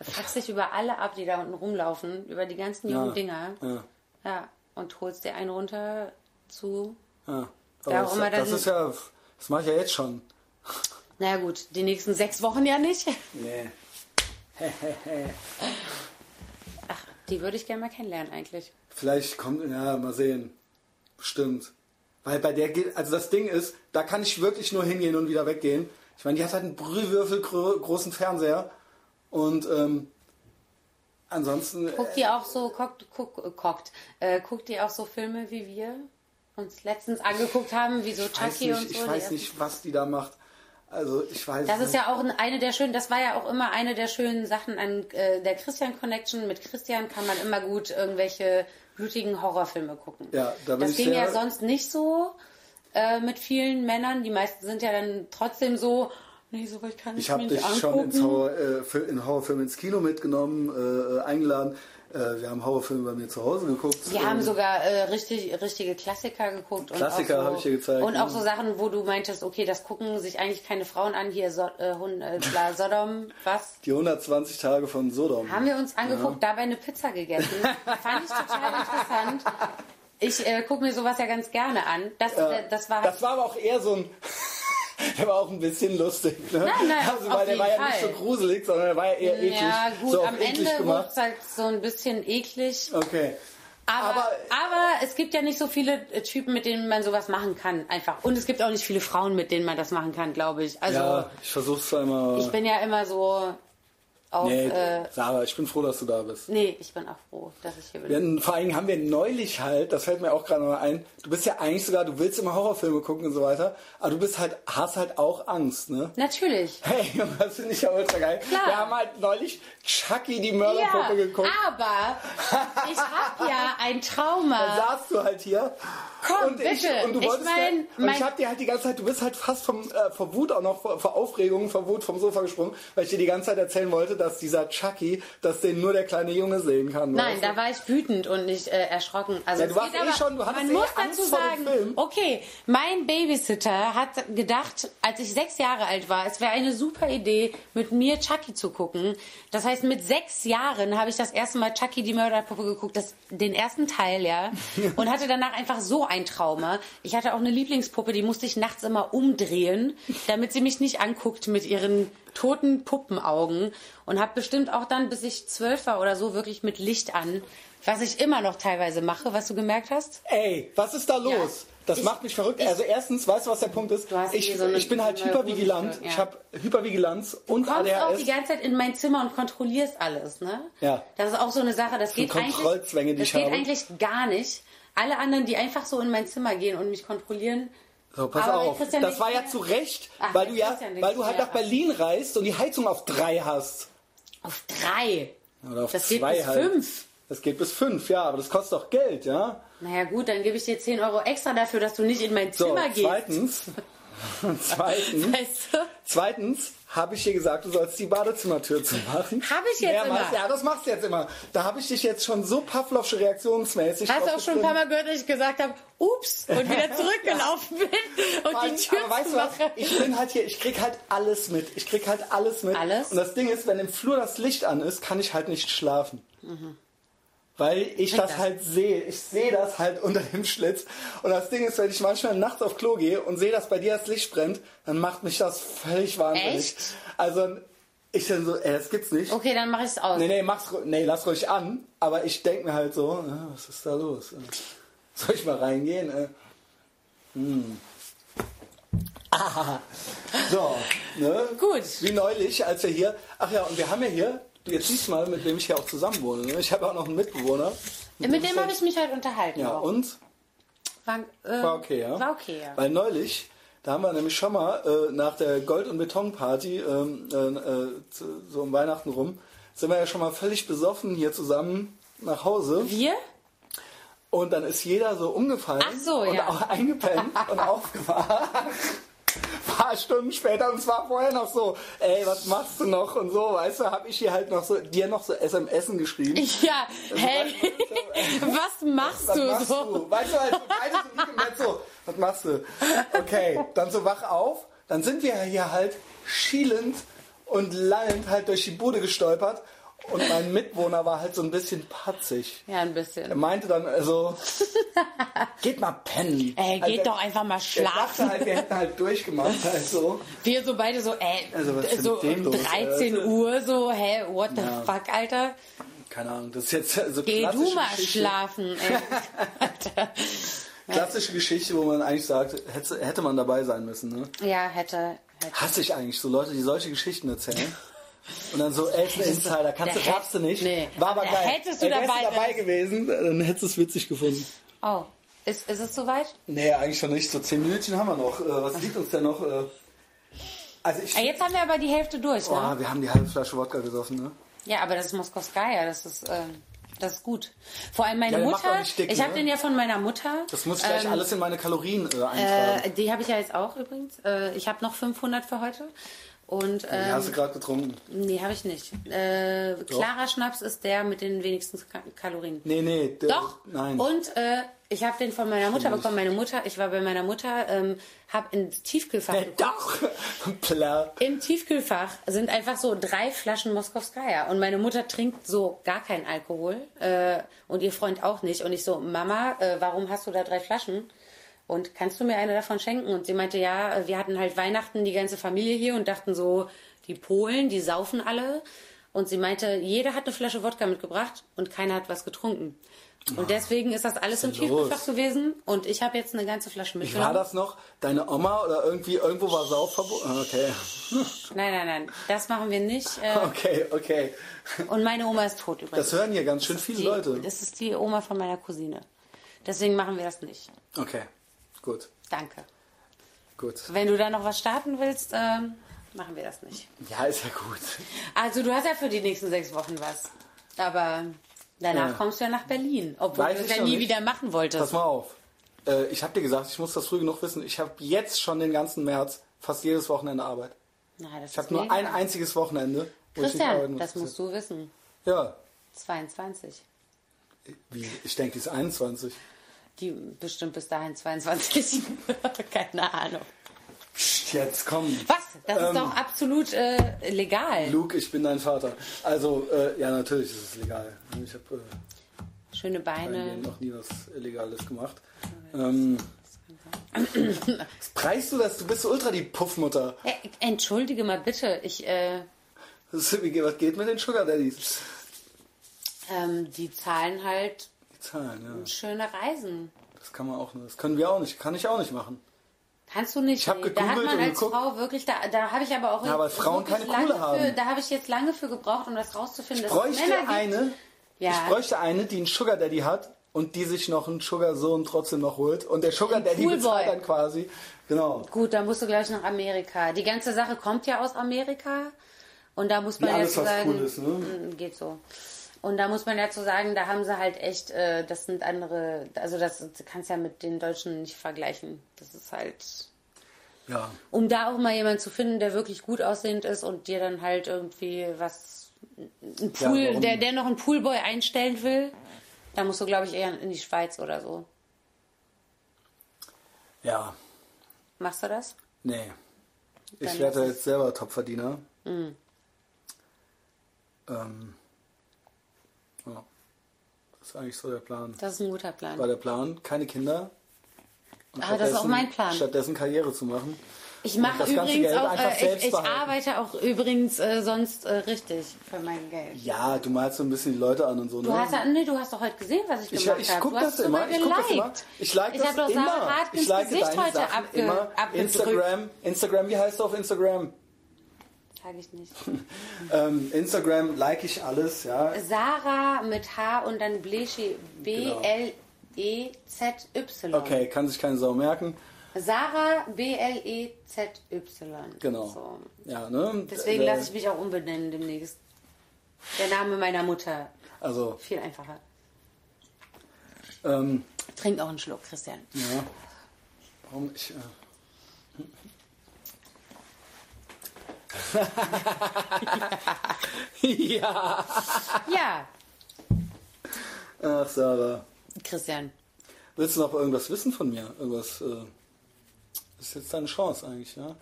fuckst dich über alle ab, die da unten rumlaufen, über die ganzen jungen Dinger.
Ja.
Ja, und holst dir einen runter zu.
ja. Aber
Ja,
das,
immer
das
dann-
ist ja, das mache ich ja jetzt schon.
Naja gut, die nächsten sechs Wochen ja nicht.
Nee.
Ach, die würde ich gerne mal kennenlernen eigentlich.
Vielleicht kommt, ja, mal sehen. Bestimmt. Weil bei der geht, also das Ding ist, da kann ich wirklich nur hingehen und wieder weggehen. Ich meine, die hat halt einen Brühwürfel gro- großen Fernseher und ähm, ansonsten. äh,
Guckt ihr auch so, guckt, guck, äh, guckt, äh, guckt ihr auch so Filme wie wir uns letztens angeguckt haben, wie so
weiß
Chucky
nicht,
und so.
ich
die
weiß
ersten-
nicht, was die da macht. Also ich weiß
Das ist
nicht.
ja auch eine der schönen, das war ja auch immer eine der schönen Sachen an äh, der Christian Connection. Mit Christian kann man immer gut irgendwelche blutigen Horrorfilme gucken.
Ja, da bin
das
ich
ging
sehr-
ja sonst nicht so äh, mit vielen Männern. Die meisten sind ja dann trotzdem so, nee, so ich kann
Ich
mir
habe
nicht
dich schon
angucken.
ins Horror, äh, Fil- in Horrorfilme ins Kino mitgenommen, äh, äh, eingeladen. Äh, wir haben Horrorfilme bei mir zu Hause geguckt.
Wir haben
Ähm,
sogar äh, richtig, richtige Klassiker geguckt. und
Klassiker
auch so-
hab ich dir gezeigt, ne?
Und
ja.
auch so Sachen, wo du meintest, okay, das gucken sich eigentlich keine Frauen an. Hier, so, äh, Hun- äh,
[laughs]
klar, Sodom, was?
die 120 Tage von Sodom.
Haben wir uns angeguckt, dabei eine Pizza gegessen. Fand ich total interessant. Ich äh, gucke mir sowas ja ganz gerne an. Das, äh, das war halt
Das war aber auch eher so ein. [laughs] der war auch ein bisschen lustig. Ne?
Nein, nein,
also,
auf
weil der
jeden
war ja nicht so
Fall.
gruselig, sondern der war ja eher eklig.
ja gut,
so auf
am
eklig
Ende wurde
gemacht.
es halt so ein bisschen eklig.
Okay.
Aber,
Aber-
aber, es gibt ja nicht so viele äh, Typen, mit denen man sowas machen kann, einfach. Und es gibt auch nicht viele Frauen, mit denen man das machen kann, glaube ich. Also
Ja, ich versuch's zwar immer.
ich bin ja immer so auf.
nee,
äh,
Sarah, ich bin froh, dass du da bist.
nee, ich bin auch froh, dass ich hier bin.
Denn vor allem haben wir neulich halt, das fällt mir auch gerade mal ein, du bist ja eigentlich sogar, du willst immer Horrorfilme gucken und so weiter, aber du bist halt, hast halt auch Angst, ne?
Natürlich.
Hey, [laughs] Junge, das finde ich ja ultra geil.
Klar. Ah.
Wir haben halt neulich Chucky die Mörderpuppe geguckt.
aber ich habe ja ein Trauma.
[laughs] Dann saßt du halt hier.
Komm,
und Ich,
bitte.
und du
Ich
wolltest
mein,
mir- und ich
mein-
hab dir halt die ganze Zeit, du bist halt fast vom, äh, vor Wut auch noch, vor, vor Aufregung, vor Wut vom Sofa gesprungen, weil ich dir die ganze Zeit erzählen wollte, dass dieser Chucky, dass den nur der kleine Junge sehen kann.
Nein,
weißt du?
da war ich wütend und nicht äh, erschrocken. Also
Ja, du
es
warst
geht
eh schon- du hattest
man
eh
muss
Angst
dazu
vor dem
sagen,
Film.
okay, mein Babysitter hat gedacht, als ich sechs Jahre alt war, es wäre eine super Idee, mit mir Chucky zu gucken. Das heißt, mit sechs Jahren habe ich das erste Mal Chucky die Mörderpuppe geguckt, das, den ersten Teil, ja, und hatte danach einfach so ein Trauma. Ich hatte auch eine Lieblingspuppe, die musste ich nachts immer umdrehen, damit sie mich nicht anguckt mit ihren toten Puppenaugen und habe bestimmt auch dann, bis ich zwölf war oder so, wirklich mit Licht an, was ich immer noch teilweise mache, was du gemerkt hast.
Ey, was ist da los? Das
Ich-
macht mich verrückt. also erstens, weißt du, was der Punkt ist?
Du hast
Ich,
hier so eine-
ich bin halt
so eine
hypervigilant.
Rufe, ja.
Ich habe Hypervigilanz und
Du kommst auch
ADHS.
die ganze Zeit in mein Zimmer und kontrollierst alles, ne?
Ja.
Das ist auch so eine Sache, das geht
Kontrollzwänge,
eigentlich,
die
das
ich
geht
habe.
eigentlich gar nicht. Alle anderen, die einfach so in mein Zimmer gehen und mich kontrollieren.
So, pass
Aber wenn
auf.
Christian
Das
nicht
war ja
mehr-
zu Recht,
Ach,
weil
wenn
du ja,
Christian nicht
weil du halt
mehr
nach Berlin reist und die Heizung auf drei hast.
Auf drei.
Oder auf
Das geht
zwei
bis
halt.
fünf.
Das geht bis fünf, ja, aber das kostet doch Geld, ja?
Naja gut, dann gebe ich dir 10 Euro extra dafür, dass du nicht in mein
So,
Zimmer gehst.
zweitens. [laughs] zweitens.
Weißt du?
Zweitens habe ich dir gesagt, du sollst die Badezimmertür zu machen.
Hab ich jetzt immer.
Ja, das machst du jetzt immer. Da habe ich dich jetzt schon so Pavlovsche reaktionsmäßig.
Hast du auch
drauf
schon ein paar Mal gehört, dass ich gesagt habe, ups,
[laughs]
und wieder zurückgelaufen bin und die
getrimmt.
Tür
Aber weißt
zu
du was?
machen.
Ich bin halt hier, ich krieg halt alles mit. Ich krieg halt alles mit.
Alles?
Und das Ding ist, wenn im Flur das Licht an ist, kann ich halt nicht schlafen. Weil ich das
Mhm. das.
halt sehe. Ich sehe das halt unter dem Schlitz. Und das Ding ist, wenn ich manchmal nachts auf Klo gehe und sehe, dass bei dir das Licht brennt, dann macht mich das völlig wahnsinnig.
Echt?
Also ich dann so, ey, das gibt's nicht.
Okay, dann mache ich es aus.
Nee, nee, mach's, ru- nee, lass ruhig an. Aber ich denke mir halt so, ja, was ist da los? Äh, Soll ich mal reingehen? Äh, Hm. Ah, [laughs] so, ne?
Gut.
Wie neulich, als wir hier, ach ja, und wir haben ja hier, jetzt siehst du mal, mit wem ich hier auch zusammen wohne. Ne? Ich habe auch noch einen Mitbewohner.
Äh, Mit dem habe ich mich halt unterhalten.
Ja,
auch.
und?
War, äh,
War okay, ja.
War okay, ja.
Weil neulich, da haben wir nämlich schon mal äh, nach der Gold- und Betonparty, ähm, äh, äh, zu- so um Weihnachten rum, sind wir ja schon mal völlig besoffen hier zusammen nach Hause.
Wir? [laughs]
Und dann ist jeder so umgefallen
Ach so,
und
ja.
auch eingepennt und aufgewacht. [laughs] Ein paar Stunden später und es war vorher noch so, ey, was machst du noch und so, weißt du, hab ich hier halt noch so, dir noch so SMS geschrieben.
Ja,
Also
hey, [laughs] was machst
was
du
machst
so?
du? Weißt du, halt, so beide so nicht im Bett so, was machst du? Okay, dann so wach auf, dann sind wir hier halt schielend und lallend halt durch die Bude gestolpert Und mein Mitwohner war halt so ein bisschen patzig.
Ja, ein
Er
bisschen.
meinte dann
[laughs]
also, geht mal pennen.
Ey, geht
Also,
doch einfach mal
er dachte
schlafen.
halt, wir hätten halt durchgemacht, halt so.
Wir so beide so, ey,
Also, was
so
für ein
um
Dildos,
13
Alter.
Uhr so, hä, what the
Also, Ja.
fuck, Alter?
Keine Ahnung, das ist jetzt also
Geh
klassische
du mal
Geschichte.
schlafen,
[laughs]
ey. Alter.
Klassische Geschichte, wo man eigentlich sagt, hätte, hätte man dabei sein müssen. Ne?
Ja, hätte, hätte.
Hasse ich eigentlich so Leute, die solche Geschichten erzählen. Und dann so, ey, ist ein Insider, kannst du,
Da hätt-
darfst du nicht.
nee.
War aber
Da
geil.
hättest du
Ey, wärst
dabei
dabei gewesen, dann hättest du es witzig gefunden.
Oh, ist, ist es soweit?
Nee, eigentlich schon nicht. So zehn Minütchen haben wir noch. Äh, Was liegt uns denn noch? Äh, Also ich...
Ey, Ah, Jetzt haben wir aber die Hälfte durch, ne?
Boah, wir haben die halbe Flasche Wodka gesoffen, ne?
Ja, aber das ist Moskowskaja, das ist, äh, das ist gut. Vor allem meine
Ja, der macht auch
Mutter,
nicht dick,
ich habe
ne?
den ja von meiner Mutter.
Das muss ich gleich
Ähm,
alles in meine Kalorien äh, eintragen.
Äh, die habe ich ja jetzt auch übrigens. Äh, ich habe noch 500 für heute. Und
die
ähm,
hast du gerade getrunken.
nee, habe ich nicht. Äh, klarer Schnaps ist der mit den wenigsten Ka Kalorien.
Nee, nee. d-
Doch.
Nein. [laughs]
Und äh, ich habe den von meiner Mutter
Stimmt.
bekommen. Meine Mutter, ich war bei meiner Mutter, ähm, habe ins Tiefkühlfach
Äh, Doch. [laughs] Plär.
Im Tiefkühlfach sind einfach so drei Flaschen Moskowskaja. Und meine Mutter trinkt so gar keinen Alkohol. Äh, und ihr Freund auch nicht. Und ich so, Mama, äh, warum hast du da drei Flaschen? Und kannst du mir eine davon schenken? Und sie meinte, ja, äh, wir hatten halt Weihnachten die ganze Familie hier und dachten so, die Polen, die saufen alle. Und sie meinte, jeder hat eine Flasche Wodka mitgebracht und keiner hat was getrunken. Und deswegen ist das alles im
Ah, ist denn los?
Tiefkühlfach gewesen. Und ich habe jetzt eine ganze Flasche mitgenommen.
War das noch deine Oma oder irgendwie irgendwo war Saufverbot? Ah, Okay. [laughs]
Nein, nein, nein. Das machen wir nicht. Äh,
Okay, okay.
Und meine Oma ist tot übrigens.
Das hören hier ganz schön viele
die,
Leute.
Das ist die Oma von meiner Cousine. Deswegen machen wir das nicht.
Okay. Gut,
Danke.
gut.
Wenn du da noch was starten willst, ähm, machen wir das nicht.
Ja, ist ja gut.
Also du hast ja für die nächsten sechs Wochen was. Aber danach
Ja.
kommst du ja nach Berlin. Obwohl
Weiß
du
ich
das ja
noch
nie
nicht.
wieder machen
Pass
wolltest.
mal auf. Äh, ich habe dir gesagt, ich muss das früh genug wissen. Ich habe jetzt schon den ganzen März fast jedes Wochenende Arbeit.
Na,
Ich
das ist
habe nur
mega.
ein einziges Wochenende, wo ich nicht arbeiten
Christian,
muss.
das musst du wissen.
Ja.
22.
Wie? Ich denke, die ist 21.
Die bestimmt bis dahin 22. [laughs] Keine Ahnung.
Psst, jetzt komm.
Was? Das ist
Ähm.
doch absolut äh, legal.
Luke, ich bin dein Vater. Also, äh, ja, natürlich ist es legal. Ich habe äh,
Schöne
bei mir
Beine.
noch nie was Illegales gemacht. Ähm, was [clears throat] preist du das? Du bist so ultra die Puffmutter.
Äh, Entschuldige mal bitte, ich äh,
Das ist, wie geht- was geht mit den Sugar Daddies?
ähm, die zahlen halt
Die Zahlen, ja.
schöne Reisen.
Das kann man auch nur. Das können wir auch nicht. Kann ich auch nicht machen.
Kannst du nicht.
Ich hab
nee. da hat
gegoogelt
man
und
als
geguckt.
Frau wirklich, da, da habe ich aber auch.
Ja, weil Frauen
wirklich
keine
lange
Kohle haben.
Für, da habe ich jetzt lange für gebraucht, um das rauszufinden.
Ich
dass es
bräuchte
Männer gibt.
eine.
Ja.
Ich bräuchte eine, die einen Sugar Daddy hat und die sich noch einen Sugar Sohn trotzdem noch holt. Und der Sugar Daddy
Poolboy.
bezahlt dann quasi. Genau.
Gut, dann musst du gleich nach Amerika. Die ganze Sache kommt ja aus Amerika. Und da muss man
alles,
ja zu
was
sagen.
cool ist, ne?
Mm, Geht so. Und da muss man ja zu sagen, da haben sie halt echt, äh, das sind andere, also das du kannst ja mit den Deutschen nicht vergleichen. Das ist halt.
Ja.
um da auch mal jemanden zu finden, der wirklich gut aussehend ist und dir dann halt irgendwie was, ein
Ja,
Pool,
warum?
der, der noch einen Poolboy einstellen will, da musst du, glaube ich, eher in die Schweiz oder so.
Ja.
Machst du das?
Nee.
Dann
ich werde
lass
ja
es. Mm.
jetzt selber Topverdiener. Ähm, ja. Das ist eigentlich so der Plan.
Das ist ein guter Plan.
War der Plan, keine Kinder. Und
Ah, das ist auch
stattdessen-
mein Plan.
Stattdessen Karriere zu machen.
Ich mache
das ganze
übrigens
Geld
auch,
einfach
äh, ich,
selbst
ich
behalten.
arbeite auch übrigens äh, sonst äh, richtig für mein Geld.
Ja, du malst so ein bisschen die Leute an und so. ne?
Du hast, ja- nee, du hast doch heute gesehen, was ich
Ich,
gemacht
ich
habe.
guck
Du hast
das
es
immer.
sogar
Ich guck das immer.
geliked.
Ich like
Ich
das
habe doch
immer.
Sarah Hartgens
ich like
Gesicht
deine
heute
Sachen
abge
immer.
abgedrückt.
Instagram. Instagram. Wie heißt du auf Instagram?
Sag ich nicht.
Ähm, Instagram like ich alles. Ja.
Sarah mit H und dann Blechi. E B-L-E-Z-Y.
Genau. Okay, kann sich keine Sau merken.
Sarah B-L-E-Z-Y.
Genau.
So.
Ja, ne?
Deswegen
Äh,
lasse ich mich auch umbenennen demnächst. Der Name meiner Mutter.
Also,
Viel einfacher.
ähm,
Trink auch einen Schluck, Christian.
ja. Warum ich. Äh, [laughs] ja.
Ja,
Ach, Sarah.
Christian.
Willst du noch irgendwas wissen von mir? Irgendwas. Äh, ist jetzt deine Chance eigentlich, ja?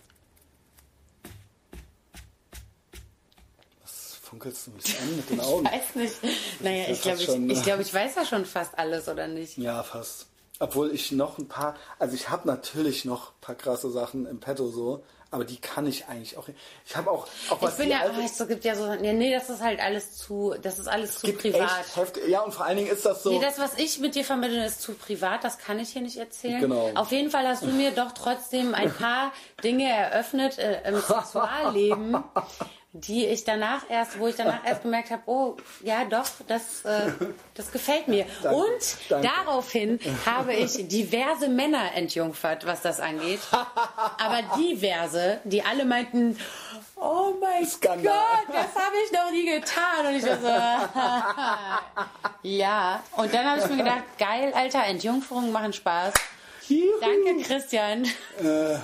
Was funkelst du mich an mit den Augen?
Ich weiß nicht. Naja,
Das
ich glaube,
hat
ich,
schon-
ich, glaub, ich weiß ja schon fast alles, oder nicht?
Ja, fast. Obwohl ich noch ein paar, also ich habe natürlich noch ein paar krasse Sachen im Petto so, aber die kann ich eigentlich auch. Ich habe auch, auch was
ich bin
die
ja,
alte-
oh, es gibt ja so, nee, nee, das ist halt alles zu, das ist alles zu
gibt
privat.
echt heftig. Ja, und vor allen Dingen ist das so.
Nee, das, was ich mit dir vermittle, ist zu privat, das kann ich hier nicht erzählen.
Genau.
Auf jeden Fall hast du mir doch trotzdem ein paar Dinge eröffnet äh, im
[laughs]
Sexualleben, die ich danach erst, wo ich danach erst gemerkt habe, oh, ja doch, das, äh, das gefällt mir.
Danke,
Und
danke.
daraufhin habe ich diverse Männer entjungfert, was das angeht. Aber diverse, die alle meinten, oh mein
Skandal.
Gott, das habe ich noch nie getan. Und ich war so, [laughs] ja, und dann habe ich mir gedacht, geil, Alter, Entjungferungen machen Spaß.
Juhu.
Danke, Christian.
Äh,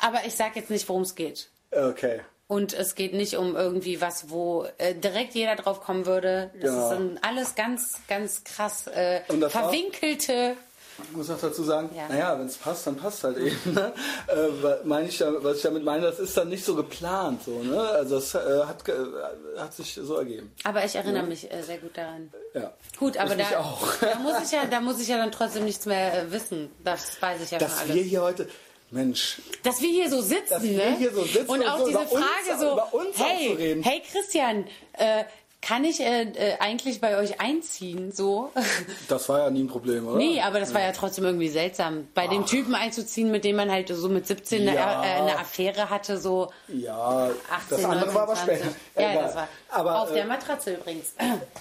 Aber ich sage jetzt nicht, worum es geht.
okay.
Und es geht nicht um irgendwie was, wo äh, direkt jeder drauf kommen würde. Das
Ja.
ist dann alles ganz, ganz krass äh,
Und das war-
verwinkelte.
Ich muss noch dazu sagen,
Ja.
naja, wenn es passt, dann passt halt eben. Ne? Äh, wa- meine ich, da- was ich damit meine, das ist dann nicht so geplant. So, ne? Also das äh, hat, ge- äh, hat sich so ergeben.
Aber ich erinnere mich äh, sehr gut daran.
Ja.
Gut, aber
ich mich
da,
auch.
[laughs] da muss ich ja, da muss ich ja dann trotzdem nichts mehr äh, wissen. Das weiß ich ja
Dass
schon
wir
alles.
hier heute, Mensch,
dass wir hier so sitzen,
Dass
ne?
wir hier so sitzen
und
und
auch
so
diese
über uns-
Frage so,
über uns auch
hey,
so reden.
hey Christian, äh, kann ich äh, äh, eigentlich bei euch einziehen? So,
[laughs] das war ja nie ein Problem, oder?
nee, aber das war ja trotzdem irgendwie seltsam, bei dem Typen einzuziehen, mit dem man halt so mit 17
Ja.
eine, äh, eine Affäre hatte, so
Ja,
18,
das andere
19,
war aber später.
20. Ja,
Egal.
das war
aber,
auf
äh,
der Matratze übrigens.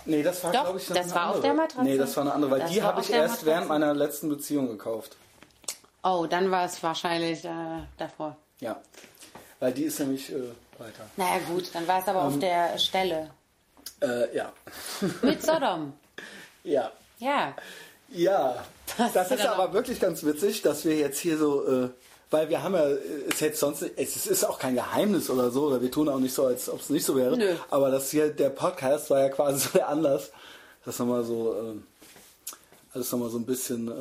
Nee, das war,
Doch,
glaube ich, noch
das
eine
war auf
andere.
der Matratze.
Nee, das war eine andere, weil
Das
die
war
habe
auf
ich
der
erst
Matratze.
während meiner letzten Beziehung gekauft.
Oh, dann war es wahrscheinlich äh, davor.
Ja. Weil die ist nämlich äh, weiter.
Naja gut, dann war es aber
Ähm.
auf der Stelle.
Äh, ja.
Mit Sodom.
[laughs] Ja.
Ja.
Ja. Das,
hast du
ist
dann
aber wirklich ganz witzig, dass wir jetzt hier so, äh, weil wir haben ja, äh, es jetzt sonst, es ist auch kein Geheimnis oder so, oder wir tun auch nicht so, als ob es nicht so wäre.
Nö.
Aber das hier, der Podcast war ja quasi [laughs] so der Anlass, dass nochmal so, ähm, alles nochmal so ein bisschen. Äh,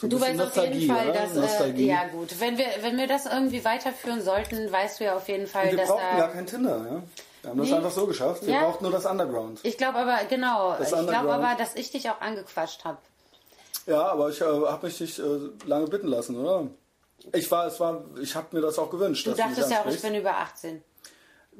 so ein
Du
bisschen
weißt auf jeden
Nostalgie,
Fall,
oder?
dass. Äh,
Nostalgie.
ja, gut. Wenn wir, wenn wir das irgendwie weiterführen sollten, weißt du ja auf jeden Fall,
Wir
dass äh,
brauchten gar
da.
kein Tinder, ja. Wir haben
Nee.
das einfach so geschafft. Wir
Ja.
brauchten nur das Underground.
Ich glaube aber, genau.
Das
Ich glaube
Underground.
aber, dass ich dich auch angequatscht habe.
Ja, aber ich äh, habe mich nicht äh, lange bitten lassen, oder? Ich war, es war, ich habe mir das auch gewünscht.
Du
dass mich
dachtest ja auch, ich
ansprichst.
bin über 18.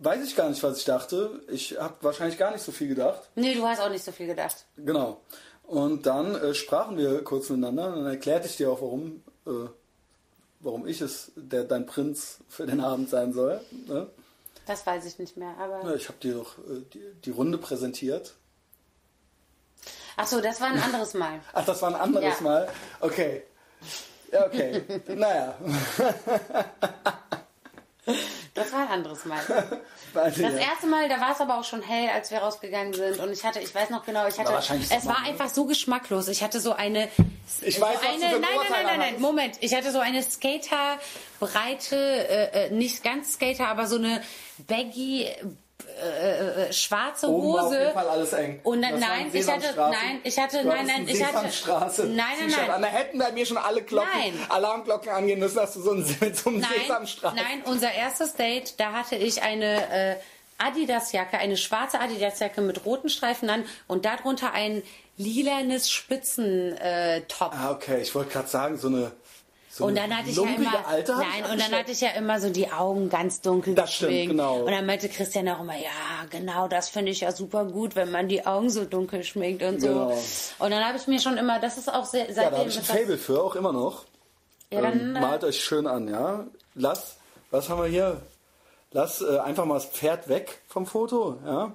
Weiß ich gar nicht, was ich dachte. Ich habe wahrscheinlich gar nicht so viel gedacht.
Nee, du hast auch nicht so viel gedacht.
Genau. Und dann äh, sprachen wir kurz miteinander. Dann erklärte ich dir auch, warum, äh, warum ich es, der dein Prinz für den Abend sein soll. Ne?
Das weiß ich nicht mehr. Aber.
Ja, Ich habe dir doch äh, die, die Runde präsentiert.
Ach so, das war ein anderes Mal.
Ach, das war ein anderes
Ja.
Mal. Okay. Ja, okay. naja. [laughs]
Das war ein anderes Mal.
Weiß ich
Das
nicht.
erste Mal, da war es aber auch schon hell, als wir rausgegangen sind. Und ich hatte, ich weiß noch genau, ich hatte,
War wahrscheinlich
es
Sommer,
war
ne?
einfach so geschmacklos. Ich hatte so eine,
Ich
so
weiß, was du
eine,
für
nein,
ein
nein,
Oberteil
nein, nein, nein,
anhast.
Moment. Ich hatte so eine Skaterbreite, äh, äh, nicht ganz Skater, aber so eine baggy, äh, äh, schwarze
Oben war auf jeden
Hose.
Fall alles eng.
Und na-
Das waren
nein, ich hatte-
Sesamstraßen.
nein, ich hatte-
Du
nein,
hattest
nein,
ein
ich hatte-
Sesamstraße.
Nein, nein,
T-Shirt
nein.
an. Da hätten bei mir schon alle Glocken,
Nein.
Alarmglocken angehen müssen, dass du so ein, mit so einem
Nein,
Sesamstraße.
nein, unser erstes Date, da hatte ich eine äh, Adidas-Jacke, eine schwarze Adidas-Jacke mit roten Streifen an und darunter ein lilanes Spitzentop. Äh, Top.
Ah, okay, ich wollte gerade sagen, so eine. So
und
eine
dann hatte ich ja
lumpige
immer,
Alte hab
nein,
ich
und dann
angeschleppt.
hatte ich ja immer so die Augen ganz dunkel
Das stimmt,
geschminkt.
genau.
Und dann meinte Christian auch immer, ja, genau, das finde ich ja super gut, wenn man die Augen so dunkel schminkt und so.
Genau.
Und dann habe ich mir schon immer, das ist auch sehr,
Ja, da
seitdem
habe ich ein
ist das-
Fable für, auch immer noch.
ja,
ähm,
dann, äh,
malt euch schön an, ja. Lass, was haben wir hier? Lass äh, einfach mal das Pferd weg vom Foto, ja.
äh,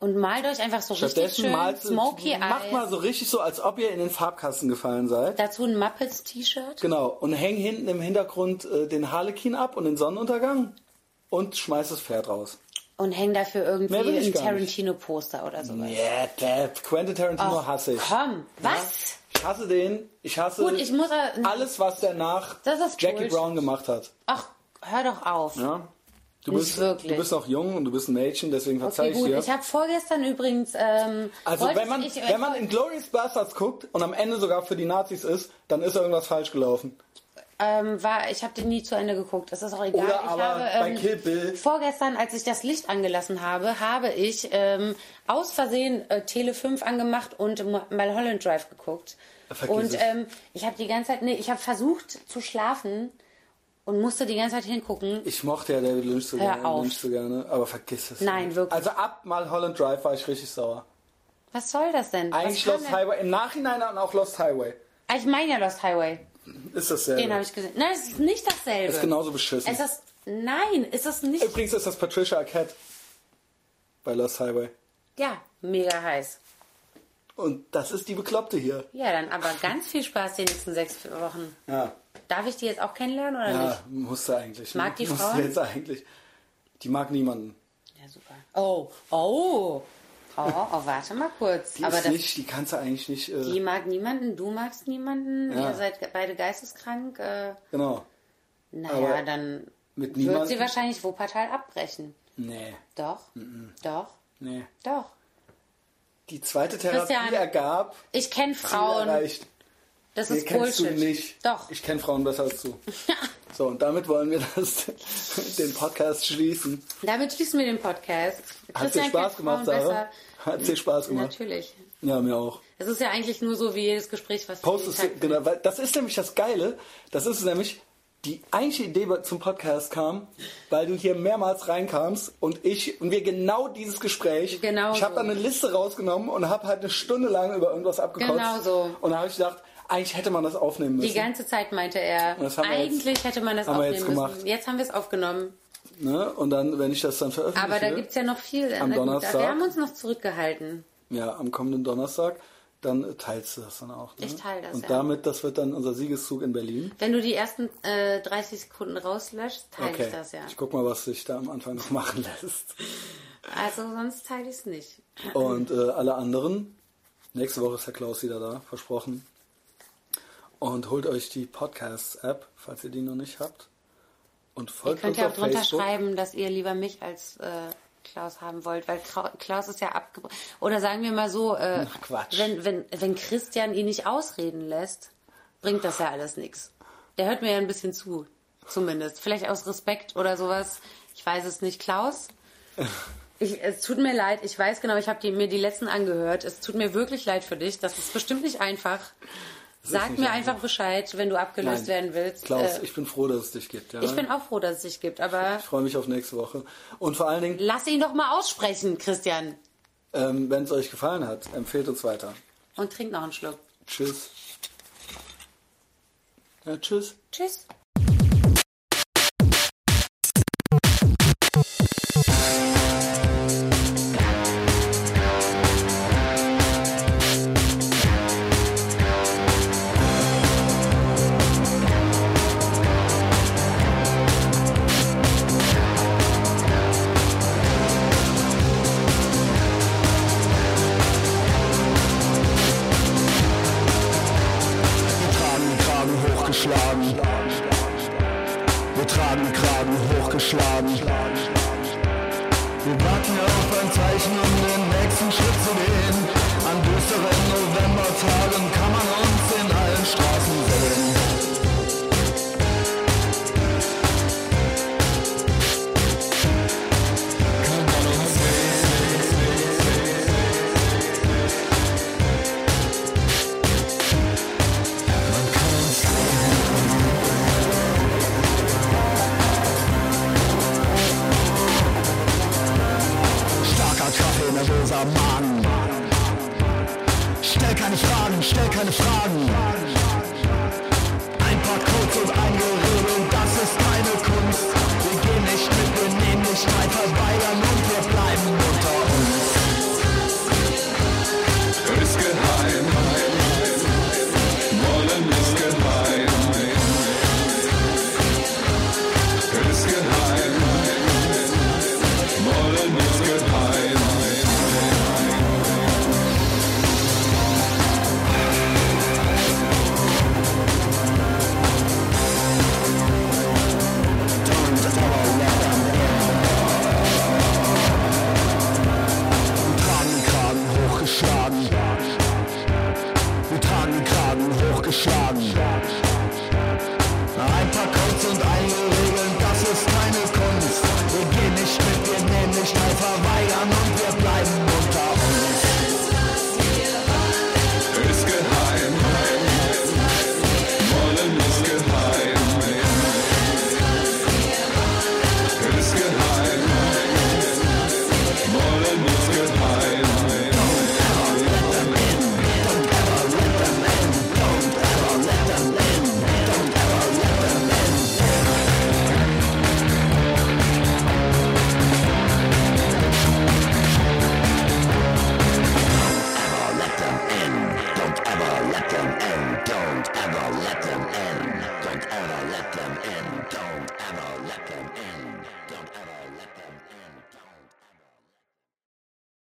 und malt euch einfach so richtig
Stattdessen
schön
malt,
Smoky Eyes.
macht mal so richtig so, als ob ihr in den Farbkasten gefallen seid.
Dazu ein Muppets-T-Shirt.
Genau, und häng hinten im Hintergrund äh, den Harlekin ab und den Sonnenuntergang und schmeiß das Pferd raus.
Und hängen dafür
Mehr will
irgendwie
ich
ein
gar nicht.
Tarantino-Poster oder sowas.
Yeah, that. Quentin Tarantino
Ach,
hasse ich.
Komm, was?
Ich hasse den, ich hasse
Gut, ich muss. äh,
alles, was der nach
Das ist
Jackie
Bullshit.
Brown gemacht hat.
Ach, hör doch auf.
Ja? Du,
Nicht
bist,
wirklich.
du bist noch jung und du bist ein Mädchen, deswegen verzeih
Okay, gut.
ich
Ich
dir.
habe vorgestern übrigens. Ähm,
Also
wollte
wenn man,
ich,
wenn man in Glorious Bastards guckt und am Ende sogar für die Nazis ist, dann ist irgendwas falsch gelaufen.
Ähm, war, ich habe den nie zu Ende geguckt. Es ist auch egal.
Oder
ich ähm,
aber bei Kill Bill.
Vorgestern, als ich das Licht angelassen habe, habe ich ähm, aus Versehen äh, Tele 5 angemacht und M- Mulholland Drive geguckt.
Vergiss
und
es.
ähm, ich habe die ganze Zeit, nee, ich habe versucht zu schlafen und musste die ganze Zeit hingucken.
Ich mochte ja David Lynch so
Hör
gerne,
auf.
Lynch so gerne, aber vergiss es.
Nein, wirklich.
Also ab mal Holland Drive war ich richtig sauer.
Was soll das denn?
Eigentlich
Was kann
Lost
denn-
Highway, im Nachhinein und auch Lost Highway.
Ah, Ich meine ja Lost Highway.
Ist dasselbe.
Den habe ich gesehen. Nein, es ist nicht dasselbe.
Genau. Ist genau genauso beschissen.
Es ist, nein, es ist nicht.
Übrigens ist das Patricia Arquette bei Lost Highway.
Ja, mega heiß.
Und das ist die Bekloppte hier.
Ja, dann aber ganz viel Spaß die nächsten sechs Wochen.
Ja,
Darf ich die jetzt auch kennenlernen oder nicht?
ja musste eigentlich. ne? [laughs]
Mag die
musste
Frauen?
jetzt eigentlich. Die mag niemanden.
Ja, super. Oh, oh. Oh, oh warte mal kurz.
Die,
aber
ist
das,
nicht, die kannst du eigentlich nicht. Äh,
die mag niemanden, du magst niemanden,
Ja.
ihr seid ge- beide geisteskrank. Äh,
Genau.
naja,
Aber
dann
mit
wird
niemandem-
sie wahrscheinlich Wuppertal abbrechen.
Nee,
Doch, doch,
nee.
doch.
Die zweite Therapie
Christian,
ergab.
Ich kenne
Ziel
Frauen,
Erreicht.
das
Nee,
ist
kennst
Bullshit.
du nicht.
Doch.
Ich kenne Frauen besser als du. so, und damit wollen wir das, [laughs] den Podcast schließen.
[laughs] Damit schließen wir den Podcast.
Hat dir
Christian
Spaß
kennt
gemacht,
Frauen
Sarah? Hat dir Spaß gemacht?
Natürlich.
Ja, mir auch.
Es ist ja eigentlich nur so wie jedes Gespräch, was
Post
jeden
ist,
Tag-
genau, weil das ist nämlich das Geile. Das ist nämlich, die eigentliche Idee zum Podcast kam, weil du hier mehrmals reinkamst und ich und wir genau dieses Gespräch.
Genau
ich habe
so.
dann eine Liste rausgenommen und habe halt eine Stunde lang über irgendwas abgekotzt.
Genau so.
Und da habe ich gedacht, eigentlich hätte man das aufnehmen
Die
müssen.
ganze Zeit meinte er,
Das haben wir jetzt-
eigentlich hätte man das
haben wir
aufnehmen
jetzt
müssen.
gemacht.
Jetzt haben wir es aufgenommen.
ne? Und dann, wenn ich das dann veröffentliche.
Aber da gibt es ja noch viel.
Am
Na gut, aber
Donnerstag?
Wir haben uns noch zurückgehalten.
Ja, am kommenden Donnerstag. Dann äh, teilst du das dann auch. Ne?
Ich teile das,
Und
ja.
damit, das wird dann unser Siegeszug in Berlin.
Wenn du die ersten äh, 30 Sekunden rauslöschst, teile
okay.
ich das ja.
Ich guck mal, was sich da am Anfang noch [laughs] machen lässt.
Also sonst teile ich es nicht.
Und äh, alle anderen, nächste Woche ist Herr Klaus wieder da, versprochen. Und holt euch die Podcast-App, falls ihr die noch nicht habt. Und
Ihr
folgt
könnt
uns
ja auch
auf
drunter
Facebook. [laughs]
schreiben, dass ihr lieber mich als äh, Klaus haben wollt, weil Krau- Klaus ist ja abgebrochen. Oder sagen wir mal so, äh,
Ach, Quatsch.
Wenn, wenn, wenn Christian ihn nicht ausreden lässt, bringt das ja alles nichts. Der hört mir ja ein bisschen zu, zumindest. Vielleicht aus Respekt oder sowas. Ich weiß es nicht. Klaus? Ich, es tut mir leid, ich weiß genau, ich habe die, mir die letzten angehört. Es tut mir wirklich leid für dich. Das ist bestimmt nicht einfach. Sag
nicht
mir
einfach.
einfach Bescheid, wenn du abgelöst werden willst.
Klaus, äh,
Äh,
ich bin froh, dass es dich gibt. Ja?
ich bin auch froh, dass es dich gibt, aber
ich freue mich auf nächste Woche. Und vor allen Dingen,
lass ihn doch mal aussprechen, Christian.
ähm, wenn es euch gefallen hat, empfehlt uns weiter.
Und trink noch einen Schluck.
Tschüss. Ja, tschüss.
Tschüss.
Wir tragen Kragen hochgeschlagen. Wir tragen Kragen hochgeschlagen. Wir warten auf ein Zeichen, um den nächsten Schritt zu gehen. An düsteren Novembertagen kann man uns in allen Straßen sehen. Kann man uns Starker Kaffee, nervöser Magen. Stell keine Fragen, stell keine Fragen. Ein paar Codes und Eingeredung, das ist keine Kunst. Wir gehen nicht mit, wir nehmen nicht teil, verweigern und wir bleiben unter uns.
ist geheim. Wollen ist geheim. Ist geheim. Wollen ist geheim.
schnell verweigern und wir bleiben unter uns.
ist geheim. Wollen ist geheim. Ist geheim. Wollen ist geheim.
Don't ever let them in. Don't ever let them in.